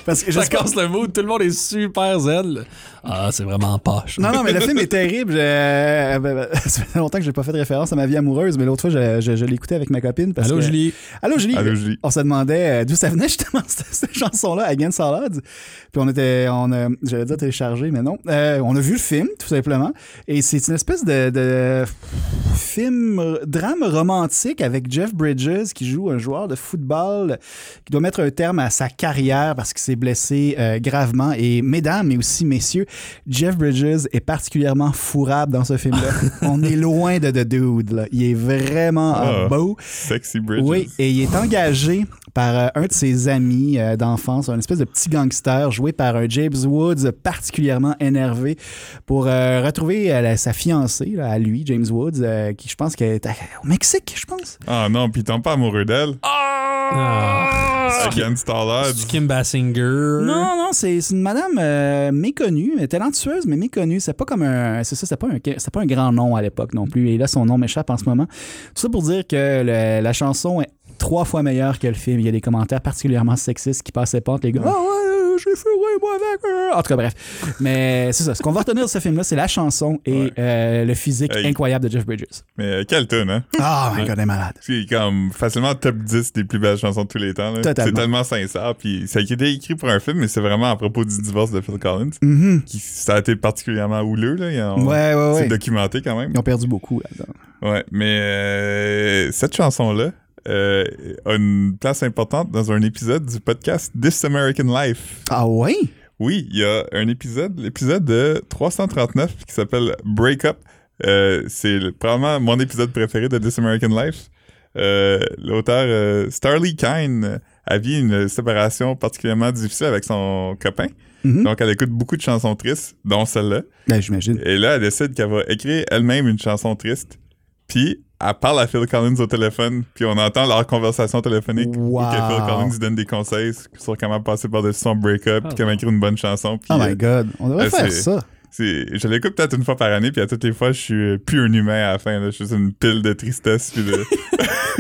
[SPEAKER 2] Parce que
[SPEAKER 3] ça
[SPEAKER 2] j'espère-
[SPEAKER 3] casse le mood, tout le monde est super zen. Ah, c'est vraiment poche.
[SPEAKER 2] Non, non, mais le film est terrible. Je- ben, ben, Ça fait longtemps que j'ai pas fait de référence à ma vie amoureuse, mais l'autre fois, je, je- je l'écoutais avec ma copine. Parce
[SPEAKER 3] Allô,
[SPEAKER 2] que-
[SPEAKER 3] Julie.
[SPEAKER 2] Allô, Julie.
[SPEAKER 1] Allô, Julie.
[SPEAKER 2] On se demandait euh, d'où ça venait, justement, cette, cette chanson-là, Against All Odds. Puis on était, on a, j'allais dire téléchargé, mais non. Euh, on a vu le film, tout simplement. Et c'est une espèce de, de film, drame romantique avec Jeff Bridges qui joue un joueur de football qui doit mettre un terme à sa carrière parce qu'il s'est blessé euh, gravement. Et mesdames, mais aussi messieurs, Jeff Bridges est particulièrement fourrable dans ce film-là. on est loin de The Dude, là. Il est vraiment euh,
[SPEAKER 1] Ah.
[SPEAKER 2] beau.
[SPEAKER 1] Sexy Bridges.
[SPEAKER 2] Oui, et il est engagé par euh, un de ses amis euh, d'enfance, un espèce de petit gangster joué par un James Woods particulièrement énervé pour euh, retrouver euh, la- sa fiancée là, à lui, James Woods, euh, qui je pense qu'elle est à- au Mexique, je pense.
[SPEAKER 1] Ah non, puis t'en pas amoureux d'elle.
[SPEAKER 3] Ah,
[SPEAKER 2] Ah!
[SPEAKER 1] Against all odds.
[SPEAKER 3] C'est Kim Basinger.
[SPEAKER 2] Non, non, c'est c'est une madame euh, méconnue, mais talentueuse, mais méconnue. C'est pas comme un. C'est ça, c'est pas, un- c'est pas un grand nom à l'époque non plus. Et là, son nom m'échappe en ce moment. Tout ça pour dire que le- la chanson est trois fois meilleure que le film. Il y a des commentaires particulièrement sexistes qui passaient pas entre les gars. Ah ouais, euh, j'ai fait ouais, moi avec. euh. En tout cas, bref. Mais c'est ça. Ce qu'on va retenir de ce film-là, c'est la chanson et euh, le physique
[SPEAKER 1] Hey.
[SPEAKER 2] incroyable de Jeff Bridges.
[SPEAKER 1] Mais euh, quelle tune, hein?
[SPEAKER 2] Ah, my god, elle est malade.
[SPEAKER 1] C'est comme facilement top 10 des plus belles chansons de tous les temps. là.
[SPEAKER 2] Totalement.
[SPEAKER 1] C'est tellement sincère. Puis ça a été écrit pour un film, mais c'est vraiment à propos du divorce de Phil Collins.
[SPEAKER 2] Mhm.
[SPEAKER 1] Qui, ça a été particulièrement houleux. Là. Ils ont-
[SPEAKER 2] Ouais, ouais,
[SPEAKER 1] Ah C'est
[SPEAKER 2] ouais.
[SPEAKER 1] documenté quand même.
[SPEAKER 2] Ils ont perdu beaucoup là-dedans.
[SPEAKER 1] Ouais, mais euh, cette chanson-là euh, a une place importante dans un épisode du podcast This American Life.
[SPEAKER 2] Ah ouais?
[SPEAKER 1] Oui, il y a un épisode, l'épisode de 339 qui s'appelle Break Up. Euh, c'est le- probablement mon épisode préféré de This American Life. Euh, L'auteur euh, Starly Kine a vu une séparation particulièrement difficile avec son copain.
[SPEAKER 2] Mhm.
[SPEAKER 1] Donc, elle écoute beaucoup de chansons tristes, dont celle-là.
[SPEAKER 2] Ben, j'imagine.
[SPEAKER 1] Et là, elle décide qu'elle va écrire elle-même une chanson triste. Puis, elle parle à Phil Collins au téléphone. Puis, on entend leur conversation téléphonique où
[SPEAKER 2] Wow.
[SPEAKER 1] que Phil Collins lui donne des conseils sur comment passer par-dessus son break-up, puis comment écrire une bonne chanson. Puis,
[SPEAKER 2] Oh
[SPEAKER 1] euh,
[SPEAKER 2] my god. On devrait
[SPEAKER 1] euh,
[SPEAKER 2] faire
[SPEAKER 1] c'est-
[SPEAKER 2] ça.
[SPEAKER 1] c'est- je l'écoute peut-être une fois par année, puis à toutes les fois, je suis euh, plus un humain à la fin. là. Je suis juste une pile de tristesse. Puis de...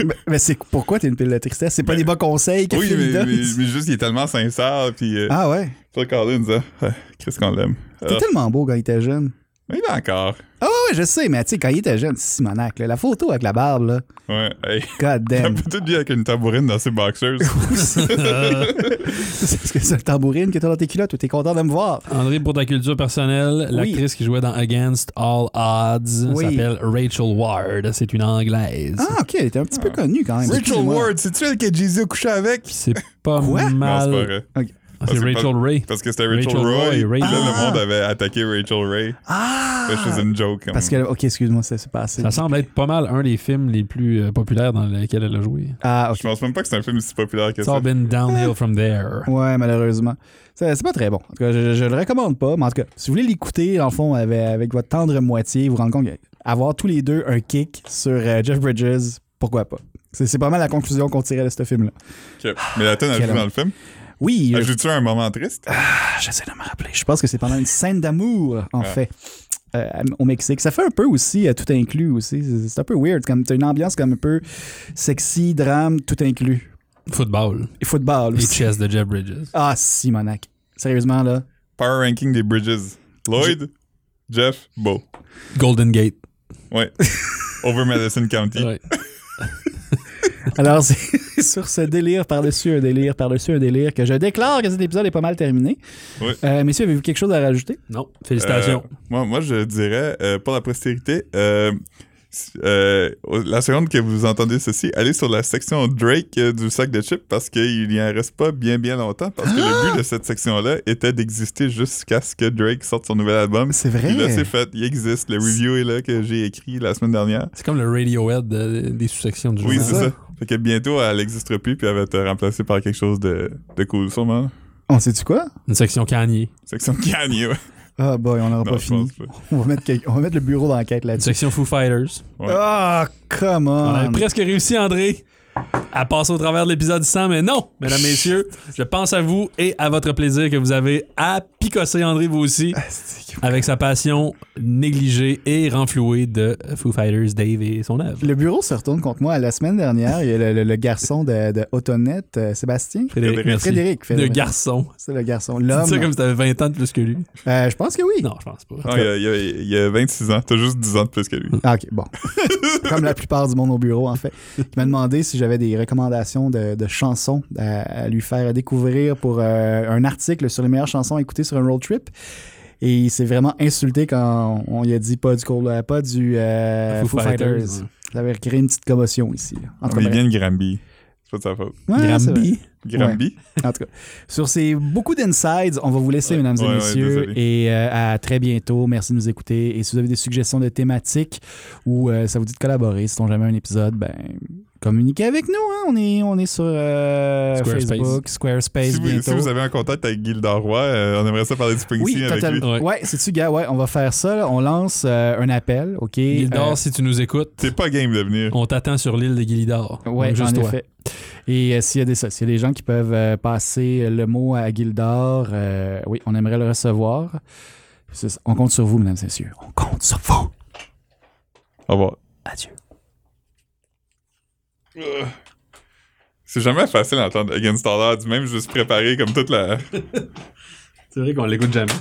[SPEAKER 2] Mais- Mais c'est pourquoi t'es une pile de tristesse? C'est pas
[SPEAKER 1] Ben-
[SPEAKER 2] des bons conseils que
[SPEAKER 1] oui,
[SPEAKER 2] Phil
[SPEAKER 1] mais,
[SPEAKER 2] donne.
[SPEAKER 1] mais- mais juste, il est tellement sincère. Puis, euh,
[SPEAKER 2] Ah ouais?
[SPEAKER 1] Phil Collins, hein, ouais, qu'est-ce qu'on l'aime.
[SPEAKER 2] T'es
[SPEAKER 1] Ah,
[SPEAKER 2] tellement beau quand il était jeune.
[SPEAKER 1] il est encore.
[SPEAKER 2] Ah ouais, je sais, mais tu sais, quand il était jeune, c'est Simonac, là, la photo avec la barbe, là.
[SPEAKER 1] Ouais, hey.
[SPEAKER 2] God
[SPEAKER 1] Il a
[SPEAKER 2] damn.
[SPEAKER 1] peut-être vu avec une tambourine dans ses boxers.
[SPEAKER 2] Est-ce que c'est le tambourine que t'as dans tes culottes ou t'es content de me voir?
[SPEAKER 3] André, pour ta culture personnelle, l'actrice qui jouait dans Against All Odds
[SPEAKER 2] Oui.
[SPEAKER 3] s'appelle Rachel Ward. C'est une Anglaise.
[SPEAKER 2] Ah, ok, elle était un petit peu connue quand même.
[SPEAKER 1] Rachel
[SPEAKER 2] Excuse-moi.
[SPEAKER 1] Ward, c'est-tu elle que Jay-Z a couché avec?
[SPEAKER 3] Puis c'est
[SPEAKER 2] Quoi?
[SPEAKER 3] pas
[SPEAKER 1] Non, c'est pas
[SPEAKER 3] mal.
[SPEAKER 1] vrai.
[SPEAKER 2] Ok.
[SPEAKER 3] Ah, c'est
[SPEAKER 1] Ah, c'est
[SPEAKER 3] Rachel
[SPEAKER 1] pas-
[SPEAKER 3] Ray.
[SPEAKER 1] Parce que c'était Rachel,
[SPEAKER 3] Rachel
[SPEAKER 1] Roy.
[SPEAKER 3] Roy, Ray-
[SPEAKER 1] Puis Là,
[SPEAKER 2] Ah!
[SPEAKER 1] le monde avait attaqué Rachel Ray.
[SPEAKER 2] Ah!
[SPEAKER 1] Fait que Je faisais une joke. Comme...
[SPEAKER 2] Parce que, ok, excuse-moi, ça s'est passé.
[SPEAKER 3] Ça semble être pas mal un des films les plus euh, populaires dans lesquels elle a joué.
[SPEAKER 2] Ah,
[SPEAKER 1] Je
[SPEAKER 2] ok.
[SPEAKER 1] pense même pas que c'est un film si populaire que
[SPEAKER 3] It's
[SPEAKER 1] ça.
[SPEAKER 3] all been downhill from there.
[SPEAKER 2] Ah. Ouais, malheureusement. C'est c'est pas très bon. En tout cas, je, je le recommande pas, mais en tout cas, si vous voulez l'écouter, en fond, avec, avec votre tendre moitié, vous vous rendez compte qu'avoir tous les deux un kick sur euh, Jeff Bridges, pourquoi pas? C'est c'est pas mal la conclusion qu'on tirait de ce film-là.
[SPEAKER 1] Ok. Mais la tonne a
[SPEAKER 2] Quel
[SPEAKER 1] joué
[SPEAKER 2] homme.
[SPEAKER 1] dans le film.
[SPEAKER 2] Oui,
[SPEAKER 3] Ah,
[SPEAKER 1] Elle
[SPEAKER 2] je-
[SPEAKER 1] joue-tu un moment triste?
[SPEAKER 2] Ah, J'essaie de me rappeler. Je pense que c'est pendant une scène d'amour,
[SPEAKER 3] Ah.
[SPEAKER 2] en fait, euh, au Mexique. Ça fait un peu aussi euh, tout inclus aussi. C'est- C'est un peu weird. Comme t'as une ambiance comme un peu sexy, drame, tout inclus.
[SPEAKER 3] Football.
[SPEAKER 2] Et football
[SPEAKER 3] Et
[SPEAKER 2] aussi.
[SPEAKER 3] chess de Jeff Bridges.
[SPEAKER 2] Ah, si, Monac. Sérieusement, là.
[SPEAKER 1] Power Ranking des Bridges. Lloyd, Jeff, Beau.
[SPEAKER 3] Golden Gate.
[SPEAKER 1] Ouais. Over Madison County.
[SPEAKER 3] Ouais.
[SPEAKER 2] Alors, c'est sur ce délire par-dessus un délire par-dessus un délire que je déclare que cet épisode est pas mal terminé.
[SPEAKER 1] Oui.
[SPEAKER 2] Euh, messieurs, avez-vous quelque chose à rajouter?
[SPEAKER 3] Non, félicitations.
[SPEAKER 1] Euh, moi, moi, je dirais, euh, pour la postérité, euh, s- euh, la seconde que vous entendez ceci, allez sur la section Drake euh, du sac de chips parce qu'il n'y en reste pas bien, bien longtemps. Parce que le but de cette section-là était d'exister jusqu'à ce que Drake sorte son nouvel album.
[SPEAKER 2] C'est vrai.
[SPEAKER 1] Et là, c'est fait. Il existe. Le review est là que j'ai écrit la semaine dernière.
[SPEAKER 3] C'est comme le Radiohead euh, des sous-sections du
[SPEAKER 1] Oui,
[SPEAKER 3] journal.
[SPEAKER 1] c'est ça. Fait que bientôt, elle n'existera plus, puis elle va être remplacée par quelque chose de, de cool, sûrement.
[SPEAKER 2] On sait-tu quoi?
[SPEAKER 3] Une section Kanye.
[SPEAKER 1] Section Kanye, ouais.
[SPEAKER 2] Ah, boy, on n'aura
[SPEAKER 1] Non,
[SPEAKER 2] pas
[SPEAKER 1] je
[SPEAKER 2] fini.
[SPEAKER 1] pense pas.
[SPEAKER 2] On va, mettre quel- on va mettre le bureau d'enquête
[SPEAKER 3] Une
[SPEAKER 2] là-dessus.
[SPEAKER 3] section Foo Fighters.
[SPEAKER 1] Ouais.
[SPEAKER 2] Ah, come
[SPEAKER 3] On
[SPEAKER 2] on!
[SPEAKER 3] a presque réussi, André. à passer au travers de l'épisode 100, mais non, mesdames, messieurs, je pense à vous et à votre plaisir que vous avez à picosser André, vous aussi, avec sa passion négligée et renflouée de Foo Fighters, Dave et son œuvre.
[SPEAKER 2] Le bureau se retourne contre moi. La semaine dernière, il y a le, le- le garçon de, de Autonet, euh, Sébastien.
[SPEAKER 3] Frédéric, merci.
[SPEAKER 2] Frédéric.
[SPEAKER 3] Le garçon.
[SPEAKER 2] C'est le garçon.
[SPEAKER 3] Tu dis ça
[SPEAKER 2] L'homme.
[SPEAKER 3] comme si t'avais 20 ans de plus que lui.
[SPEAKER 2] Euh, je pense que oui.
[SPEAKER 3] Non, je pense pas.
[SPEAKER 1] Non, il, y a, il y a- il y a 26 ans. T'as juste 10 ans de plus que lui.
[SPEAKER 2] Ah, ok, bon. Comme la plupart du monde au bureau, en fait. Il m'a demandé si j'avais des recommandations de, de chansons à, à lui faire découvrir pour euh, un article sur les meilleures chansons à écouter sur un road trip. Et il s'est vraiment insulté quand on lui a dit pas du Cold, pas du euh,
[SPEAKER 3] Foo
[SPEAKER 2] Foo
[SPEAKER 3] Fighters,
[SPEAKER 2] Fighters.
[SPEAKER 3] ouais.
[SPEAKER 2] Ça avait créé une petite commotion ici. là. En tout
[SPEAKER 1] Ah,
[SPEAKER 2] cas,
[SPEAKER 1] Il
[SPEAKER 2] bref.
[SPEAKER 1] vient de Granby. C'est pas de sa faute.
[SPEAKER 2] Ouais, c'est vrai.
[SPEAKER 1] Granby?
[SPEAKER 2] En tout cas, sur ces beaucoup d'insides, on va vous laisser, mesdames
[SPEAKER 1] Ouais,
[SPEAKER 2] et
[SPEAKER 1] ouais,
[SPEAKER 2] messieurs,
[SPEAKER 1] désolé.
[SPEAKER 2] et euh, à très bientôt. Merci de nous écouter. Et si vous avez des suggestions de thématiques ou euh, ça vous dit de collaborer, si on jamais un épisode, ben communiquez avec nous. hein. On est on est sur euh,
[SPEAKER 3] Squarespace.
[SPEAKER 2] Facebook, Squarespace
[SPEAKER 1] Si vous,
[SPEAKER 2] bientôt.
[SPEAKER 1] si vous avez un contact avec Gilda Roy, euh, on aimerait ça parler du Springsteen
[SPEAKER 2] oui,
[SPEAKER 1] avec lui.
[SPEAKER 2] totalement. Ouais, c'est-tu, gars? Ouais, on va faire ça. là. On lance euh, un appel, OK?
[SPEAKER 3] Gildor,
[SPEAKER 2] Euh,
[SPEAKER 3] si tu nous écoutes,
[SPEAKER 1] T'es pas game de venir.
[SPEAKER 3] on t'attend sur l'île de Gildor.
[SPEAKER 2] Ouais,
[SPEAKER 3] Donc, juste
[SPEAKER 2] en
[SPEAKER 3] toi.
[SPEAKER 2] effet. Et euh, s'il y a des ça, s'il y a des gens qui peuvent euh, passer le mot à Gildor, euh, oui, on aimerait le recevoir. C'est ça. On compte sur vous, mesdames et messieurs. On compte sur vous.
[SPEAKER 1] Au revoir.
[SPEAKER 2] Adieu.
[SPEAKER 1] Ugh. Euh. C'est jamais facile d'entendre Against All Odds, même juste préparé comme toute la.
[SPEAKER 3] C'est vrai qu'on l'écoute jamais.